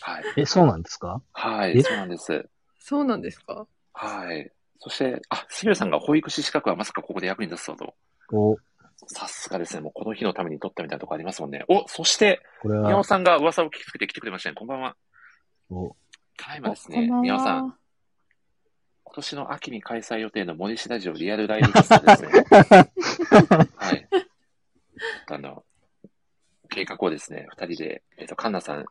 Speaker 1: はい。
Speaker 2: え、そうなんですか
Speaker 1: は
Speaker 2: え
Speaker 1: い、そうなんです。
Speaker 3: そうなんですか
Speaker 1: はい。そして、あ、すみれさんが保育士資格はまさかここで役に立つそうと。
Speaker 2: お、
Speaker 1: さすがですね。もうこの日のために取ったみたいなとこありますもんね。お、そして、
Speaker 2: これ
Speaker 1: 宮
Speaker 2: は
Speaker 1: 尾、さんが噂を聞きつけて来てくれましたね。こんばんは。
Speaker 2: お、
Speaker 1: ただいま
Speaker 3: お
Speaker 1: ですね。
Speaker 3: こんば
Speaker 1: 宮尾
Speaker 3: ん
Speaker 1: さん、
Speaker 3: は。
Speaker 1: 今年の秋に開催予定の森市ラジオリアルライブフェスです ね。はい。あの、計画をですね、二人で、えっ、と、カンナさん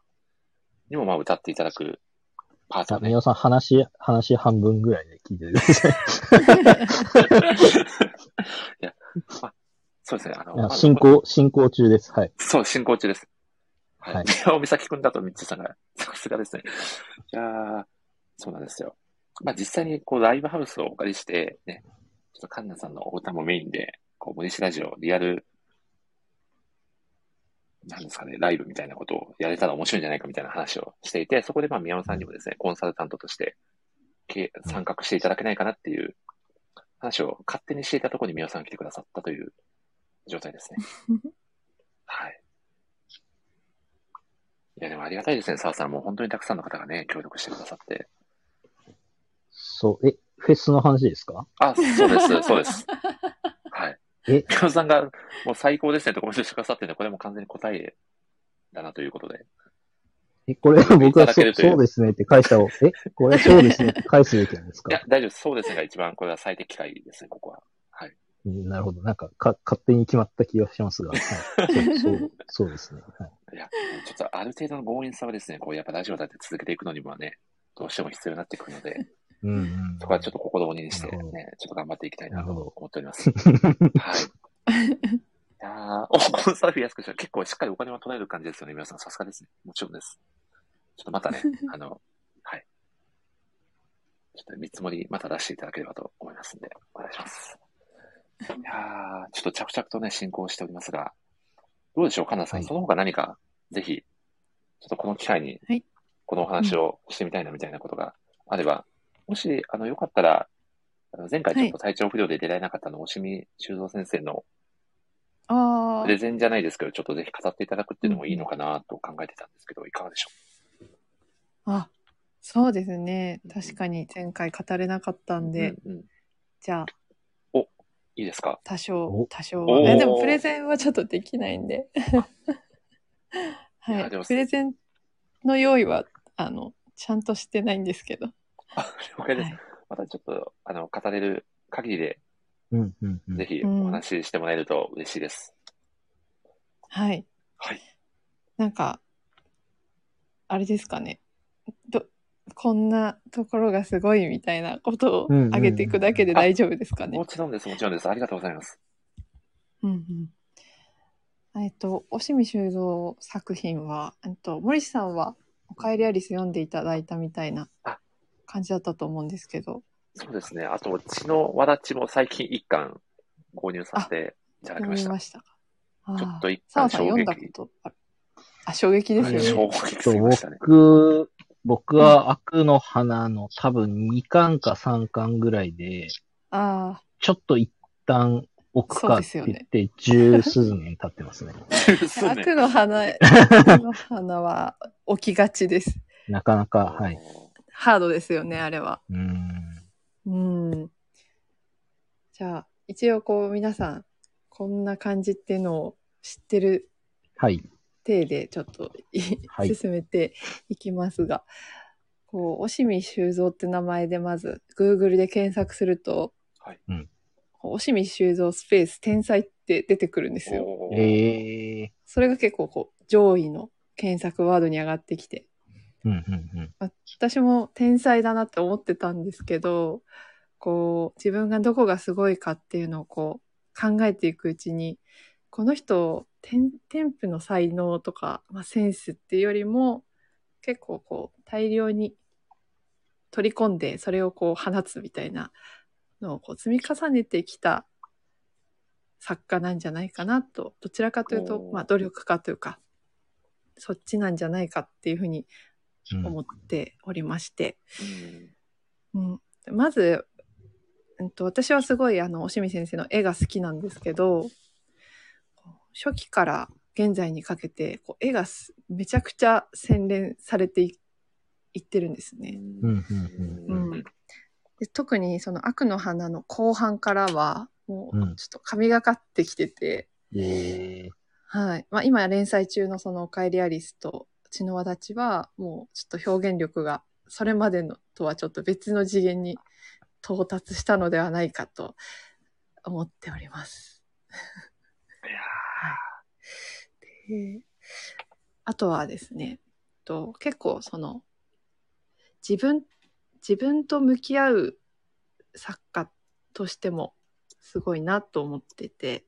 Speaker 1: にもまあ歌っていただくパート
Speaker 2: あ
Speaker 1: をね
Speaker 2: 宮尾さん話、話半分ぐらいで聞いてください。
Speaker 1: いや、まあ、そうですね、あの、
Speaker 2: いや
Speaker 1: まあ
Speaker 2: 進行、進行中です。はい。
Speaker 1: そう、進行中です。はい。
Speaker 2: はい
Speaker 1: 宮尾美咲くんだとミッチーさんが、さすがですね。いやーそうなんですよ。まあ実際にこうライブハウスをお借りして、ね、ちょっとカンナさんのお歌もメインで、こう、森市ラジオリアル、なんですかね、ライブみたいなことをやれたら面白いんじゃないかみたいな話をしていて、そこでまあ宮尾さんにもですね、コンサルタントとして、け参画していただけないかなっていう話を勝手にしていたところに宮尾さん来てくださったという状態ですね。はい。いや、でもありがたいですね、澤さん。もう本当にたくさんの方がね、協力してくださって。
Speaker 2: そう、え、フェスの話ですか
Speaker 1: あ、そう です、そうです。はい。
Speaker 2: え
Speaker 1: 宮本さんが、もう最高ですねとコメントしてくださってるんで、これも完全に答えだなということで。
Speaker 2: え、これ僕
Speaker 1: いただけ
Speaker 2: はそ
Speaker 1: る
Speaker 2: う
Speaker 1: という
Speaker 2: そうですねって返したを、え、これそうですねって返すべきなんです
Speaker 1: いや
Speaker 2: か、
Speaker 1: 大丈夫です。そうですねが一番、これは最適解ですね、ここは。
Speaker 2: うんなるほど。なんかか、勝手に決まった気がしますが。はい、そう そう、そうですね。はい
Speaker 1: や、ちょっとある程度の強引さはですね、こう、やっぱラジオだって続けていくのにもね、どうしても必要になってくるので、
Speaker 2: い。うん、うん。
Speaker 1: そこはちょっと心鬼にして、ね
Speaker 2: なるほど、
Speaker 1: ちょっと頑張っていきたいな
Speaker 2: な
Speaker 1: と
Speaker 2: るほど
Speaker 1: 思っております。はい。いやーお、コンサルフィ安くしたら結構しっかりお金は取られる感じですよね、皆さん。さすがですね。もちろんです。ちょっとまたね、あの、はい。ちょっと見積もりまた出していただければと思いますんで、お願いします。いやーちょっと着々とね、進行しておりますが、どうでしょう、カンナさん。
Speaker 2: はい
Speaker 1: その他何か、ぜひ、ちょっとこの機会に
Speaker 3: はい、
Speaker 1: このお話をしてみたいなみたいなことがあれば、もし、あの、よかったら、あの前回ちょっと体調不良で出られなかったの、押見修造先生の
Speaker 3: あ
Speaker 1: プレ
Speaker 3: あ、
Speaker 1: ゼンじゃないですけど、ちょっとぜひ飾っていただくっていうのもいいのかなと考えてたんですけど、いかがでしょ
Speaker 3: あ、そうですね。確かに前回語れなかったん
Speaker 1: う
Speaker 3: で、
Speaker 1: うんうん
Speaker 3: じゃあ、
Speaker 1: いいですか
Speaker 3: 多
Speaker 2: お
Speaker 3: 少、多少
Speaker 1: お
Speaker 3: は。
Speaker 1: ー
Speaker 3: えでも、プレゼンはちょっとできないんで。はい
Speaker 1: やでも
Speaker 3: い。プレゼンの用意は、あの、ちゃんとしてないんですけど。
Speaker 1: あ了
Speaker 3: は
Speaker 1: 解です。
Speaker 3: い。
Speaker 1: またちょっと、あの、語れる限りで、
Speaker 2: うん、うん、うん。
Speaker 1: ぜひお話ししてもらえると嬉しいです。
Speaker 3: はい。
Speaker 1: はい。
Speaker 3: なんか、あれですかね。ど、こんなところがすごいみたいなことを
Speaker 2: うんうんうん
Speaker 3: 上げていくだけで大丈夫ですかね
Speaker 1: も。ちろんです、もちろんです。ありがとうございます。
Speaker 3: うんうん。えっと、押見修造作品は、えっと、森さんは、おかえりアリス読んでいただいたみたいな
Speaker 1: あ
Speaker 3: 感じだったと思うんですけど。
Speaker 1: そうですね。あと、血のわだちも最近一巻購入させていただき
Speaker 3: 読
Speaker 1: まし
Speaker 3: み
Speaker 1: た。
Speaker 3: ましたか。ああ
Speaker 1: ちょっと一
Speaker 3: 澤
Speaker 1: 旦
Speaker 3: さん読んだことある。あ、衝撃ですよね。
Speaker 1: 衝撃すぎましたね。
Speaker 2: 僕、僕は悪の花の多分2巻か3巻ぐらいで、
Speaker 3: あ
Speaker 2: ちょっと一旦置くかって言って、十数年経ってます ね。
Speaker 1: です
Speaker 3: あ、
Speaker 1: ね
Speaker 3: 悪の花、 悪の花は起きがちです。
Speaker 2: なかなか、はい。。
Speaker 3: ハードですよね、あれは。
Speaker 2: うーん。
Speaker 3: うん。じゃあ、一応こう皆さん、こんな感じっていうのを知ってる
Speaker 2: はい。
Speaker 3: 手でちょっとい
Speaker 2: はい
Speaker 3: 進めていきますが、こう、押見修造って名前でまず、Google で検索すると、
Speaker 1: はい
Speaker 2: うん
Speaker 3: こう押見修造スペース天才って出てくるんですよ。
Speaker 1: おー
Speaker 2: ええ
Speaker 3: それが結構こう、上位の検索ワードに上がってきて、
Speaker 2: ー。うん、うん、うん。
Speaker 3: 私も天才だなって思ってたんですけど、こう、自分がどこがすごいかっていうのをこう、考えていくうちに、この人、天、天賦の才能とか、まあ、センスっていうよりも、結構こう、大量に取り込んで、それをこう、放つみたいなのをこう、積み重ねてきた作家なんじゃないかなと、どちらかというと
Speaker 1: お、ー
Speaker 3: まあ、努力家というか、そっちなんじゃないかっていうふうに思っておりまして、
Speaker 1: うん
Speaker 3: うん、まず、うん、と私はすごいあの押見先生の絵が好きなんですけどこう初期から現在にかけてこう絵がすめちゃくちゃ洗練されていいってるんですね。
Speaker 2: うん、うん、
Speaker 1: う
Speaker 2: うんん。
Speaker 1: うん
Speaker 3: で特にその悪の花の後半からはもううんちょっと神がかってきてて、
Speaker 2: ええ
Speaker 3: はい。まあ、今連載中のその、おかえりアリスと血の輪立ちは、もうちょっと表現力が、それまでのとはちょっと別の次元に到達したのではないかと思っております。
Speaker 1: いや
Speaker 3: であとはですね、と結構その、自分、自分と向き合う作家としてもすごいなと思ってて、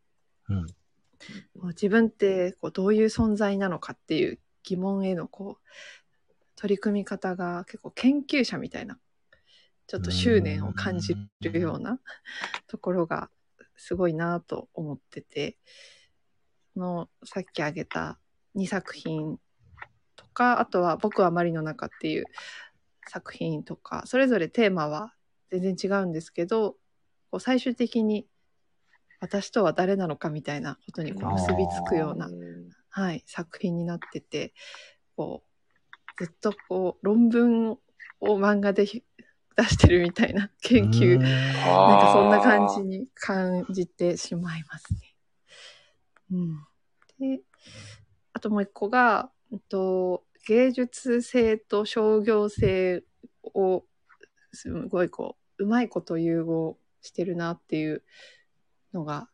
Speaker 2: うん。
Speaker 3: もう自分ってこうどういう存在なのかっていう疑問へのこう取り組み方が結構研究者みたいなちょっと執念を感じるようなところがすごいなと思っててこのさっき挙げた2作品とかあとは「僕はマリの中」っていう作品とかそれぞれテーマは全然違うんですけどこう最終的に私とは誰なのかみたいなことにこう結びつくよう
Speaker 1: ー
Speaker 3: な
Speaker 1: うん
Speaker 3: はい、作品になってて、こう、ずっとこう、論文を漫画でひ出してるみたいな研究、
Speaker 2: あ
Speaker 3: なんかそんな感じに感じてしまいますね。うん。で、あともう一個が、うんと、芸術性と商業性を、すごいこう、うまいこと融合してるなっていうのが、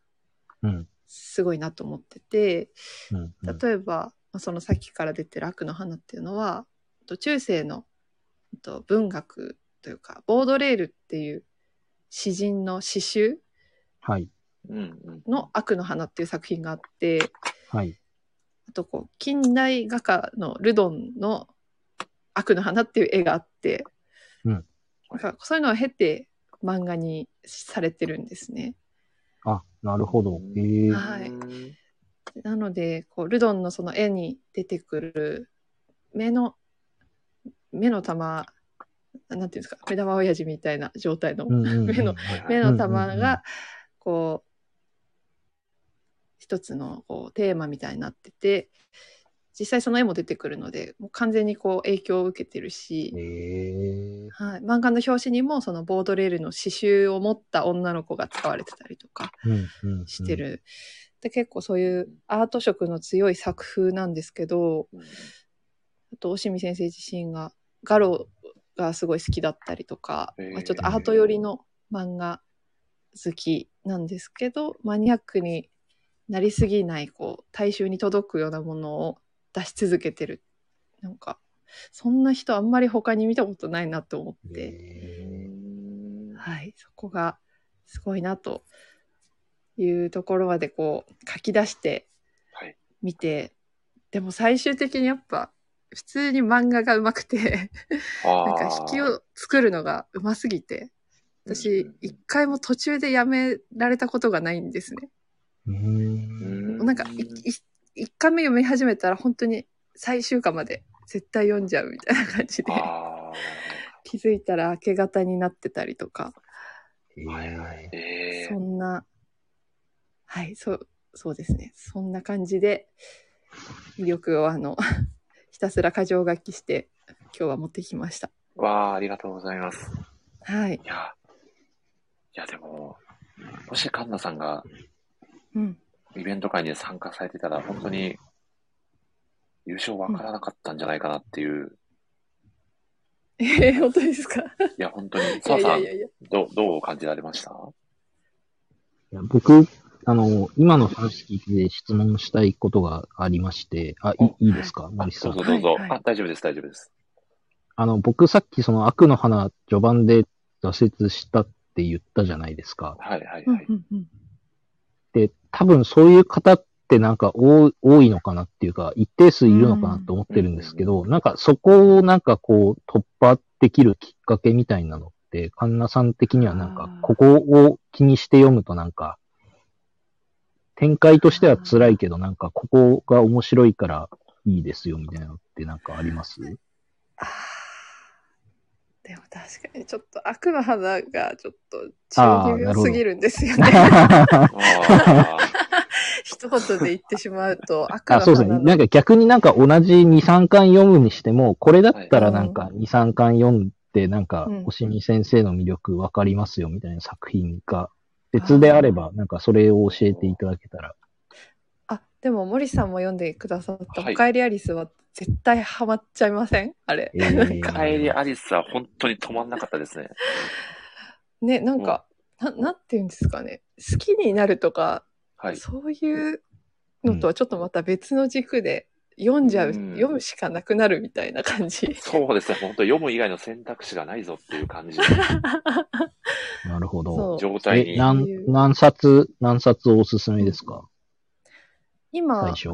Speaker 2: うん。
Speaker 3: すごいなと思ってて、
Speaker 2: うん。うん
Speaker 3: 例えば、まあそのさっきから出てる悪の花っていうのはと中世のと文学というかボードレールっていう詩人の詩集
Speaker 2: はい。
Speaker 1: うんうん
Speaker 3: の「悪の花」っていう作品があって
Speaker 2: はい。
Speaker 3: あとこう近代画家のルドンの「悪の花」っていう絵があって、
Speaker 2: うん
Speaker 3: なんかそういうのを経て漫画にされてるんですね。
Speaker 2: あ、なるほど。ええ
Speaker 3: はいなので、こう、ルドンのその絵に出てくる目の、目の玉なんていうんですか、目玉親父みたいな状態の、
Speaker 2: うんうんうん
Speaker 1: 目の
Speaker 2: はいはい
Speaker 3: 目の玉
Speaker 2: うんうんうん
Speaker 3: が、こう、一つのこうテーマみたいになってて、実際その絵も出てくるので、もう完全にこう影響を受けてるし、
Speaker 2: ええ
Speaker 3: はい、漫画の表紙にもそのボードレールの刺繍を持った女の子が使われてたりとか
Speaker 2: うんうんうん
Speaker 3: してる、で結構そういうアート色の強い作風なんですけどあと押見先生自身がガロがすごい好きだったりとか、
Speaker 1: へー
Speaker 3: まあちょっとアート寄りの漫画好きなんですけどマニアックになりすぎないこう大衆に届くようなものを出し続けてるなんかそんな人あんまり他に見たことないなと思って。
Speaker 2: え
Speaker 3: はい、そこがすごいなというところまでこう書き出して
Speaker 1: はい
Speaker 3: 見て、でも最終的にやっぱ普通に漫画が上手くて
Speaker 1: あー
Speaker 3: なんか引きを作るのが上手すぎて
Speaker 1: うん
Speaker 3: 私
Speaker 1: うんうん
Speaker 3: 一回も途中でやめられたことがないんですね。
Speaker 2: ーう
Speaker 1: うんん
Speaker 3: なんかいい一巻目読み始めたら本当に最終巻まで絶対読んじゃうみたいな感じで
Speaker 1: あ
Speaker 3: 気づいたら明け方になってたりとか
Speaker 2: え
Speaker 1: ーはいはい
Speaker 2: え
Speaker 1: え
Speaker 3: そんな、はい、そう、そうですね。そんな感じで、魅力をあの、 ひたすら箇条書きして、今日は持ってきました。
Speaker 1: ー、わあありがとうございます
Speaker 3: はい。
Speaker 1: いやいやでももしカンナさんが
Speaker 3: うん。
Speaker 1: イベント会に参加されてたら本当に優勝わからなかったんじゃないかなっていう、
Speaker 3: えー、本当ですか
Speaker 1: いや本当に
Speaker 3: い
Speaker 1: 澤
Speaker 3: やい
Speaker 1: さ
Speaker 3: や
Speaker 1: ん
Speaker 3: いやいや。
Speaker 1: どうどう感じられました
Speaker 2: いや僕、あの、今の話聞いて質問したいことがありまして、あ、いいいですか、
Speaker 1: あ
Speaker 2: 森さ
Speaker 1: そうんぞ。どうぞ、
Speaker 3: はいはい
Speaker 1: あ大丈夫です大丈夫です
Speaker 2: あの、僕さっきその悪の花序盤で挫折したって言ったじゃないですか。
Speaker 1: はいはい
Speaker 3: うん
Speaker 1: はい、
Speaker 3: うんうん
Speaker 2: で、多分そういう方ってなんか多い多いのかなっていうか、一定数いるのかなと思ってるんですけど、なんかそこをなんかこう突破できるきっかけみたいなのって、カンナさん的にはなんか
Speaker 3: あー
Speaker 2: ここを気にして読むとなんか、展開としては辛いけど、なんかここが面白いからいいですよみたいなのってなんかあります
Speaker 3: あーでも確かにちょっと悪の花がちょっと
Speaker 2: あー
Speaker 3: 中二病すぎるんですよね。
Speaker 1: あ
Speaker 3: 一言で言ってしまう と悪の
Speaker 2: あ
Speaker 3: 花
Speaker 2: そうですね。なんか逆になんか同じ2、3巻読むにしても、これだったらなんか2、3巻読んで、なんか
Speaker 3: うん、
Speaker 2: 押見先生の魅力わかりますよみたいな作品が別であれば、なんかそれを教えていただけたら。
Speaker 3: あ、でも森さんも読んでくださった、
Speaker 1: はい
Speaker 3: おかえりアリスは絶対ハマっちゃいませんあれ。
Speaker 2: えー
Speaker 3: なん
Speaker 1: あ
Speaker 3: か、
Speaker 1: 帰りアリスは本当に止まんなかったですね
Speaker 3: ね、なんか、ななんていうんですかね。好きになるとか、
Speaker 1: はい
Speaker 3: そういうのとはちょっとまた別の軸で読んじゃう、
Speaker 1: うん
Speaker 3: 読むしかなくなるみたいな感じ。
Speaker 1: そうですね本当読む以外の選択肢がないぞっていう感じの
Speaker 2: なるほ
Speaker 3: そ
Speaker 2: ど。
Speaker 3: う
Speaker 1: 状態
Speaker 2: え、
Speaker 1: に
Speaker 2: 何、何冊、何冊おすすめですか最
Speaker 3: 今、
Speaker 2: 初。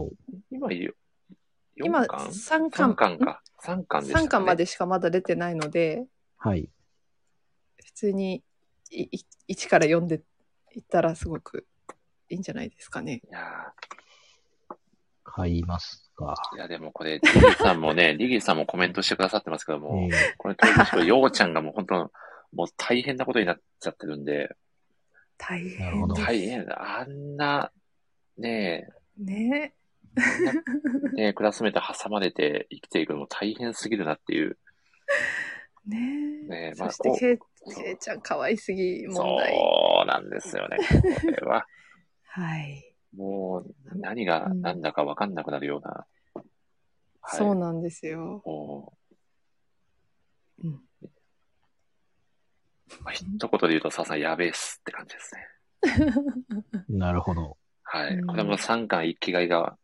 Speaker 1: 今よ
Speaker 3: 今
Speaker 1: 4巻
Speaker 3: 3
Speaker 1: 3
Speaker 3: 巻、
Speaker 1: 巻か3巻でした、ね、
Speaker 3: 3巻までしかまだ出てないので、
Speaker 2: はい。
Speaker 3: 普通にいい1から読んでいったらすごくいいんじゃないですかね。
Speaker 1: いや
Speaker 2: 買いますか。
Speaker 1: ーいやでもこれリギーさんもね リギーさんもコメントしてくださってますけど
Speaker 2: え
Speaker 1: も、
Speaker 2: ー
Speaker 1: これ、当時、ようちゃんがもう本当、もう大変なことになっちゃってるんで、
Speaker 3: 大
Speaker 2: なる
Speaker 3: 変
Speaker 2: ほど
Speaker 3: です
Speaker 1: 大変、あんな、ね
Speaker 3: ね。
Speaker 1: え、ねえ、クラスメート挟まれて生きていくのも大変すぎるなっていう、
Speaker 3: ねえ。
Speaker 1: ねえ、
Speaker 3: そし
Speaker 1: こう
Speaker 3: て、けいけいちゃん可愛すぎ問題。
Speaker 1: そうなんですよね。これ は、
Speaker 3: はい。
Speaker 1: もう、何が何だかわかんなくなるような、はい
Speaker 3: そうなんですよ。
Speaker 1: も
Speaker 3: うん、
Speaker 1: う、まあ、一言で言うと、ささんやべえっすって感じですね。
Speaker 2: なるほど。
Speaker 1: は
Speaker 3: う
Speaker 1: い。
Speaker 3: ん
Speaker 1: これも3巻一気買いが、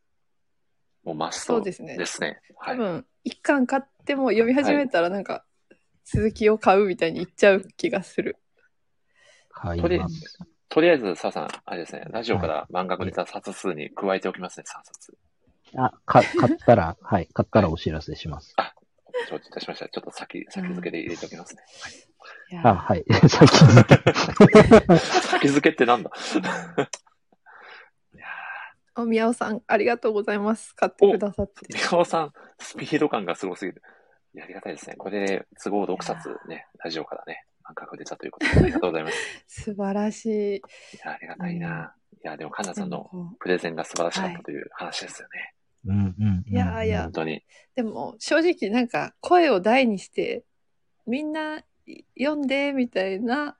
Speaker 1: もうマス
Speaker 3: そ
Speaker 1: ト
Speaker 3: うで
Speaker 1: です
Speaker 3: ね。
Speaker 1: すね。は
Speaker 3: 多
Speaker 1: い。
Speaker 3: 分、一巻買っても読み始めたらなんか、続きを買うみたいに言っちゃう気がする。
Speaker 2: 買います。
Speaker 1: とりあえず、さあさん、あれですね、ラジオから漫画のネタ冊数に加えておきますね、3冊。
Speaker 2: あ、か、買ったら、はい、買ったらお知らせします。
Speaker 1: 承知いたしました。ちょっと先、先付けで入れておきます ね。
Speaker 3: いや
Speaker 2: あ、はい。 さっきの
Speaker 1: 先付けってなんだいや
Speaker 3: お宮尾さん、ありがとうございます。買ってくださって
Speaker 1: ー、。三尾さん、スピード感がすごすぎる。いや、ありがたいですね。これで都合6冊ね、ラジオからね、感覚出たということで、ありがとうござい ます。
Speaker 3: 素晴らしい。
Speaker 1: いや、ありがたいな。いや、でも、神田さん
Speaker 3: でも
Speaker 1: の
Speaker 3: こう
Speaker 1: プレゼンが素晴らしかったという話ですよね。
Speaker 2: うんうんうん。
Speaker 3: いやいや
Speaker 1: 本当に。
Speaker 3: でも正直なんか声を大にしてみんな読んでみたいな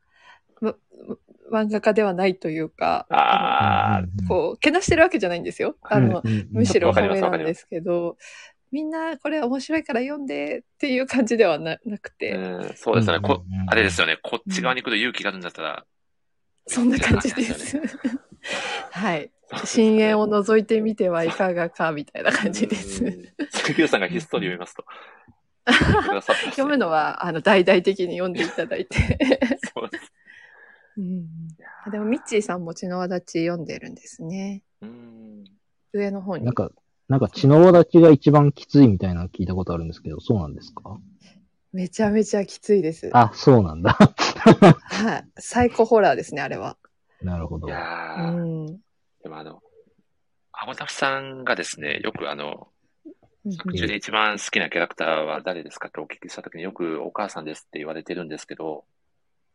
Speaker 3: まま漫画家ではないというか
Speaker 1: あ
Speaker 3: あ
Speaker 2: うんうんう
Speaker 3: の
Speaker 2: ん、
Speaker 3: こうけなしてるわけじゃないんですよあの、
Speaker 2: うんうんうん
Speaker 3: むしろ
Speaker 1: わか
Speaker 3: 褒
Speaker 1: ります
Speaker 3: め
Speaker 1: わ
Speaker 3: な
Speaker 1: かり
Speaker 3: ん
Speaker 1: ます
Speaker 3: ですけどみんなこれ面白いから読んでっていう感じではななく
Speaker 1: ー
Speaker 3: て、
Speaker 1: うん、そうですね。こ
Speaker 2: うんうんうん
Speaker 1: あれですよね。こっち側に来る勇気があるんだったら、
Speaker 3: そんな感じです。はい深淵を覗いてみてはいかがかみたいな感じです。
Speaker 1: うん。杉浦さんがひっそり読みますと。言ってくださってますね
Speaker 3: 読むの。はあの大々的に読んでいただいて。
Speaker 1: そうです。
Speaker 3: うん
Speaker 1: いや
Speaker 3: あでも、ミッチーさんも血の輪立ち読んでるんですね。
Speaker 1: うん。
Speaker 3: 上の方に
Speaker 2: なん。か、なんか血の輪立ちが一番きついみたいなの聞いたことあるんですけど、そうなんですか
Speaker 3: めちゃめちゃきついです。
Speaker 2: あ、そうなんだ。
Speaker 3: はい。サイコホラーですね、あれは。
Speaker 2: なるほど。
Speaker 1: いや
Speaker 3: う
Speaker 1: ー
Speaker 3: ん。
Speaker 1: でもあの、アゴタフさんがですね、よくあの、作中で一番好きなキャラクターは誰ですかってお聞きしたときによくお母さんですって言われてるんですけど、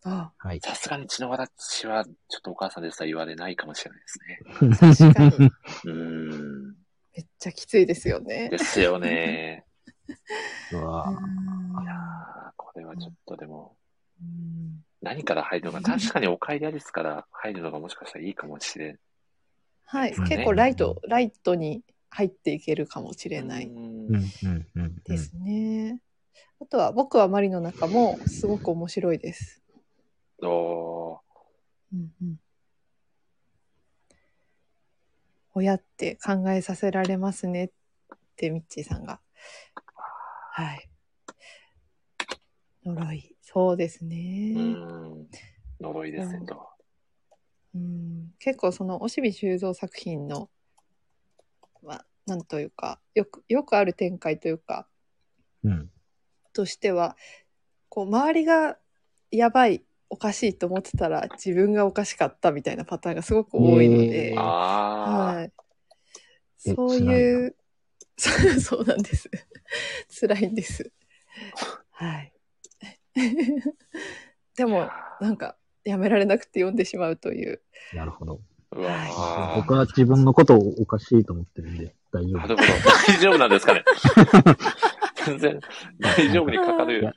Speaker 3: あ、
Speaker 2: はい。
Speaker 1: さすがに血の輪ちはちょっとお母さんですとは言われないかもしれない
Speaker 3: 確かに。
Speaker 1: ですね。う
Speaker 3: めっちゃきついですよ
Speaker 1: ーん。
Speaker 3: ね。
Speaker 1: ですよ ね。
Speaker 2: うわぁ
Speaker 1: いやーこれはちょっとでも、
Speaker 3: うん
Speaker 1: 何から入るのか、確かにお帰りアリスから入るのがもしかしたらいいかもしれ
Speaker 3: はい。
Speaker 1: そうね
Speaker 3: 結構ライト、ライトに入っていけるかもしれな
Speaker 1: ない。
Speaker 3: いう
Speaker 2: うんんうんうんうん。
Speaker 3: ですね。あとは、僕はマリの中もすごく面白いです。
Speaker 1: おー
Speaker 3: うんうん親って考えさせられますねってミッチーさんが。はい。呪い。そうです
Speaker 1: う
Speaker 3: ね。
Speaker 1: ん。呪いですね、と。
Speaker 3: うん、結構その、押見修造作品の、まあ、なんというか、よく、よくある展開というか、
Speaker 2: うん。
Speaker 3: としては、こう、周りがやばい、おかしいと思ってたら、自分がおかしかったみたいなパターンがすごく多いので、
Speaker 2: えー
Speaker 1: あ
Speaker 3: はい。
Speaker 2: え
Speaker 3: そういう、そう そうなんです。辛いんです。はい。で
Speaker 1: ー
Speaker 3: も、なんか、やめられなくて読んでしまうという。
Speaker 2: なるほど。
Speaker 1: うわー
Speaker 2: 僕は自分のことをおかしいと思ってるんで、大丈
Speaker 1: な
Speaker 2: 夫。
Speaker 1: るほど。大丈夫なんですかね。全然、大丈夫にかか
Speaker 2: いや
Speaker 1: る。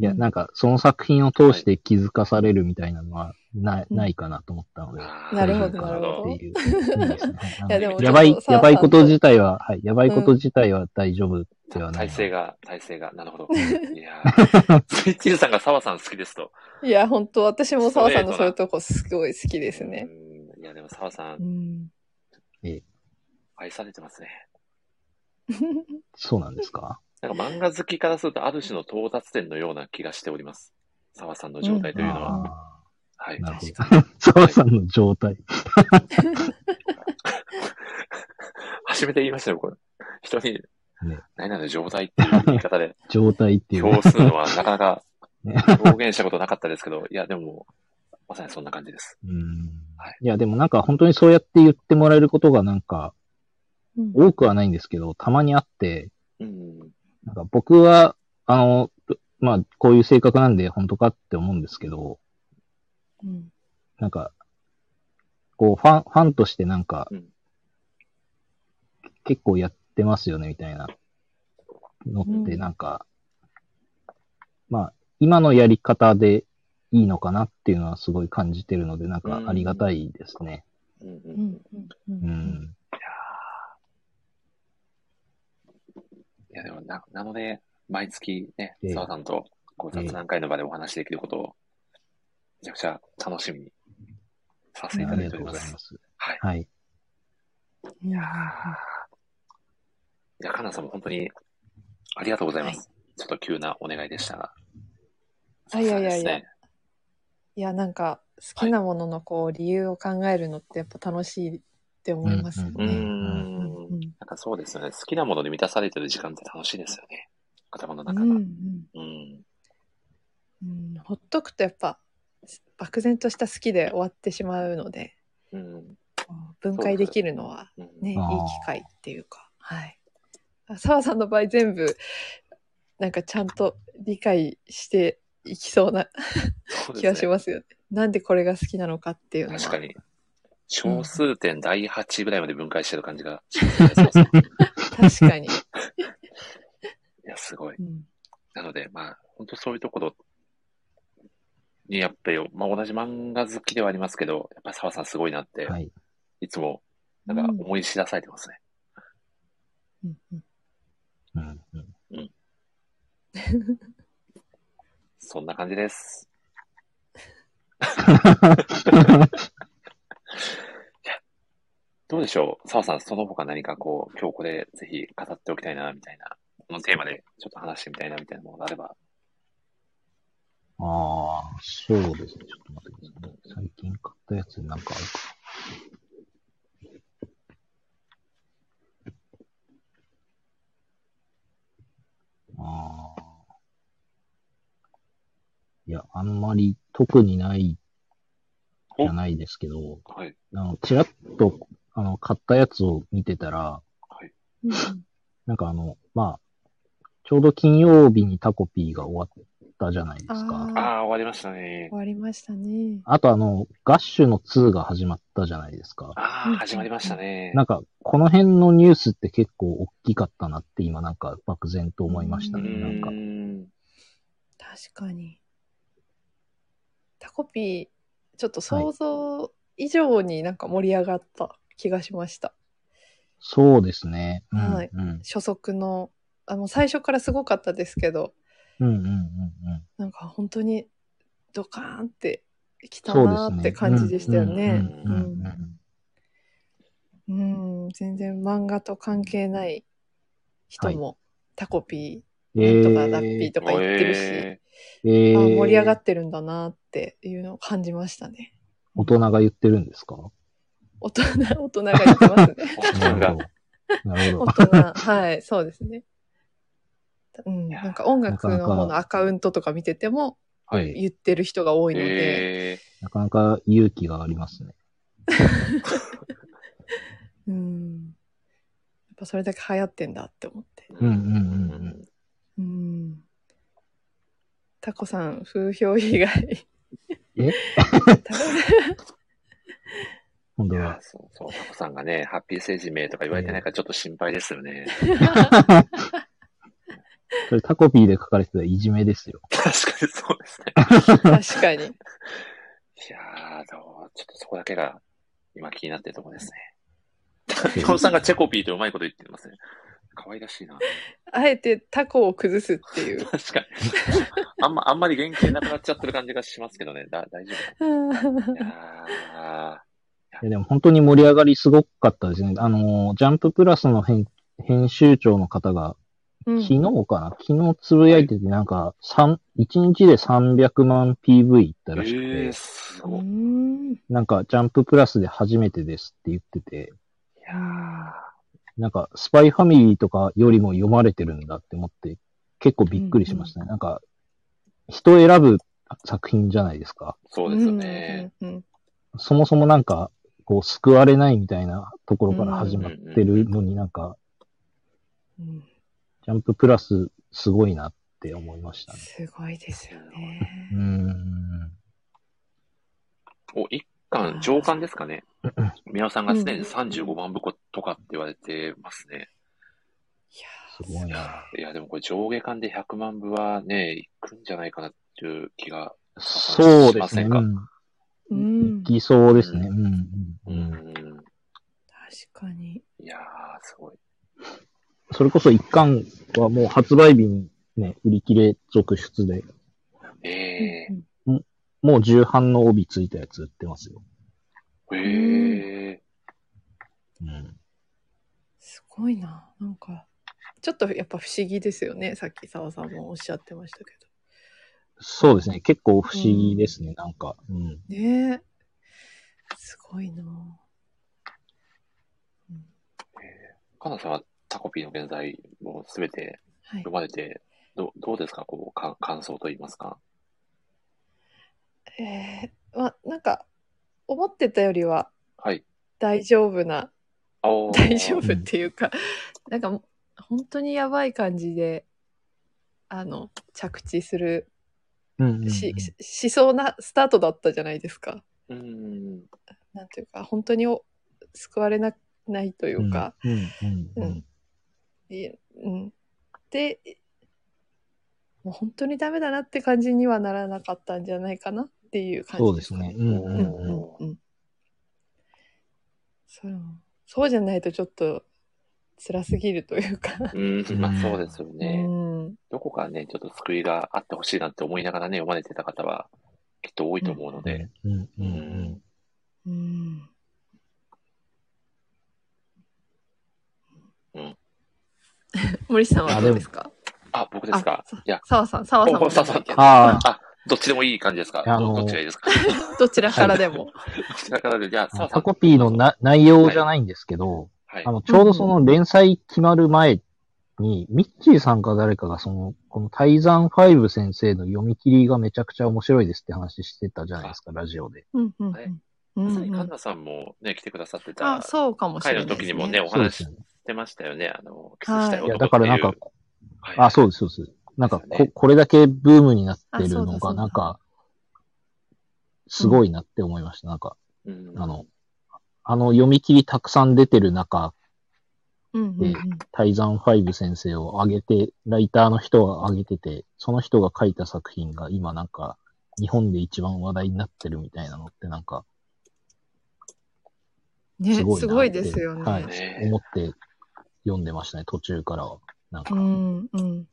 Speaker 2: いや、なんか、その作品を通して気づかされるみたいなのは、な、ないかなと思ったので。
Speaker 3: なるほ
Speaker 2: 大丈
Speaker 3: ど
Speaker 2: 夫か
Speaker 3: なるほど
Speaker 2: って いうそうですね。
Speaker 3: いやでも
Speaker 2: やば
Speaker 3: ち
Speaker 2: い
Speaker 3: ょっ、と
Speaker 2: やばいこと
Speaker 3: 澤さんと
Speaker 2: 自体は、はい、やばいこと自体は大丈夫ではない。
Speaker 1: 体勢が、体勢が、なるほど。いやースイッチルさんが澤さん好きですと。
Speaker 3: いや、本当私も澤さんの
Speaker 1: ストレートな
Speaker 3: そういうとこすごい好きですね。
Speaker 1: うん。いや、でも澤さ、
Speaker 3: うんん。
Speaker 1: 愛されてますね。
Speaker 2: そうなんですか
Speaker 1: なんか漫画好きからすると、ある種の到達点のような気がしております。澤さんの状態というのは。
Speaker 2: あ
Speaker 1: は
Speaker 2: あ
Speaker 1: い
Speaker 2: ー、。なるほど。 澤さんの状態。
Speaker 1: 初めて言いましたよ、これ。人に、
Speaker 2: ね
Speaker 1: 何々状態っていう言い方で
Speaker 2: 状態っていう。
Speaker 1: 表すのはなかな か
Speaker 2: ね
Speaker 1: 表現したことなかったですけど、いや、でも、まさにそんな感じです。
Speaker 2: うん
Speaker 1: はい
Speaker 2: いや、でもなんか本当にそうやって言ってもらえることがなんか
Speaker 3: うん
Speaker 2: 多くはないんですけど、たまにあって、
Speaker 1: うん。
Speaker 2: なんか僕は、あの、まあ、こういう性格なんで本当かって思うんですけど、
Speaker 3: うん
Speaker 2: なんか、こう、ファン、ファンとしてなんか、
Speaker 1: うん
Speaker 2: 結構やってますよね、みたいなのって、
Speaker 3: うん
Speaker 2: なんか、まあ、今のやり方でいいのかなっていうのはすごい感じてるので、なんかありがたいですね。
Speaker 1: うんう。
Speaker 3: うんんう
Speaker 2: うんん。
Speaker 1: いや、でもな、なので、毎月ね
Speaker 2: ええ、
Speaker 1: 澤さんとこう雑談会の場でお話しできることを、めちゃくちゃ楽しみにさせてい
Speaker 2: あ
Speaker 1: た
Speaker 2: り
Speaker 1: だい
Speaker 2: が
Speaker 1: て
Speaker 2: と
Speaker 1: おりま
Speaker 2: うござい
Speaker 1: す。
Speaker 2: ます。
Speaker 1: はい。
Speaker 2: はい。
Speaker 3: うん。いや
Speaker 1: いや、カナさんも本当にありがとうございます。ちょっと急なお願いでしたが。
Speaker 3: あいやいやいや
Speaker 1: さすがですね。
Speaker 3: いや、なんか、好きなもののこう、理由を考えるのってやっぱ楽しいって思いますよ
Speaker 1: うー
Speaker 2: うん
Speaker 3: ね。うんん。
Speaker 1: なんかそうですよね。好きなもので満たされてる時間って楽しいですよね。頭の
Speaker 3: う
Speaker 1: 中が。
Speaker 3: ん。う
Speaker 1: うん。
Speaker 3: んうん、ほっとくとやっぱ漠然とした好きで終わってしまうので
Speaker 1: うん。
Speaker 3: 分解できるのは
Speaker 1: うん
Speaker 3: ねいい
Speaker 2: あー
Speaker 3: 機会っていうかはい澤さんの場合全部なんかちゃんと理解していきそうな
Speaker 1: そう
Speaker 3: 気が
Speaker 1: です
Speaker 3: し
Speaker 1: ね。
Speaker 3: ますよね。なんでこれが好きなのかっていうのは。
Speaker 1: 確かに。小数点第8ぐらいまで分解してる感じがしますね。そうそう
Speaker 3: 確か に。
Speaker 1: いや、すごい。
Speaker 3: うん
Speaker 1: なので、まあ、本当そういうところに、やっぱり、まあ同じ漫画好きではありますけど、やっぱ澤さんすごいなって、、
Speaker 2: はいい。
Speaker 1: つも、なんか思い知らされてますね。
Speaker 3: うんうん
Speaker 2: うんうん
Speaker 1: そんな感じです。どうでしょう澤さん、その他何かこう、今日これぜひ語っておきたいな、みたいな、このテーマでちょっと話してみたいな、みたいなものがあれば。
Speaker 2: ああ、そうですね。ちょっと待ってくださいね。最近買ったやつなんかあるか。ああ。いや、あんまり特にないじゃないですけど、
Speaker 1: はい。
Speaker 2: あの、ちらっと、あの、買ったやつを見てたら、
Speaker 3: うん
Speaker 2: なんかあの、まあ、ちょうど金曜日にタコピーが終わったじゃないですか。
Speaker 3: あー
Speaker 1: ああ、終わりましたね
Speaker 3: 終。わりましたね。
Speaker 2: あとあの、ガッシュの2が始まったじゃないですか。
Speaker 1: ああ、始まりましたね。
Speaker 2: なんか、この辺のニュースって結構大きかったなって今なんか漠然と思いました
Speaker 1: う
Speaker 2: ね。
Speaker 1: ー
Speaker 2: なん
Speaker 1: ん
Speaker 2: か、
Speaker 3: 確かに。タコピー、ちょっと想像以上になんか盛り上がった気がしました。
Speaker 2: そうですね。うん、
Speaker 3: はい
Speaker 2: うん。
Speaker 3: 初速の、あの、最初からすごかったですけど、
Speaker 2: うんうんうんうん。
Speaker 3: なんか本当にドカーンってきた
Speaker 2: そうで
Speaker 3: な
Speaker 2: す
Speaker 3: ー
Speaker 2: ね。
Speaker 3: って感じでしたよね。
Speaker 2: うんうんうんうん
Speaker 3: ううん、全然漫画と関係ない人もタコピ
Speaker 2: え
Speaker 3: ー、なんとか
Speaker 2: ー
Speaker 3: ダッピーとか言ってるし、
Speaker 1: え
Speaker 2: え
Speaker 3: あ
Speaker 2: ー
Speaker 3: 盛り上がってるんだなーっていうのを感じました ね。
Speaker 2: 大人が言ってるんですか
Speaker 3: 大人、大人が言ってます ね。
Speaker 1: ーな
Speaker 2: な
Speaker 1: ん
Speaker 2: る
Speaker 1: か
Speaker 2: ほ、ど。なるほ
Speaker 3: 大
Speaker 2: ど。
Speaker 3: 人、はい、そうですね。うん、
Speaker 1: いやー
Speaker 3: なんか音楽の方のアカウントとか見てても
Speaker 2: はい。
Speaker 3: 言ってる人が多いので、
Speaker 1: え
Speaker 2: なかなか勇気がありますね。
Speaker 3: うん。やっぱそれだけ流行ってんだって思って。
Speaker 1: ー
Speaker 2: うんうんうんうん。
Speaker 3: うん。タコさん、風評被害。
Speaker 2: え
Speaker 3: タコさん
Speaker 2: 本
Speaker 1: い
Speaker 2: 当
Speaker 1: や
Speaker 2: は。
Speaker 1: そうそう、タコさんがね、ハッピー政治名とか言われてないからちょっと心配ですよね。
Speaker 2: それタコピーで書かれてたいじめですよ。
Speaker 1: 確かにそうです ね。
Speaker 3: 確かに。
Speaker 1: いやー、どうちょっとそこだけが今気になってるところです
Speaker 2: う
Speaker 1: ね。タコさんがチェコピーとうまいこと言ってますね。可愛らしいな。
Speaker 3: あえてタコを崩すっていう。
Speaker 1: 確かに。あんま、あんまり原型なくなっちゃってる感じがしますけどね。だ大丈夫かない
Speaker 2: やでも本当に盛り上がりすごかったですね。あのー、ジャンププラスの編編集長の方が、
Speaker 3: うん
Speaker 2: 昨日かな、昨日つぶやいてて、なんか、三一日で300万 PV いった
Speaker 1: や
Speaker 2: らしく
Speaker 1: ー。
Speaker 2: て、
Speaker 1: えー、す
Speaker 3: う
Speaker 1: ごい。い
Speaker 3: ん。
Speaker 2: なんか、ジャンププラスで初めてですって言ってて、
Speaker 1: やー。
Speaker 2: なんか、スパイファミリーとかよりも読まれてるんだって思って、結構びっくりしましたね。なんか、人を選ぶ作品じゃないですか。
Speaker 1: そうですよね。
Speaker 3: うん。うん
Speaker 2: そもそもなんか、こう、救われないみたいなところから始まってるのになんか、
Speaker 3: うん
Speaker 2: ジャンププラスすごいなって思いましたね。
Speaker 3: すごいですよ
Speaker 2: うー
Speaker 3: ね。
Speaker 2: ん。
Speaker 1: お、一巻、上巻ですかね。皆さんがすでに35万部ことかって言われてますね。
Speaker 3: い
Speaker 2: すごいな。
Speaker 1: いや、でもこれ上下間で100万部はね、いくんじゃないかなっていう気が。
Speaker 2: そうですね。
Speaker 1: しま
Speaker 2: う
Speaker 1: せん
Speaker 2: ん
Speaker 3: やー、う
Speaker 2: い
Speaker 3: ん。確
Speaker 2: きそうですね。う
Speaker 1: う
Speaker 2: ん。うんうん
Speaker 1: ん。
Speaker 3: かに。
Speaker 1: いやー、すごい。
Speaker 2: それこそ一巻はもう発売日にね、売り切れ続出で、
Speaker 1: え
Speaker 3: うん
Speaker 2: もう重版の帯ついたやつ売ってますよ。
Speaker 1: ー、え
Speaker 2: うん。
Speaker 3: すごいな。なんか、ちょっとやっぱ不思議ですよね。さっき澤さんもおっしゃってましたけど。
Speaker 2: そうですね。結構不思議ですね。なんか。うん。
Speaker 3: ねえ。すごいな。うん
Speaker 1: ー。かなさんはタコピーの現在、もうすべて
Speaker 3: はい
Speaker 1: 読。まれて、どどうですかこうか、感想といいますか。
Speaker 3: えー、まあ、なんか、思ってたよりは
Speaker 1: はい。
Speaker 3: 大丈夫な、
Speaker 1: おー
Speaker 3: 大丈夫っていうか、なんか、本当にやばい感じで、あの、着地する
Speaker 2: うんうんうん
Speaker 3: し、ししそうなスタートだったじゃないですか。
Speaker 1: うん。
Speaker 3: なんていうか、本当にお救われなないというか、
Speaker 2: うんうんうんうん
Speaker 3: いうん、で、もう本当にダメだなって感じにはならなかったんじゃないかなっていう感
Speaker 2: そう
Speaker 3: じ
Speaker 2: です
Speaker 3: か
Speaker 2: ね。。うんうん
Speaker 3: う
Speaker 2: うんん
Speaker 3: うんうんそうそうじゃないとちょっと辛すぎるというか、
Speaker 1: うん、まあそうですよね。
Speaker 3: うん
Speaker 1: どこかね、ちょっと救いがあってほしいなって思いながらね、読まれてた方はきっと多いと思うので、
Speaker 2: うんうんう
Speaker 1: うん
Speaker 2: ん
Speaker 3: うん
Speaker 1: うん
Speaker 3: 森さんはどうですか
Speaker 1: あ、僕ですか
Speaker 3: あそう
Speaker 1: いや、
Speaker 3: 澤さん、澤さん
Speaker 1: お
Speaker 3: も
Speaker 1: お澤さん
Speaker 2: あ
Speaker 1: あ、どっちでもいい感じですか
Speaker 2: いやあ
Speaker 1: ど
Speaker 2: の
Speaker 1: どっちがいいですか
Speaker 3: どちらからでも。
Speaker 1: どちらからで、じゃあ、
Speaker 2: あ、
Speaker 1: 澤さ
Speaker 2: タ
Speaker 1: ん。
Speaker 2: コピーのな内容じゃないんですけど、
Speaker 1: はい
Speaker 2: あ。の、ちょうどその連載決まる前に、ミッチーさんか誰かがその、このタイザン5先生の読み切りがめちゃくちゃ面白いですって話してたじゃないですか、ラジオで。
Speaker 3: うんうんうん
Speaker 1: はい
Speaker 3: うんうん
Speaker 1: さっき、カンナさんもね、来てくださってた
Speaker 3: あ、そうかもしれ
Speaker 1: 会
Speaker 3: ない
Speaker 1: の
Speaker 3: です、ね。
Speaker 1: 時にもね、お
Speaker 2: そうで
Speaker 1: 話
Speaker 2: す
Speaker 1: し
Speaker 2: よね。
Speaker 1: してましたよね。あの、キス
Speaker 3: はい
Speaker 1: したい
Speaker 2: いや、
Speaker 1: 男
Speaker 2: だ
Speaker 1: って
Speaker 2: か
Speaker 1: いう。
Speaker 2: らなんか、
Speaker 1: はい、
Speaker 2: あ、そうです、そうです。なんか、
Speaker 1: ですよ
Speaker 2: こ
Speaker 1: ね、
Speaker 2: これだけブームになってる
Speaker 3: あそ
Speaker 2: の
Speaker 3: うだそう
Speaker 2: が、
Speaker 3: だ
Speaker 2: なんか、すごいなって思いました。なんか、
Speaker 1: うん
Speaker 2: あの、あの読み切りたくさん出てる中、
Speaker 3: うんうんうん
Speaker 2: タイザン5先生を挙げて、ライターの人が挙げてて、その人が書いた作品が今なんか、日本で一番話題になってるみたいなのってなんか、
Speaker 3: ね、
Speaker 2: すごいなって
Speaker 3: すごいですよね。
Speaker 2: はい
Speaker 1: ね
Speaker 2: 思って読んでましたね、途中からは。なん
Speaker 3: う
Speaker 2: か、
Speaker 3: んうん。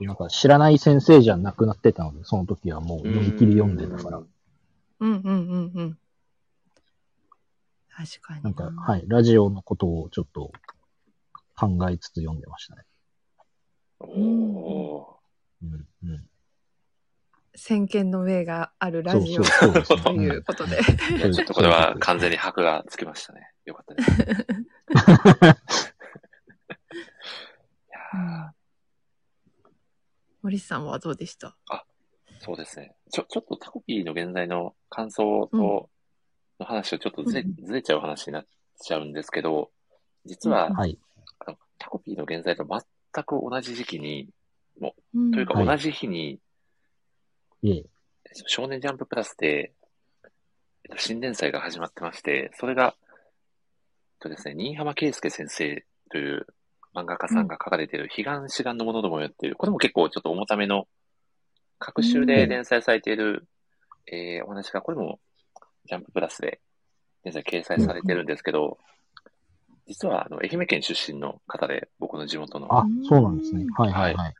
Speaker 2: なんか知らない先生じゃなくなってたので、その時はもう読み切り読んでたから。
Speaker 3: うんうんうんうん。確かに
Speaker 2: なんか、はい、ラジオのことをちょっと考えつつ読んでましたね。
Speaker 1: おー
Speaker 2: うん、うん。
Speaker 3: 先見の明があるラ
Speaker 2: そう
Speaker 3: ジ
Speaker 2: そ
Speaker 3: オ
Speaker 2: う、そうですね。
Speaker 3: ということで。
Speaker 2: うん
Speaker 1: い やちょっとこれは完全
Speaker 2: に。
Speaker 1: に箔がつきましたね。よかった です。いや
Speaker 3: 森さんはどうでした
Speaker 1: ーそうですね。ちょ、ちょっとタコピーの現在の感想と、
Speaker 3: うん
Speaker 1: の話をちょっとずれ,、
Speaker 3: うん
Speaker 1: ずれちゃう話になっちゃうんですけど、実は、
Speaker 3: うん
Speaker 2: はい。
Speaker 1: あのタコピーの現在と全く同じ時期に、
Speaker 3: うん
Speaker 1: というか
Speaker 2: はい
Speaker 1: 同じ日に、
Speaker 2: いえ。
Speaker 1: 少年ジャンププラスで、えっと、新連載が始まってまして、それが、えっとですね、新浜圭介先生という漫画家さんが書かれている、彼岸志願のものどもよっていう、これも結構ちょっと重ための、各週で連載されている、えーお話が、これも、ジャンププラスで、現在掲載されてるんですけど、実は、あの、愛媛県出身の方で、僕の地元の。
Speaker 2: あ、そうなんですね。はいはいはい。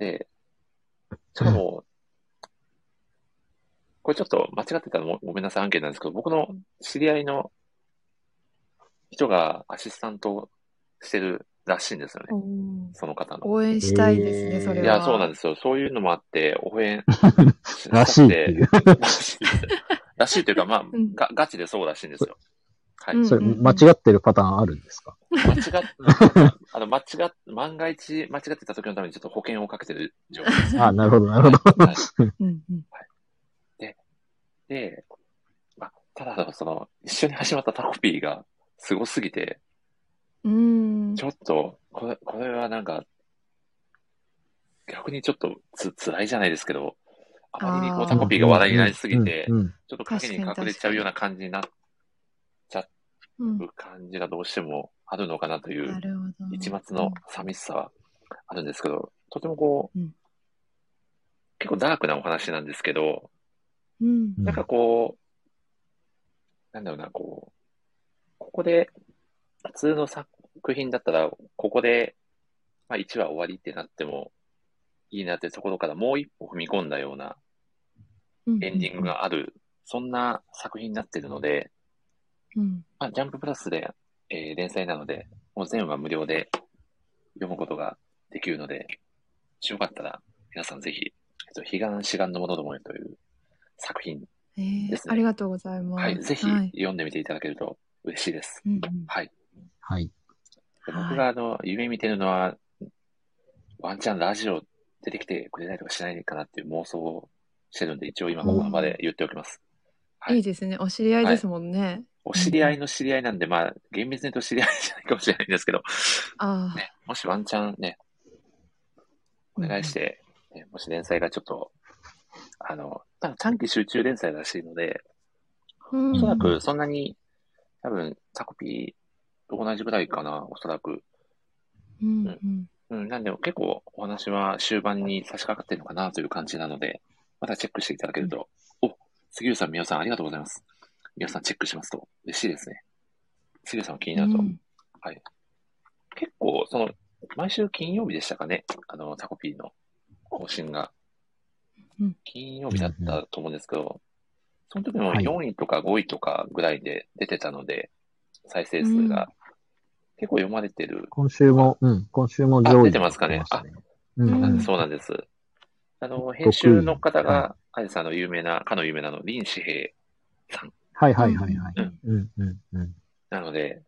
Speaker 1: で、しかも、これちょっと間違ってたらもごめんなさい案件なんですけど、僕の知り合いの人がアシスタントをしてるらしいんですよね。
Speaker 3: うん
Speaker 1: その方の。
Speaker 3: 応援したいですね、
Speaker 2: えー
Speaker 3: それ
Speaker 1: い
Speaker 3: は。
Speaker 1: や、そうなんで
Speaker 3: で
Speaker 1: すよ。そういうのもあって、応援し
Speaker 2: らしいっていう。
Speaker 1: たくてら しいですらしいというか、まあ、
Speaker 3: ん
Speaker 1: がガチでそうらしいんですよ。はい。
Speaker 3: うん
Speaker 2: それ、間違ってるパターンあるんですか
Speaker 1: 間違っ、 あの、間違っ、万が一間違ってた時のためにちょっと保険をかけてる状況です。
Speaker 2: あ、なるほど、なるほど。
Speaker 1: はい
Speaker 3: うんうん
Speaker 1: で、まあ、ただのその、一緒に始まったタコピーがすごすぎて、
Speaker 3: うん
Speaker 1: ちょっと、これ、これはなんか、逆にちょっとつ、辛いじゃないですけど、あまりにこ
Speaker 3: あ
Speaker 1: う
Speaker 3: ー
Speaker 1: タコピーが話題になりすぎて
Speaker 2: う、んうん
Speaker 1: ちょっと影に隠れちゃうような感じにな
Speaker 3: うん
Speaker 1: る感じがどうしてもあるのかなとい
Speaker 3: な
Speaker 1: う、
Speaker 3: るほど。
Speaker 1: 一末の寂しさはあるんですけど、とてもこう
Speaker 3: うん、
Speaker 1: 結構ダークなお話なんですけど、
Speaker 3: うん
Speaker 2: うん
Speaker 1: なんかこう、なんだろうな、こう、ここで、普通の作品だったら、ここで、まあ1話終わりってなってもいいなってところからもう一歩踏み込んだようなエンディング。がある、そんな作品になってるので、
Speaker 3: うん
Speaker 1: まあジャンププラスで、えー連載なので、もう全話無料で読むことができるので、もしよかったら皆さんぜひ、えっと、彼岸志願のものどもよという作品
Speaker 3: えー
Speaker 1: ですね
Speaker 3: ありがとうございます。
Speaker 1: はい、ぜひ
Speaker 3: はい
Speaker 1: 読んでみていただけると嬉しいです。
Speaker 3: うんうん
Speaker 1: はい。
Speaker 2: はい。
Speaker 1: で
Speaker 3: はい
Speaker 1: 僕があの、夢見てるのは、ワンチャンラジオ出てきてくれないとかしないかなっていう妄想をしてるんで、一応今この場で言っておきます。はい
Speaker 3: いいですね。お知り合いですもんね。
Speaker 1: お知り合いの知り合いなんで、 まあ、厳密に言うと知り合いじゃないかもしれないんですけど、
Speaker 3: ああ、
Speaker 1: ね、もしワンチャンね、お願いして、ねもし連載がちょっと、あの、多分短期集中連載らしいので、
Speaker 3: うん。
Speaker 1: おそら
Speaker 2: う
Speaker 1: くそんなに、多分、タコピーと同じぐらいかな、おそらく。
Speaker 3: うんうん
Speaker 1: うん、なんで結構お話は終盤に差し掛かってるのかなという感じなので、またチェックしていただけると、お、杉浦さん、宮尾さんありがとうございます。宮尾さんチェックしますと嬉しいですね。杉浦さんも気になると。
Speaker 3: うん
Speaker 1: 結構、その、毎週金曜日でしたかね、あの、タコピーの更新が
Speaker 3: うん。
Speaker 1: 金曜日だったと思うんですけど、その時も
Speaker 2: はい
Speaker 1: 4位とか5位とかぐらいで出てたので、再生数が。結構読まれてる
Speaker 2: 今週も、うん、今週も上位
Speaker 1: あ出てますかね
Speaker 2: 出したう
Speaker 3: そ
Speaker 2: ん、うん。
Speaker 1: そうなんです。あの、
Speaker 2: 位
Speaker 1: 編集の方
Speaker 2: は
Speaker 1: が、あやさんの有名な、かの有名なの、林志平
Speaker 2: はいはいはいはい。
Speaker 3: うん
Speaker 2: うん、うん、うん。
Speaker 1: なので、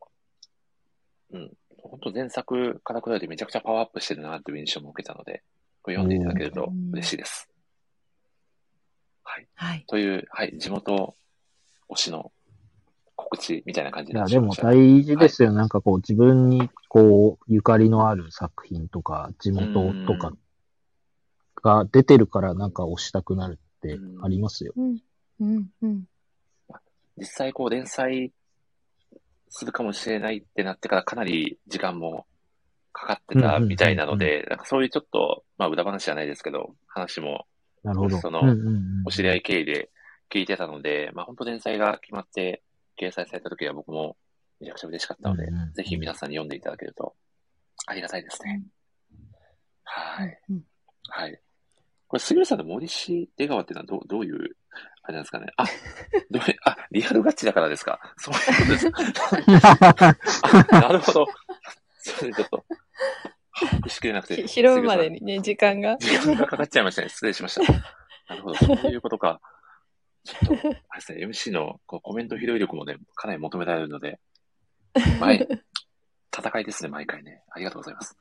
Speaker 1: うん、本当前作から比べてめちゃくちゃパワーアップしてるなという印象も受けたので、これ読んでいただけると嬉しいです。はい。
Speaker 3: はい。
Speaker 1: という、はい、地元推しの告知みたいな感じに
Speaker 2: い
Speaker 1: な
Speaker 2: や、
Speaker 1: っちゃ
Speaker 2: で
Speaker 1: いま
Speaker 2: も
Speaker 1: した。
Speaker 2: 大事ですよ。なんかこう、自分に、こう、ゆかりのある作品とか、地元とかが出てるから、なんか推したくなるってありますよ。
Speaker 3: うんうんうん
Speaker 1: 実際こう連載するかもしれないってなってからかなり時間もかかってたみたいなの
Speaker 2: うん
Speaker 1: で、なんかそういうちょっと、まあ裏話じゃないですけど、話も
Speaker 2: なるほど。
Speaker 1: その
Speaker 2: うんうんうん、
Speaker 1: お知り合い経由で聞いてたので、まあ本当連載が決まって掲載された時は僕もめちゃくちゃ嬉しかったので、
Speaker 2: うんうんうん
Speaker 1: ぜひ皆さんに読んでいただけるとありがたいですね。はい。
Speaker 3: うん。
Speaker 1: はい。これ、杉浦さんの森氏出川っていうのはどうどういう、あれなんですかね。あ、 どういうあ、リアルガチだからですか。そういうことですか。あなるほど。それちょっと、把握しきれなくて。
Speaker 3: ひ拾うまでにね、時間が。
Speaker 1: 時間がかかっちゃいましたね。失礼しま した。なるほど。そういうことか。ちょっと、あれですね、MC のこうコメント拾い力もね、かなり求められるので、はい。戦いですね、毎回ね。ありがとうございます。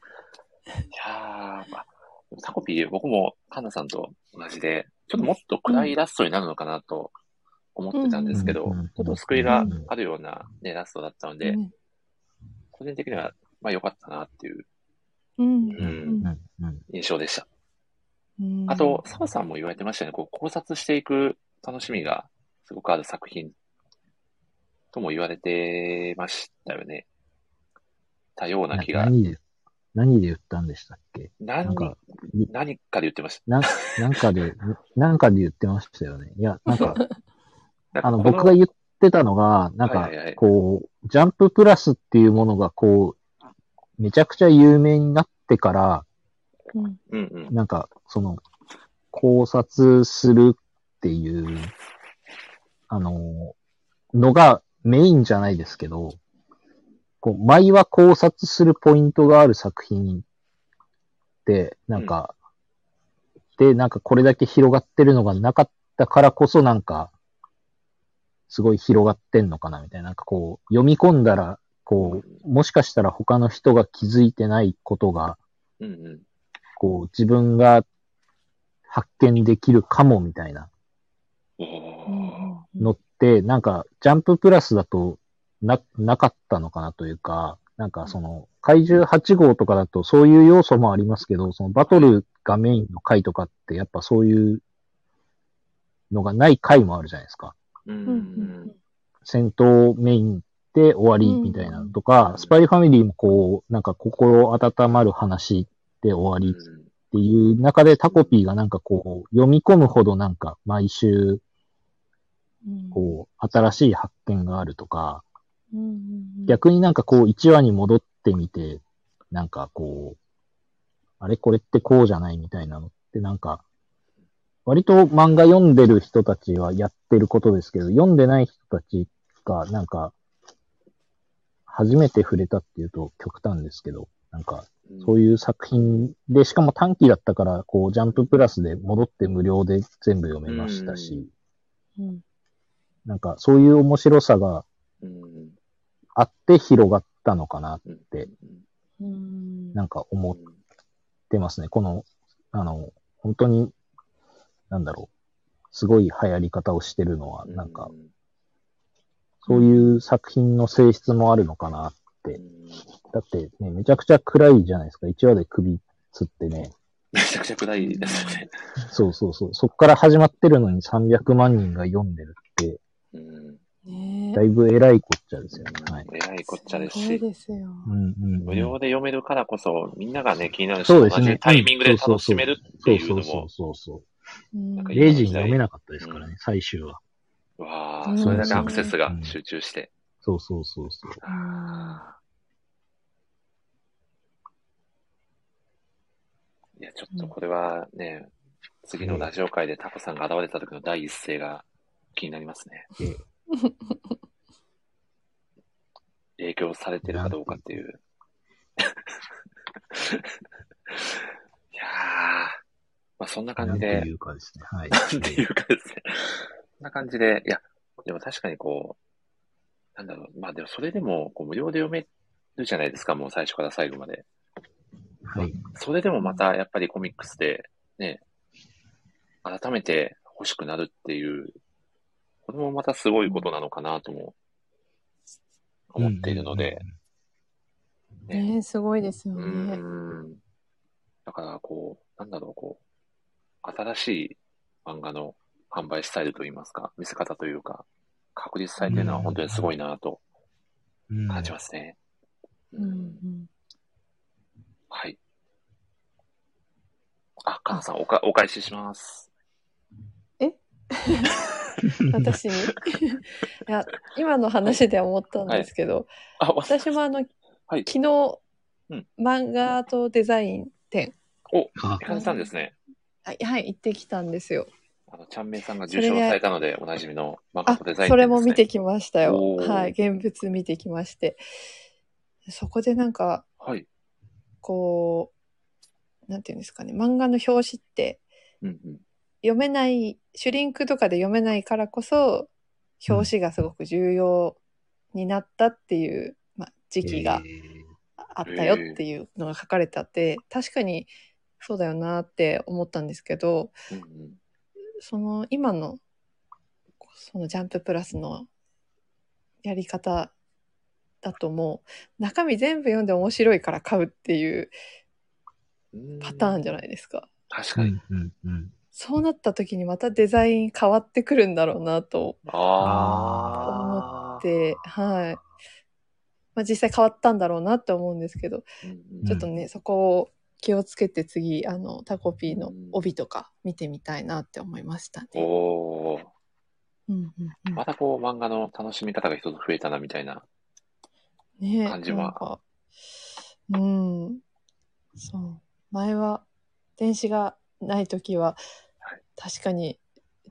Speaker 1: いやー、まあ、でもタコピー、僕もカンナさんと同じで、ちょっともっと暗いラストになるのかなと思ってたんですけど、
Speaker 2: うん
Speaker 1: ちょっと救いがあるような、ね、ラストだったので、
Speaker 3: うん
Speaker 1: 個人的には、まあ良かったなっていう、
Speaker 3: うん
Speaker 1: う、
Speaker 2: うんんうん
Speaker 1: 印象でした。
Speaker 3: うん
Speaker 1: あと、澤さんも言われてましたよね。こう考察していく楽しみがすごくある作品とも言われてましたよね。たような
Speaker 2: な
Speaker 1: 気が。
Speaker 2: 何で、何で言ったんでしたっけなん
Speaker 1: 何
Speaker 2: か、
Speaker 1: 何かで言ってまし
Speaker 2: な、なんかで、 なんかで言ってましたよね。いや、なん か、
Speaker 1: た。
Speaker 2: あの、
Speaker 1: なんか
Speaker 2: 僕
Speaker 1: こ
Speaker 2: が言ってたのが、な
Speaker 1: は
Speaker 2: んか
Speaker 1: いはいはい、
Speaker 2: こう、ジャンププラスっていうものが、こう、めちゃくちゃ有名になってから、
Speaker 3: うん
Speaker 1: うんうん。
Speaker 2: なんか、その、考察するっていう、あの、のがメインじゃないですけど、こう、毎は考察するポイントがある作品って、なんか、で、なんかこれだけ広がってるのがなかったからこそ、なんか、すごい広がってんのかな、みたいな。なんかこう、読み込んだら、こう、もしかしたら他の人が気づいてないことが、
Speaker 1: うんうん。
Speaker 2: こう、自分が発見できるかもみたいな
Speaker 1: おー
Speaker 2: のって、なんか、ジャンププラスだとな、なかったのかなというか、なんかその、怪獣8号とかだとそういう要素もありますけど、そのバトルがメインの回とかって、やっぱそういうのがない回もあるじゃないですか。
Speaker 1: うん
Speaker 3: う
Speaker 1: うん
Speaker 3: うんん
Speaker 2: 戦闘メインで終わりみたいなのとか、
Speaker 1: うん
Speaker 2: スパイファミリーもこう、なんか心温まる話で終わ
Speaker 1: うん。
Speaker 2: りっていう中でタコピーがなんかこう、読み込むほどなんか毎週、
Speaker 3: うん
Speaker 2: こう、新しい発見があるとか、
Speaker 3: うんうん
Speaker 2: 逆になんかこう、1話に戻ってみて、なんかこう、あれこれってこうじゃないみたいなのってなんか、割と漫画読んでる人たちはやってることですけど、読んでない人たちがなんか、初めて触れたっていうと極端ですけど、なんかそういう作品で、しかも短期だったから、こう、ジャンププラスで戻って無料で全部読めましたし、
Speaker 3: うん
Speaker 2: なんかそういう面白さが
Speaker 1: うんうん
Speaker 2: あって広がったのかな、
Speaker 1: うん
Speaker 2: で
Speaker 3: うん
Speaker 2: なんか思ってますね。この、あの、本当に、なんだろう、すごい流行り方をしてるのは、なんか、、そういう作品の性質もあるのかな。
Speaker 1: うん
Speaker 2: てだってね、めちゃくちゃ暗いじゃないですか。1話で首つってね、
Speaker 1: めちゃくちゃ暗いですよね。
Speaker 2: そうそうそう。そっから始まってるのに300万人が読んでるって、
Speaker 1: うん。
Speaker 4: ね
Speaker 2: だいぶ偉いこっちゃですよね。はい。
Speaker 1: 偉いこっちゃです
Speaker 4: すごい
Speaker 1: し、
Speaker 4: ですよ。
Speaker 2: うんうん、うん。
Speaker 1: 無料で読めるからこそ、みんながね、気になるし、
Speaker 2: そう
Speaker 1: 同
Speaker 2: ですね
Speaker 1: じ。タイミングで楽しめるっていうの
Speaker 2: そうそう
Speaker 1: も、
Speaker 2: そうそう
Speaker 4: うん
Speaker 1: なんか
Speaker 2: そう。
Speaker 1: いい
Speaker 2: 0時に読めなかったですからね、最終は。
Speaker 1: わ
Speaker 4: う
Speaker 1: あ、
Speaker 4: ん
Speaker 1: それだけアクセスが集中して。
Speaker 2: そうそうそうそう。
Speaker 1: あーいや、ちょっとこれはね、次のラジオ会でタコさんが現れた時の第一声が気になりま すね。影響されてるかどうかっていう。 いやー、まあそんな感
Speaker 2: なん
Speaker 1: じ
Speaker 2: て
Speaker 1: で、
Speaker 2: いうかですね。は い。
Speaker 1: っていうかですね。こんな感じで、いや、でも確かにこう、なんだろう、まあでもそれでもこう無料で読めるじゃないですか、もう最初から最後まで。
Speaker 2: はい。
Speaker 1: それでもまたやっぱりコミックスでね、改めて欲しくなるっていう、これもまたすごいことなのかなとも思っているので、
Speaker 4: ねえすごいですよ
Speaker 1: う
Speaker 4: ね。
Speaker 1: ん。だからこう、なんだろう、こう、新しい漫画の販売スタイルといいますか、見せ方というか、確立されてるのは本当にすごいなと
Speaker 2: うんうんうん。
Speaker 1: 感じますね。
Speaker 4: うん うん
Speaker 1: はい。あ、カナさん、おか、お返しします。
Speaker 3: 私 にいや今の話で思ったんですけど、
Speaker 1: あ、わ
Speaker 3: 私もあの、
Speaker 1: はい
Speaker 3: 昨日、
Speaker 1: うん
Speaker 3: 漫画とデザイン展
Speaker 2: あ
Speaker 1: カナさんですね。
Speaker 3: はい、はい、行ってきたんですよ。
Speaker 1: あの、ちゃんめいさんが受賞されたので、おなじみの漫画
Speaker 3: あ
Speaker 1: とデザイン、
Speaker 3: それも見て。きましたよ
Speaker 1: お。ー
Speaker 3: はい、現物見てきまして。そこでなんか、
Speaker 1: はい。
Speaker 3: こう、なんていうんですかね、漫画の表紙って
Speaker 1: うんうん。
Speaker 3: 読めない、シュリンクとかで読めないからこそ、表紙がすごく重要になったっていう、まあ、時期が
Speaker 2: えー
Speaker 3: あったよっていうのが書かれてあって、確かにそうだよなって思ったんですけど、
Speaker 1: うんうん。
Speaker 3: その今のそのジャンププラスのやり方だともう中身全部読んで面白いから買うっていう
Speaker 1: うん
Speaker 3: パターンじゃないですか。
Speaker 1: 確
Speaker 2: う
Speaker 1: かに。
Speaker 2: んうんうん。
Speaker 3: そうなった時にまたデザイン変わってくるんだろうなと
Speaker 1: ああ。
Speaker 3: で、はい。まあ実際変わったんだろうなって思うんですけど、
Speaker 1: うんうん、
Speaker 3: ちょっとね、そこを気をつけて次、あの、タコピーの帯とか見てみたいなって思いましたね。
Speaker 1: おー。
Speaker 3: うんうんうん
Speaker 1: またこう漫画の楽しみ方が一つ増えたなみたいな。
Speaker 3: ね
Speaker 1: 感じは
Speaker 3: なんかうん。そう。前は、電子がない時は
Speaker 1: はい、
Speaker 3: 確かに、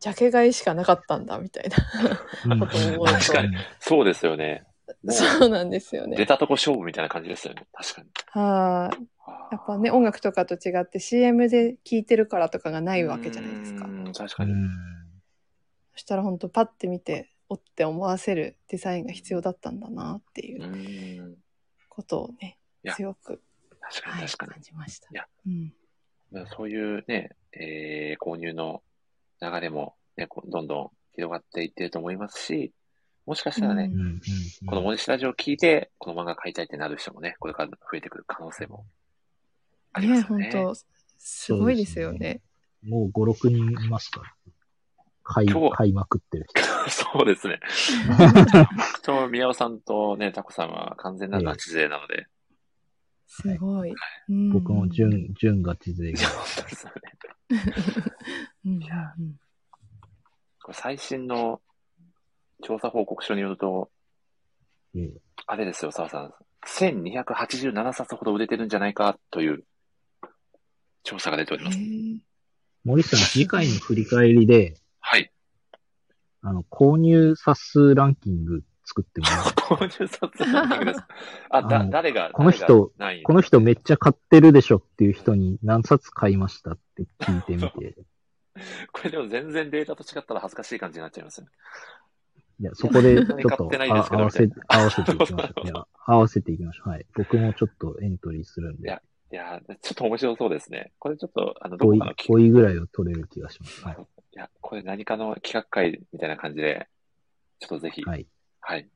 Speaker 3: ジャケ買いしかなかったんだ、みたいな。
Speaker 2: うん
Speaker 3: 確
Speaker 1: かに。そうですよね。もう
Speaker 3: そうなんですよ
Speaker 1: 出
Speaker 3: ね。
Speaker 1: たとこ勝負みたいな感じですよね。確かに。
Speaker 3: はい。
Speaker 1: あー
Speaker 3: やっぱね、音楽とかと違って CM で聴いてるからとかがないわけじゃないですか
Speaker 1: う。ん確
Speaker 2: う
Speaker 1: かに。。
Speaker 2: ん。
Speaker 3: そしたら本当パッて見て、おって思わせるデザインが必要だったんだな、っていううんことをね
Speaker 1: いや、
Speaker 3: 強く、
Speaker 1: 確か
Speaker 3: は
Speaker 1: に
Speaker 3: い、
Speaker 1: 確か
Speaker 3: 感
Speaker 1: に。
Speaker 3: じました。
Speaker 1: いや
Speaker 3: うん
Speaker 1: まあそういうね、えー購入の流れも、ね、こうどんどん広がっていってると思いますし、もしかしたらね、
Speaker 3: うん
Speaker 2: うんうん。
Speaker 1: この
Speaker 2: うん
Speaker 1: 文字スタジオを聞いて、この漫画買いたいってなる人もね、これから増えてくる可能性もありま
Speaker 3: ね
Speaker 1: すよね。
Speaker 3: 本当すごいですよね。
Speaker 2: もう5、6人いますから。買い
Speaker 1: 今、日
Speaker 2: 買いまくってる人。
Speaker 1: そうです ね。と、宮尾さんとね、タコさんは完全なガチ勢なので。
Speaker 3: すごい。
Speaker 2: 僕も
Speaker 3: 順
Speaker 2: 純、純ガチ勢が。
Speaker 1: そうですね
Speaker 3: うん
Speaker 1: これ最新の調査報告書によると、
Speaker 2: ええ
Speaker 1: あれですよ、澤さん。1287冊ほど売れてるんじゃないかという調査が出ております。
Speaker 2: 森さん、次回の振り返りで、
Speaker 1: はい。
Speaker 2: あの、購入冊数ランキング作ってもら う。
Speaker 1: 購入冊ランキングです。あ、
Speaker 2: あ
Speaker 1: だ、
Speaker 2: の
Speaker 1: 誰が、
Speaker 2: この人
Speaker 1: 誰が何位
Speaker 2: この人めっちゃ買ってるでしょっていう人に何冊買いましたって聞いてみて。
Speaker 1: これでも全然データと違ったら恥ずかしい感じになっちゃいますね。
Speaker 2: いや、そこで、ちょ
Speaker 1: 何
Speaker 2: っ
Speaker 1: 買っ
Speaker 2: と
Speaker 1: て、ないで
Speaker 2: あ
Speaker 1: すけ
Speaker 2: 合
Speaker 1: ど
Speaker 2: わせ
Speaker 1: み、
Speaker 2: 合わせていきましょう。い や、合わせていきましょう。はい。僕もちょっとエントリーするん
Speaker 1: い
Speaker 2: で
Speaker 1: や、いやー、ちょっと面白そうですね。これちょっと、あの、ど
Speaker 2: 5
Speaker 1: こ
Speaker 2: 位
Speaker 1: かの、企
Speaker 2: 5位ぐらいを取れる気がします。はい。
Speaker 1: いや、これ何かの企画会みたいな感じで、ちょっとぜひ、
Speaker 2: はい。
Speaker 1: はい。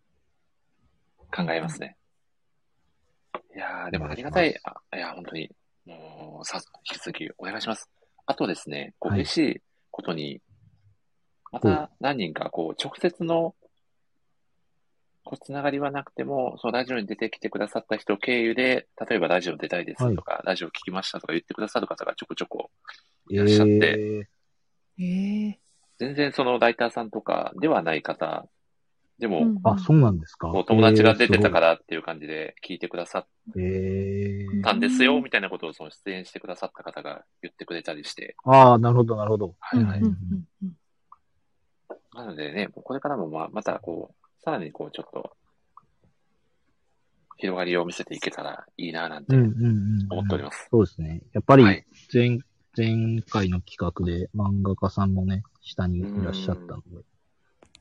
Speaker 1: 考えますね。いやー、でもあ
Speaker 2: お願
Speaker 1: り
Speaker 2: いし
Speaker 1: が
Speaker 2: ます
Speaker 1: たい。あいや、本当に、もう、さ、引き続きお願いします。あとですね、こう
Speaker 2: はい
Speaker 1: 嬉しいことに、また何人か、こう、直接の、こう、つながりはなくても、そのラジオに出てきてくださった人経由で、例えばラジオ出たいですとか、ラジオ聞きましたとか言ってくださる方がちょこちょこ、いらっしゃって
Speaker 2: え
Speaker 3: ええ
Speaker 1: 全然そのライターさんとかではない方、でも、
Speaker 3: うん
Speaker 2: ー、あ、そうなんですか
Speaker 1: こう友達が出てたか。らっていう感じで聞いてくださっ
Speaker 2: えーすごいえー
Speaker 1: たんです
Speaker 3: う
Speaker 1: よ、
Speaker 3: ん
Speaker 1: みたいなことをその出演してくださった方が言ってくれたりして、
Speaker 2: ああ、なるほど、なるほど。
Speaker 1: はいはい。
Speaker 3: うんうんうん
Speaker 1: なのでね、もうこれからもまあまたこう、さらにこうちょっと、広がりを見せていけたらいいななんて
Speaker 2: うんうんうんうん。
Speaker 1: 思っております。
Speaker 2: そうですね。やっぱり
Speaker 1: はい
Speaker 2: 前、前回の企画で漫画家さんもね、下にいらっしゃったので、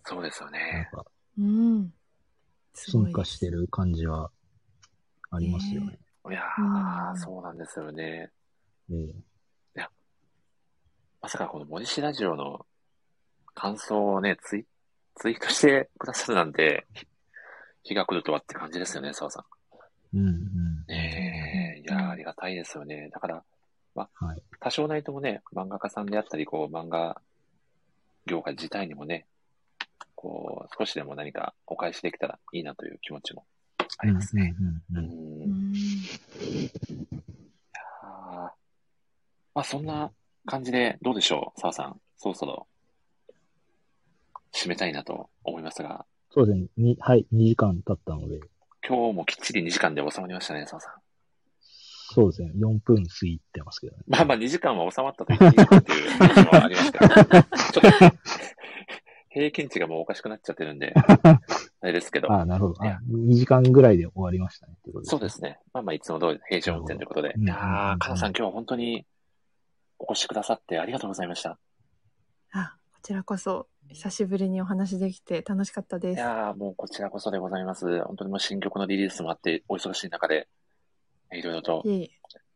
Speaker 1: そうですよ
Speaker 2: なん
Speaker 1: ね。
Speaker 2: か
Speaker 3: うん。すごい
Speaker 2: 進化してる感じはありますよね。
Speaker 1: いや
Speaker 3: う
Speaker 1: ー、
Speaker 3: ん
Speaker 1: そうなんですよね。
Speaker 2: ええ
Speaker 1: まさかこの森氏ラジオの感想をね、ツイツイートしてくださるなんて、日が来るとはって感じですよね、澤さん。
Speaker 2: うんうん。
Speaker 1: ねえ、いやー、ありがたいですよね。だから、まあ、
Speaker 2: はい
Speaker 1: 多少ないともね、漫画家さんであったり、こう、漫画業界自体にもね、こう、少しでも何かお返しできたらいいなという気持ちもありますね。う。
Speaker 2: うんうんんうん
Speaker 3: うん
Speaker 1: あーまあ、そんな感じで、どうでしょう、澤さん。そろそろ、締めたいなと思いますが、
Speaker 2: そうですね。にはい、2時間経ったので、
Speaker 1: 今日もきっちり2時間で収まりましたね、澤さん。
Speaker 2: そうですね。4分過ぎてますけどね。
Speaker 1: まあまあ2時間は収まったと言っていいかっていう話もありますけ ど、ちょっと平均値がもうおかしくなっちゃってるんで、あれですけど、
Speaker 2: ああ、なるほど。
Speaker 1: いや
Speaker 2: あ2時間ぐらいで終わりましたね。ってこと
Speaker 1: そうですね。まあまあいつも通り平常運転ということで。
Speaker 2: うん
Speaker 1: いや
Speaker 2: う
Speaker 1: ー、
Speaker 2: ん
Speaker 1: かなさん今日は本当にお越しくださってありがとうございました。
Speaker 3: あ、こちらこそ、久しぶりにお話できて楽しかった
Speaker 1: い
Speaker 3: です。
Speaker 1: やー、もうこちらこそでございます。本当にもう新曲のリリースもあって、お忙しい中で、いろいろと
Speaker 3: いえいえ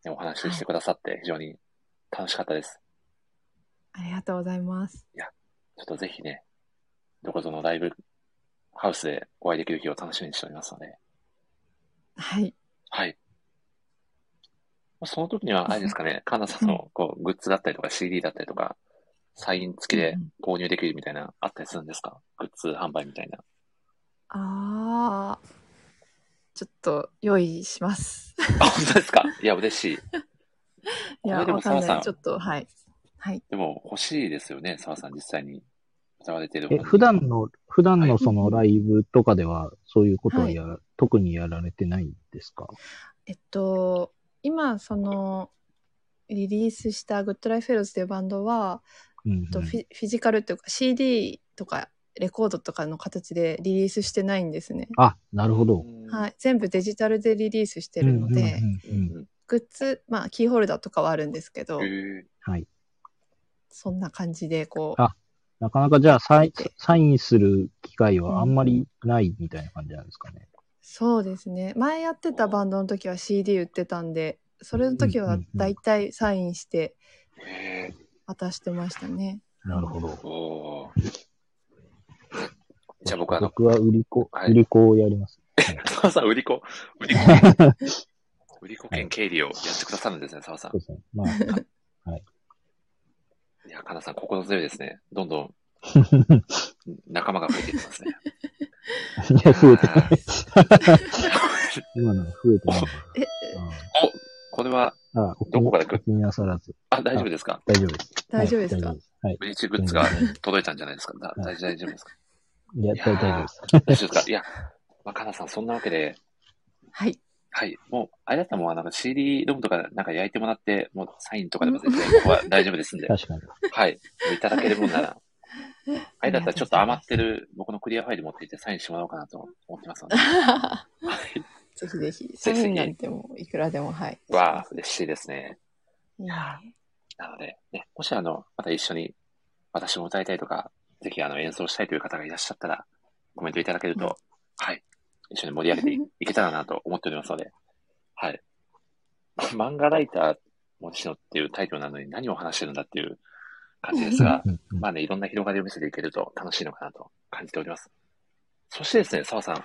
Speaker 1: ねお話ししてくださって非常に楽しかったです。
Speaker 3: ありがとうございます。
Speaker 1: ちょっとぜひね、どこぞのライブハウスでお会いできる日を楽しみにしておりますので、
Speaker 3: はい。
Speaker 1: はい。まあその時には、あれですか ね、カンナさんのこうグッズだったりとか CD だったりとか、サイン付きで購入できるみたいな、あったりするんですかグッズ販売みたいな。
Speaker 3: ああ、ちょっと用意します。
Speaker 1: あ、本当ですかいや、嬉しい。
Speaker 3: い
Speaker 1: こ
Speaker 3: や、
Speaker 1: れでも
Speaker 3: わか
Speaker 1: 澤
Speaker 3: んな
Speaker 1: さん
Speaker 3: い。ちょっと、はい。はい。
Speaker 1: でも、欲しいですよね、澤さん、実際に歌われている本
Speaker 2: え、
Speaker 1: 人
Speaker 2: 普段の、普段のその
Speaker 3: は
Speaker 2: ライブとかでは、そういうことは
Speaker 3: はい
Speaker 2: や、特にやられてないんですか
Speaker 3: えっと、今、その、リリースしたグッドライフフェローズというバンドは、
Speaker 2: うん、うん
Speaker 3: えっとフィフィジカルというか CD とかレコードとかの形でリリースしてないんですね。
Speaker 2: あ、なるほど。
Speaker 1: は。
Speaker 3: はいい、全部デジタルでリリースしてるので、
Speaker 2: うんうんうんうん
Speaker 1: うん
Speaker 3: グッズ、まあ、キーホルダーとかはあるんですけど、
Speaker 1: え
Speaker 2: はい。
Speaker 3: そんな感じでこ
Speaker 2: あなかなかじゃあサイ
Speaker 3: そうで、
Speaker 2: サインする機会はあんまりないみたいな感じなんですかね。
Speaker 3: うそうですね前やってたバンドの時は CD 売ってたんでそれの時
Speaker 2: うん
Speaker 3: は
Speaker 2: うんうん
Speaker 3: だいたいサインして
Speaker 1: ー、え
Speaker 3: 渡してましたね。
Speaker 2: なるほど
Speaker 1: ー、。おーじゃあ僕はあの、
Speaker 2: 僕は売り子、
Speaker 1: はい
Speaker 2: 売り子をやります。
Speaker 1: 澤さん、売り子、売 り子、売り子兼経理をやってくださるんですね、澤さん
Speaker 2: そう。ですね。 まあ、
Speaker 1: いや、かなさん、心強いですね。どんどん仲間が増えていってますね。
Speaker 2: いや、増えてない。今のは増えてない。
Speaker 3: え
Speaker 1: これは、
Speaker 2: ああ、お気
Speaker 1: どこ
Speaker 2: に
Speaker 1: から来る
Speaker 2: お気になさらず。
Speaker 1: あ、大丈夫ですか
Speaker 2: 大丈夫です。
Speaker 3: 大丈夫ですか、
Speaker 2: はい、大
Speaker 1: ブリーチグ
Speaker 2: 丈夫
Speaker 1: ッ
Speaker 2: です
Speaker 1: ズ
Speaker 2: は
Speaker 1: が
Speaker 2: い。
Speaker 1: 届いたんじゃないですかだ
Speaker 2: は
Speaker 1: 大大丈夫ですか
Speaker 2: いや、
Speaker 1: いやー
Speaker 2: 大丈夫です。
Speaker 1: 大丈夫ですかいや、まあ、かなさん、そんなわけで、
Speaker 3: はい
Speaker 1: はい、もう、あれだったらもう、なんか CD ドームとかなんか焼いてもらって、もうサインとかでも全然ここは大丈夫です んで、
Speaker 2: 確かに。
Speaker 1: はい、もういただけるもん なら、あれだったらちょっと余って
Speaker 3: る。
Speaker 1: る僕のクリアファイル持っていってサインしてもらおうかなと思って ますので、
Speaker 3: ぜひぜひ
Speaker 1: ぜ
Speaker 3: サ
Speaker 1: ひ
Speaker 3: インなんてもういくらでもはい。
Speaker 1: わあ、嬉しいですね。
Speaker 3: いいね
Speaker 1: なので、ね、もしあの、また一緒に私も歌いたいとか、ぜひあの演奏したいという方がいらっしゃったら、コメントいただけると、
Speaker 3: うん
Speaker 1: はい、一緒に盛り上げていいけたらなと思っておりますので、はい。漫画ライター、もしのっていうタイトルなのに何を話してるんだっていう感じですが、
Speaker 2: うんうん
Speaker 1: まあね、いろんな広がりを見せていけると楽しいのかなと感じております。そしてですね、澤さん、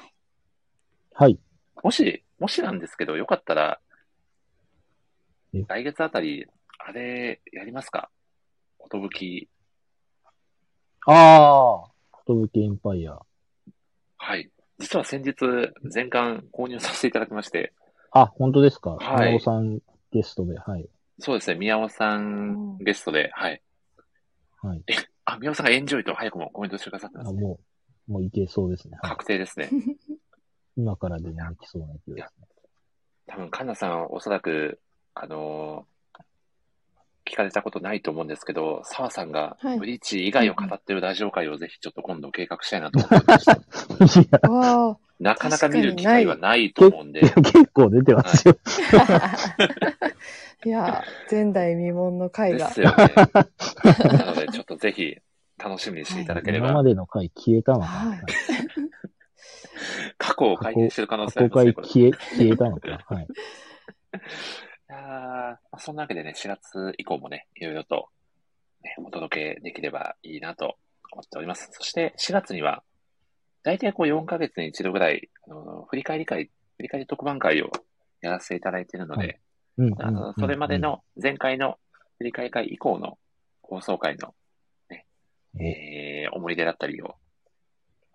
Speaker 2: はい。
Speaker 1: もし、もしなんですけど、よかったら、
Speaker 2: え
Speaker 1: 来月あたり、あれ、やりますかことぶき、
Speaker 2: ああ、ことぶきエンパイア。
Speaker 1: はい。実は先日、全巻購入させていただきまして、
Speaker 2: あ、本当ですか。
Speaker 1: はい
Speaker 2: 宮尾さんゲストで、はい。
Speaker 1: そうですね、宮尾さんゲストで、はい。
Speaker 2: はい。
Speaker 1: あ、宮尾さんがエンジョイと早くもコメントしてくださってま
Speaker 2: あ
Speaker 1: す。
Speaker 2: もう、もういけそうですね。はい
Speaker 1: 確定 ですね。
Speaker 2: 今からでもできそうな気がですね。
Speaker 1: 多分、カンナさん、おそらく、あのー聞かれたことないと思うんですけど、澤さんが
Speaker 3: はい
Speaker 1: ブリーチ以外を語ってるラジオ会をぜひちょっと今度計画したいなと思ってました。
Speaker 2: いや、
Speaker 3: わ
Speaker 1: なかなか見る機会はないと思うんで、
Speaker 2: 結構出てますよ。
Speaker 3: あ。 いや、前代未聞の回
Speaker 1: で
Speaker 3: が
Speaker 1: す。よね。なので、ちょっとぜひ楽しみにしていただけれ
Speaker 2: 今
Speaker 1: ば
Speaker 2: ま、での回消えたのかな。
Speaker 3: は
Speaker 2: は
Speaker 3: い
Speaker 2: い
Speaker 1: 過去を回避してる可能性ありま
Speaker 2: 公
Speaker 1: す
Speaker 2: 開
Speaker 1: ね、これ。い
Speaker 2: 消え、消えたのか。はい。
Speaker 1: やーまあそんなわけでね、4月以降もね、いろいろと、ね、お届けできればいいなと思っております。そして、4月には、大体こう4ヶ月に一度ぐらい、あの振り返り会、振り返り特番会をやらせていただいているので、
Speaker 2: はいうんうん
Speaker 1: あのそれまで、の前回の振り返り会以降の放送会の、ねえー思い出だったりを、ま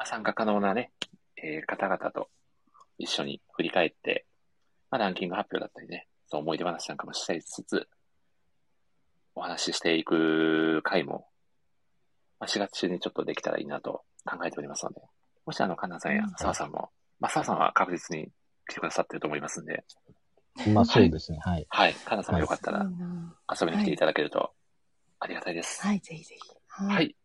Speaker 1: あ参加可能な、ねえー方々と一緒に振り返って、まあ、ランキング発表だったりね、その思い出話なんかもしたりしつつ、お話ししていく回も、まあ、4月中にちょっとできたらいいなと考えておりますので、もしあの、カンナさんや澤さんも、まあ、澤さんは確実に来てくださってると思いますんで、
Speaker 2: うんまあそうですね。はい。
Speaker 1: はい、カンナさんもよかったら
Speaker 3: いいな
Speaker 1: 遊びに来ていただけるとありがたいです。
Speaker 3: はい、ぜひぜひ。
Speaker 1: はい。
Speaker 3: はい。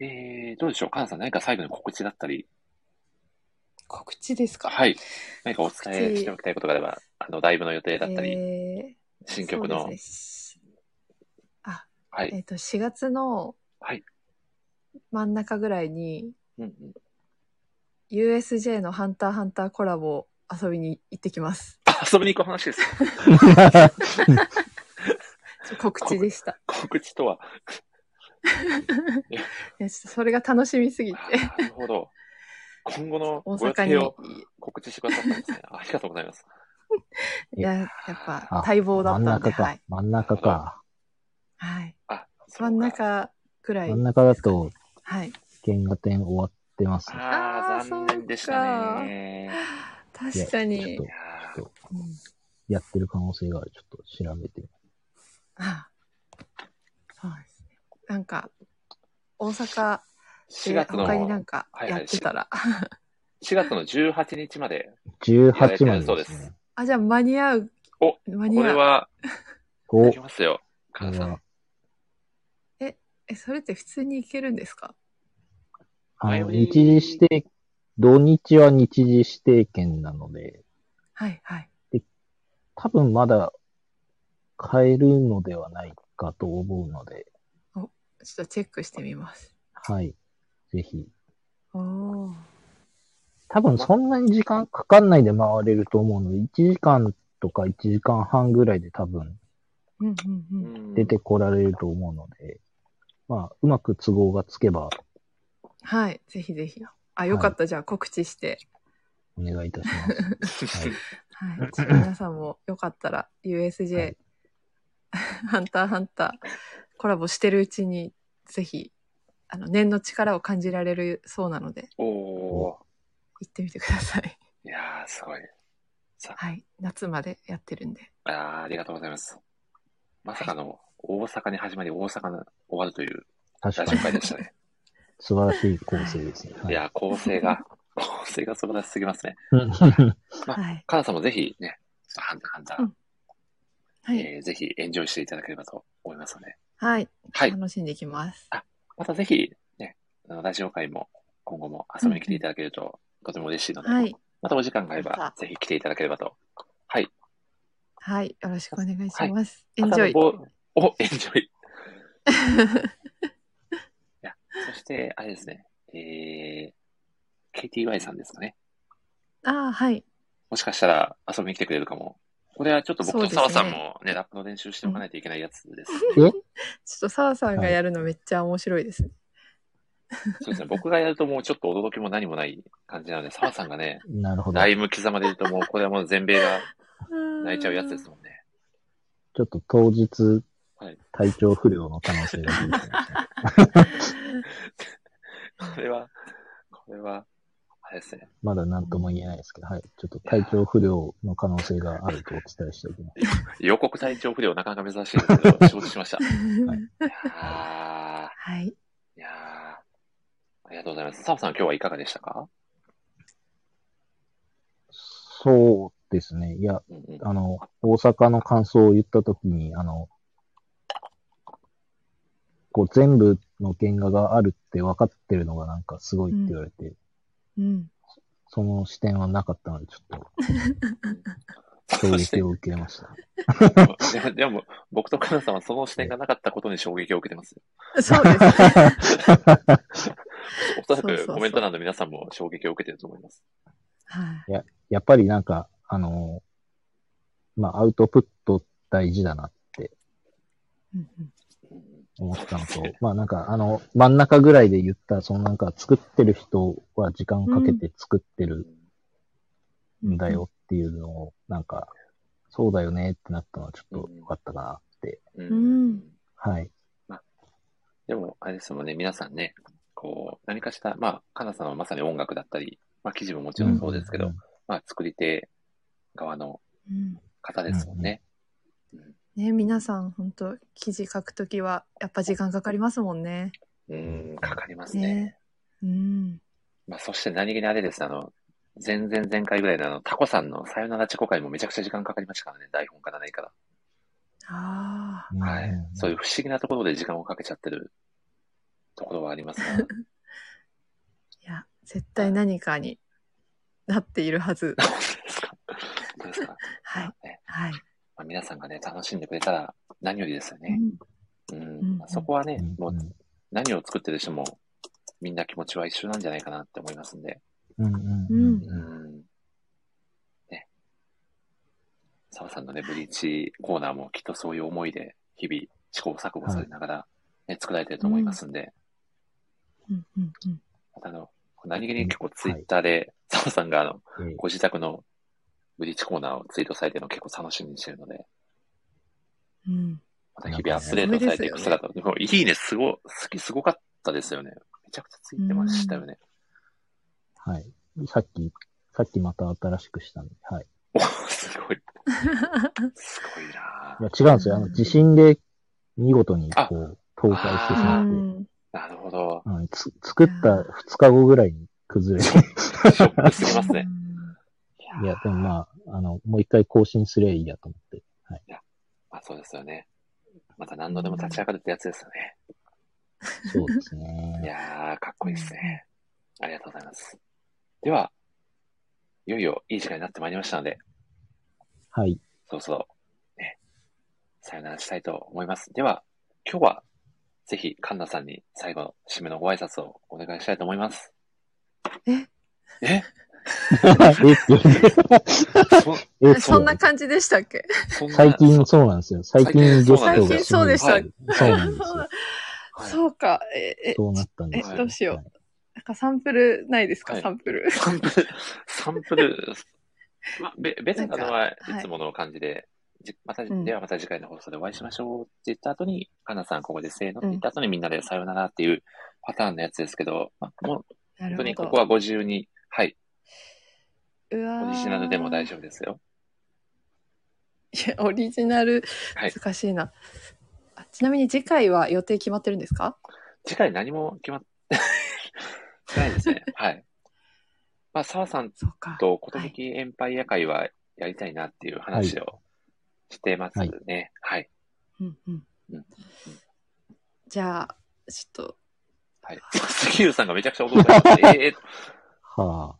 Speaker 1: えー、どうでしょうカナさん、何か最後に告知だったり、
Speaker 3: 告知ですか。
Speaker 1: はい。何かお伝
Speaker 3: 告
Speaker 1: え
Speaker 3: 知
Speaker 1: しておきたいことがあれば、あの、ライブの予定だったり、
Speaker 3: えー
Speaker 1: 新曲の、
Speaker 3: そうですねあ、
Speaker 1: はい
Speaker 3: えっ、と、4月の
Speaker 1: はい
Speaker 3: 真ん中ぐらいに、
Speaker 1: うんうん。
Speaker 3: USJ のハンターハンターコラボ遊びに行ってきます。
Speaker 1: あ遊びに行く話です。
Speaker 3: ちょ告知でした。
Speaker 1: 告知とは。
Speaker 3: いやちょっとそれが楽しみすぎ て
Speaker 1: あ、ーなるほど。今後の
Speaker 3: 大
Speaker 1: ご予定
Speaker 3: 阪
Speaker 1: を
Speaker 3: に、
Speaker 1: 告知してくださったんですね。ありがとうございます。
Speaker 3: いや、やっ
Speaker 2: あ
Speaker 3: ぱ待望だ
Speaker 2: 真
Speaker 3: っ
Speaker 2: ん
Speaker 3: たんで、
Speaker 2: 中
Speaker 3: は
Speaker 2: か
Speaker 3: い。。
Speaker 2: 真ん中か。
Speaker 3: はい。
Speaker 1: あ、そうか
Speaker 3: 真ん。中ぐらい。
Speaker 2: 真ん中だと、
Speaker 3: はい。
Speaker 2: 原画展終わってますね。
Speaker 1: あ
Speaker 3: あ
Speaker 1: ー、
Speaker 3: ー
Speaker 1: 残念でしたね。
Speaker 2: いや
Speaker 3: 確かに
Speaker 2: ちょっ。
Speaker 1: いやー
Speaker 2: と、ちょっと、
Speaker 3: うん
Speaker 2: やってる可能性がある。ちょっと調べて。
Speaker 3: あそうですね。なんか、大阪
Speaker 1: 4
Speaker 3: で
Speaker 1: 月の、
Speaker 3: 他になんかやってたら、
Speaker 1: 4月の18日まで、
Speaker 2: 18まで
Speaker 1: そう
Speaker 2: で
Speaker 1: です
Speaker 2: ね
Speaker 1: す。
Speaker 3: あ、じゃあ間に合う。
Speaker 1: お
Speaker 3: 間に
Speaker 1: これ
Speaker 3: 合う。
Speaker 1: は、
Speaker 2: お
Speaker 1: でき、ますよ。カナさん。
Speaker 3: え、それって普通に行けるんですか
Speaker 2: あの、
Speaker 1: 前売り
Speaker 2: 日時指定、土日は日時指定券なので、
Speaker 3: はいはい。
Speaker 2: 多分まだ買えるのではないかと思うので、
Speaker 3: ちょっとチェックしてみます。
Speaker 2: はい。ぜひ。
Speaker 3: おお。
Speaker 2: 多分そんなに時間かかんないで回れると思うので、1時間とか1時間半ぐらいで多分
Speaker 3: うんうんうん。
Speaker 2: 出てこられると思うので、まあ、うまく都合がつけば
Speaker 3: はい。ぜひぜひ。あ、よかった。じゃあ告知して。
Speaker 2: お願いいたします。はい。
Speaker 3: はい。ちょっと皆さんもよかったら、USJ、
Speaker 2: はい
Speaker 3: ハンターハンターコラボしてるうちに、ぜひ、あの、念の力を感じられるそうなので、
Speaker 1: お お
Speaker 3: 行ってみてくだ さい。
Speaker 1: ー。いやー、すごい。
Speaker 3: はい。夏までやってるんで。
Speaker 1: あーありがとうございます。まさかの、大阪に始まり、大阪の終わるという
Speaker 2: 確
Speaker 1: ラ
Speaker 2: か
Speaker 1: ジオ
Speaker 2: に
Speaker 1: 会でしたね。
Speaker 2: 素晴らしい構成ですね。はいい。
Speaker 1: やー、構成が、 構成が素晴らしすぎますね。あ
Speaker 3: はい。
Speaker 1: カナさんもぜひね、ハンターハンター、
Speaker 3: うんはい。
Speaker 1: えーぜひエンジョイしていただければと思いますので、
Speaker 3: はい。
Speaker 1: はい
Speaker 3: 楽しんでいきます。
Speaker 1: またぜひ、ね、あのラジオ会も今後も遊びに来ていただけると、とても嬉しいので、
Speaker 3: はい。
Speaker 1: またお時間があれ
Speaker 3: ま
Speaker 1: ば
Speaker 3: た、
Speaker 1: ぜひ来ていただければと。はい。
Speaker 3: はい。よろしくお願いします。エン
Speaker 1: また
Speaker 3: ジ
Speaker 1: あ
Speaker 3: ョ
Speaker 1: の
Speaker 3: イ。
Speaker 1: ぼお、エンジョイ。そして、あれですね、えー、KTY さんですかね。
Speaker 3: あ あ、はい。
Speaker 1: もしかしたら遊びに来てくれるかも。これはちょっと僕
Speaker 3: そう
Speaker 1: と
Speaker 3: ですね
Speaker 1: 澤さんもね、ラップの練習しておかないといけないやつ です。
Speaker 3: ちょっと澤さんがやるのめっちゃ面白いですね。
Speaker 1: そうですね、僕がやるともうちょっと驚きも何もない感じなので、澤さんがね、
Speaker 2: なるほど
Speaker 1: ラ。イム刻まれるともうこれはもう全米が
Speaker 3: うん
Speaker 1: 泣いちゃうやつですもんね。
Speaker 2: ちょっと当日
Speaker 1: はい、
Speaker 2: 体調不良の可能性が出てきましたね。
Speaker 1: これは、これは、あれですね。
Speaker 2: まだ何とも言えないですけど、はい。ちょっと体調不良の可能性があるとお伝えしておきます。
Speaker 1: 予告体調不良なかなか珍しいですけ ど、承知しました。い
Speaker 2: はい
Speaker 1: や
Speaker 3: はい。
Speaker 1: ー、いやーありがとうございます。澤さん、今日はいかがでしたか
Speaker 2: そうですね。いや、
Speaker 1: うんうん。
Speaker 2: あの、大阪の感想を言ったときに、あの、こう全部の原画があるって分かってるのがなんかすごいって言われて、
Speaker 3: うん。
Speaker 2: その視点はなかったので、ちょっと
Speaker 1: そ
Speaker 2: 衝
Speaker 1: して
Speaker 2: 撃を受けまし
Speaker 1: で
Speaker 2: た。
Speaker 1: も、でも僕とカナさんはその視点がなかったことに衝撃を受けてますよ。
Speaker 3: そ うですね。
Speaker 1: おそら
Speaker 3: そうそう
Speaker 1: く
Speaker 3: そう
Speaker 1: コメント欄の皆さんも衝撃を受けてると思います。
Speaker 3: はい。
Speaker 2: やっぱりなんか、あの、まあ、アウトプット大事だなって
Speaker 3: うんうん
Speaker 2: 思ったのと、 まあなんかあの、真ん中ぐらいで言った、そのなんか作ってる人は時間かけて作ってるんだよっていうのを、なんか、そうだよねってなったのはちょっと良かったかなって。
Speaker 1: うん
Speaker 3: うん
Speaker 2: はい。
Speaker 1: でも、あれですもんね、皆さんね、こう、何かした、まあ、カナさんはまさに音楽だったり、まあ、記事ももちろんそうですけど、
Speaker 2: ん
Speaker 1: まあ、作り手側の
Speaker 3: うん
Speaker 1: 方ですもんね。
Speaker 3: ね、皆さん、本当記事書くときは、やっぱ時間かかりますもんね。
Speaker 1: うん、かかりますね。
Speaker 3: ね。うん。
Speaker 1: まあ、そして何気にあれです、あの、前々前回ぐらいのあの、タコさんのさよならチェコ会もめちゃくちゃ時間かかりましたからね、台本からないから。
Speaker 3: ああ。
Speaker 2: うん
Speaker 1: はい。そう
Speaker 2: う
Speaker 1: いう不思議なところで時間をかけちゃってるところはあります が。
Speaker 3: いや、絶対何かになっている はず。
Speaker 1: 本当ですか本当ですか、
Speaker 3: はい。
Speaker 1: ね
Speaker 3: はい。
Speaker 1: まあ、皆さんがね、楽しんでくれたら何よりですよ
Speaker 3: う
Speaker 1: ね。
Speaker 3: ん
Speaker 1: うん。
Speaker 3: うん
Speaker 1: まあそこはね、
Speaker 2: ん
Speaker 1: もう何を作ってる人もみんな気持ちは一緒なんじゃないかなって思いますんで。
Speaker 2: うんうん
Speaker 3: う
Speaker 2: うん
Speaker 3: ん
Speaker 1: うん。ね。澤さんのね、ブリーチコーナーもきっとそういう思いで日々試行錯誤されながら、ね、作られてると思いますんで、
Speaker 3: うんうんうん。
Speaker 1: またあの、何気に結構ツイッターで澤さんがあの、
Speaker 2: うんえ
Speaker 1: ご自宅のブリーチコーナーをツイートされてるの結構楽しみにしてるので、
Speaker 3: うん。
Speaker 1: また日々アップデートされていく姿、でもいいね、すご、好きすごかったですよね。めちゃくちゃついてましたよね。
Speaker 2: ーはい。さっき、さっきまた新しくしたんで、はい。
Speaker 1: おすごい。すごいない
Speaker 2: や違うんですよ。あの、地震で見事に
Speaker 1: あ
Speaker 2: こう、倒壊してし
Speaker 3: う
Speaker 2: まって。
Speaker 3: ん
Speaker 1: なるほど。
Speaker 2: あのつ作った2日後ぐらいに崩れて、
Speaker 1: ショックすぎます ね。
Speaker 2: いや、でもまあ、あの、もう一回更新すりゃいいやと思って。
Speaker 1: まあそうですよね。また何度でも立ち上がるってやつですよね。
Speaker 2: そうです
Speaker 1: い
Speaker 2: ね。
Speaker 1: やー、かっこいいですね。ありがとうございます。では、いよいよいい時間になってまいりましたので、
Speaker 2: はい。
Speaker 1: そうそう、ね、さよならしたいと思います。では、今日は、ぜひ、カンナさんに最後の締めのご挨拶をお願いしたいと思います。
Speaker 3: え
Speaker 1: え
Speaker 2: えって
Speaker 1: そ
Speaker 2: え
Speaker 3: えそんな感じでしたっけ
Speaker 1: そんな
Speaker 2: 最近
Speaker 1: そ
Speaker 2: そうなんですよ。最近ゲストが
Speaker 3: 最近そうでした
Speaker 2: はいそうなんです よ。
Speaker 1: はい
Speaker 3: そうか。え、え、
Speaker 2: そうなったんです
Speaker 1: え
Speaker 2: よ。
Speaker 1: ど
Speaker 3: うしよう
Speaker 2: はい。
Speaker 3: なんかサンプルないですか、
Speaker 1: はい
Speaker 3: サンプル。
Speaker 1: サンプル、サンプル、まあ、べ、ベタなのは
Speaker 3: なんかはい
Speaker 1: いつもの感じで、じまた、
Speaker 3: ん
Speaker 1: ではまた次回の放送でお会いしましょうって言った後に、かなさんここでせーのって言った後にみんなでさようならっていうパターンのやつですけど、まあ、もう
Speaker 3: な
Speaker 1: 本当に
Speaker 3: るほ
Speaker 1: こ
Speaker 3: ど。
Speaker 1: こはご自由に、はい、
Speaker 3: うわ
Speaker 1: オ
Speaker 3: ー
Speaker 1: リジナルでも大丈夫ですよ。
Speaker 3: い や、オリジナル、
Speaker 1: はい
Speaker 3: 難しいな。あちなみに次回は予定決まってるんですか
Speaker 1: 次回何も決まって ないですね。はい。まあ、澤さん
Speaker 3: そうか。
Speaker 1: と、ことぶきエンパイア会はやりたいなっていう話をしてますね。はい。
Speaker 3: うんうん
Speaker 1: うん。
Speaker 3: じゃあ、ちょっと、
Speaker 1: はい。杉浦さんがめちゃくちゃ驚か れて、ええ
Speaker 2: は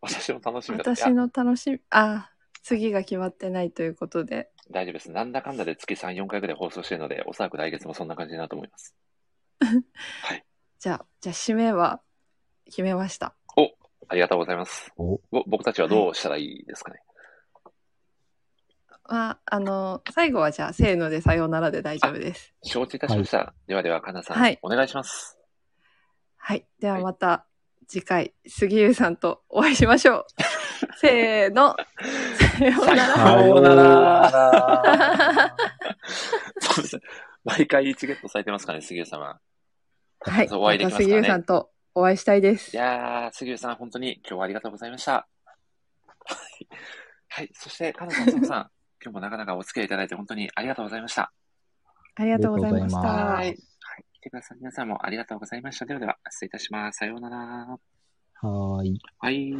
Speaker 1: 私も楽しみだった。
Speaker 3: 私の楽しみ、あ、次が決まってないということで。
Speaker 1: いや大丈夫です。なんだかんだで月3、4回ぐらい放送してるので、おそらく来月もそんな感じになると思います。
Speaker 3: じゃあ、じゃあ、締めは決めました。
Speaker 1: ありがとうございます。
Speaker 2: あ。お、
Speaker 1: ぼ僕たちはどうしたらいいですかね。
Speaker 3: まあ、あの、最後はじゃあ、せーのでさようならで大丈夫です。
Speaker 1: 承知いたしました。ではでは、かなさん、
Speaker 3: はい
Speaker 1: お願いします。
Speaker 3: はい。では
Speaker 1: はい
Speaker 3: また 次回、杉浦さんとお会いしましょう。せーの。さようなら。
Speaker 5: さようなら
Speaker 2: さようなら
Speaker 1: そうですね。毎回チゲットされてますかね、杉浦様。
Speaker 3: はい。
Speaker 1: お会いできますかね
Speaker 3: 杉浦さんとお会いしたいで
Speaker 1: い
Speaker 3: す。
Speaker 1: やー、杉浦さん、本当に今日はありがとうございました。はい。はい。そして、カナさん、サムさん、今日もなかなかお付き合いいただいて本当にありがとうございました。
Speaker 3: ありがとうございまし
Speaker 2: あ
Speaker 3: た
Speaker 1: はい。。はい。来てください。皆さんもありがとうございました。ではでは、失礼いたします。さようなら。
Speaker 2: はーい。
Speaker 1: はい。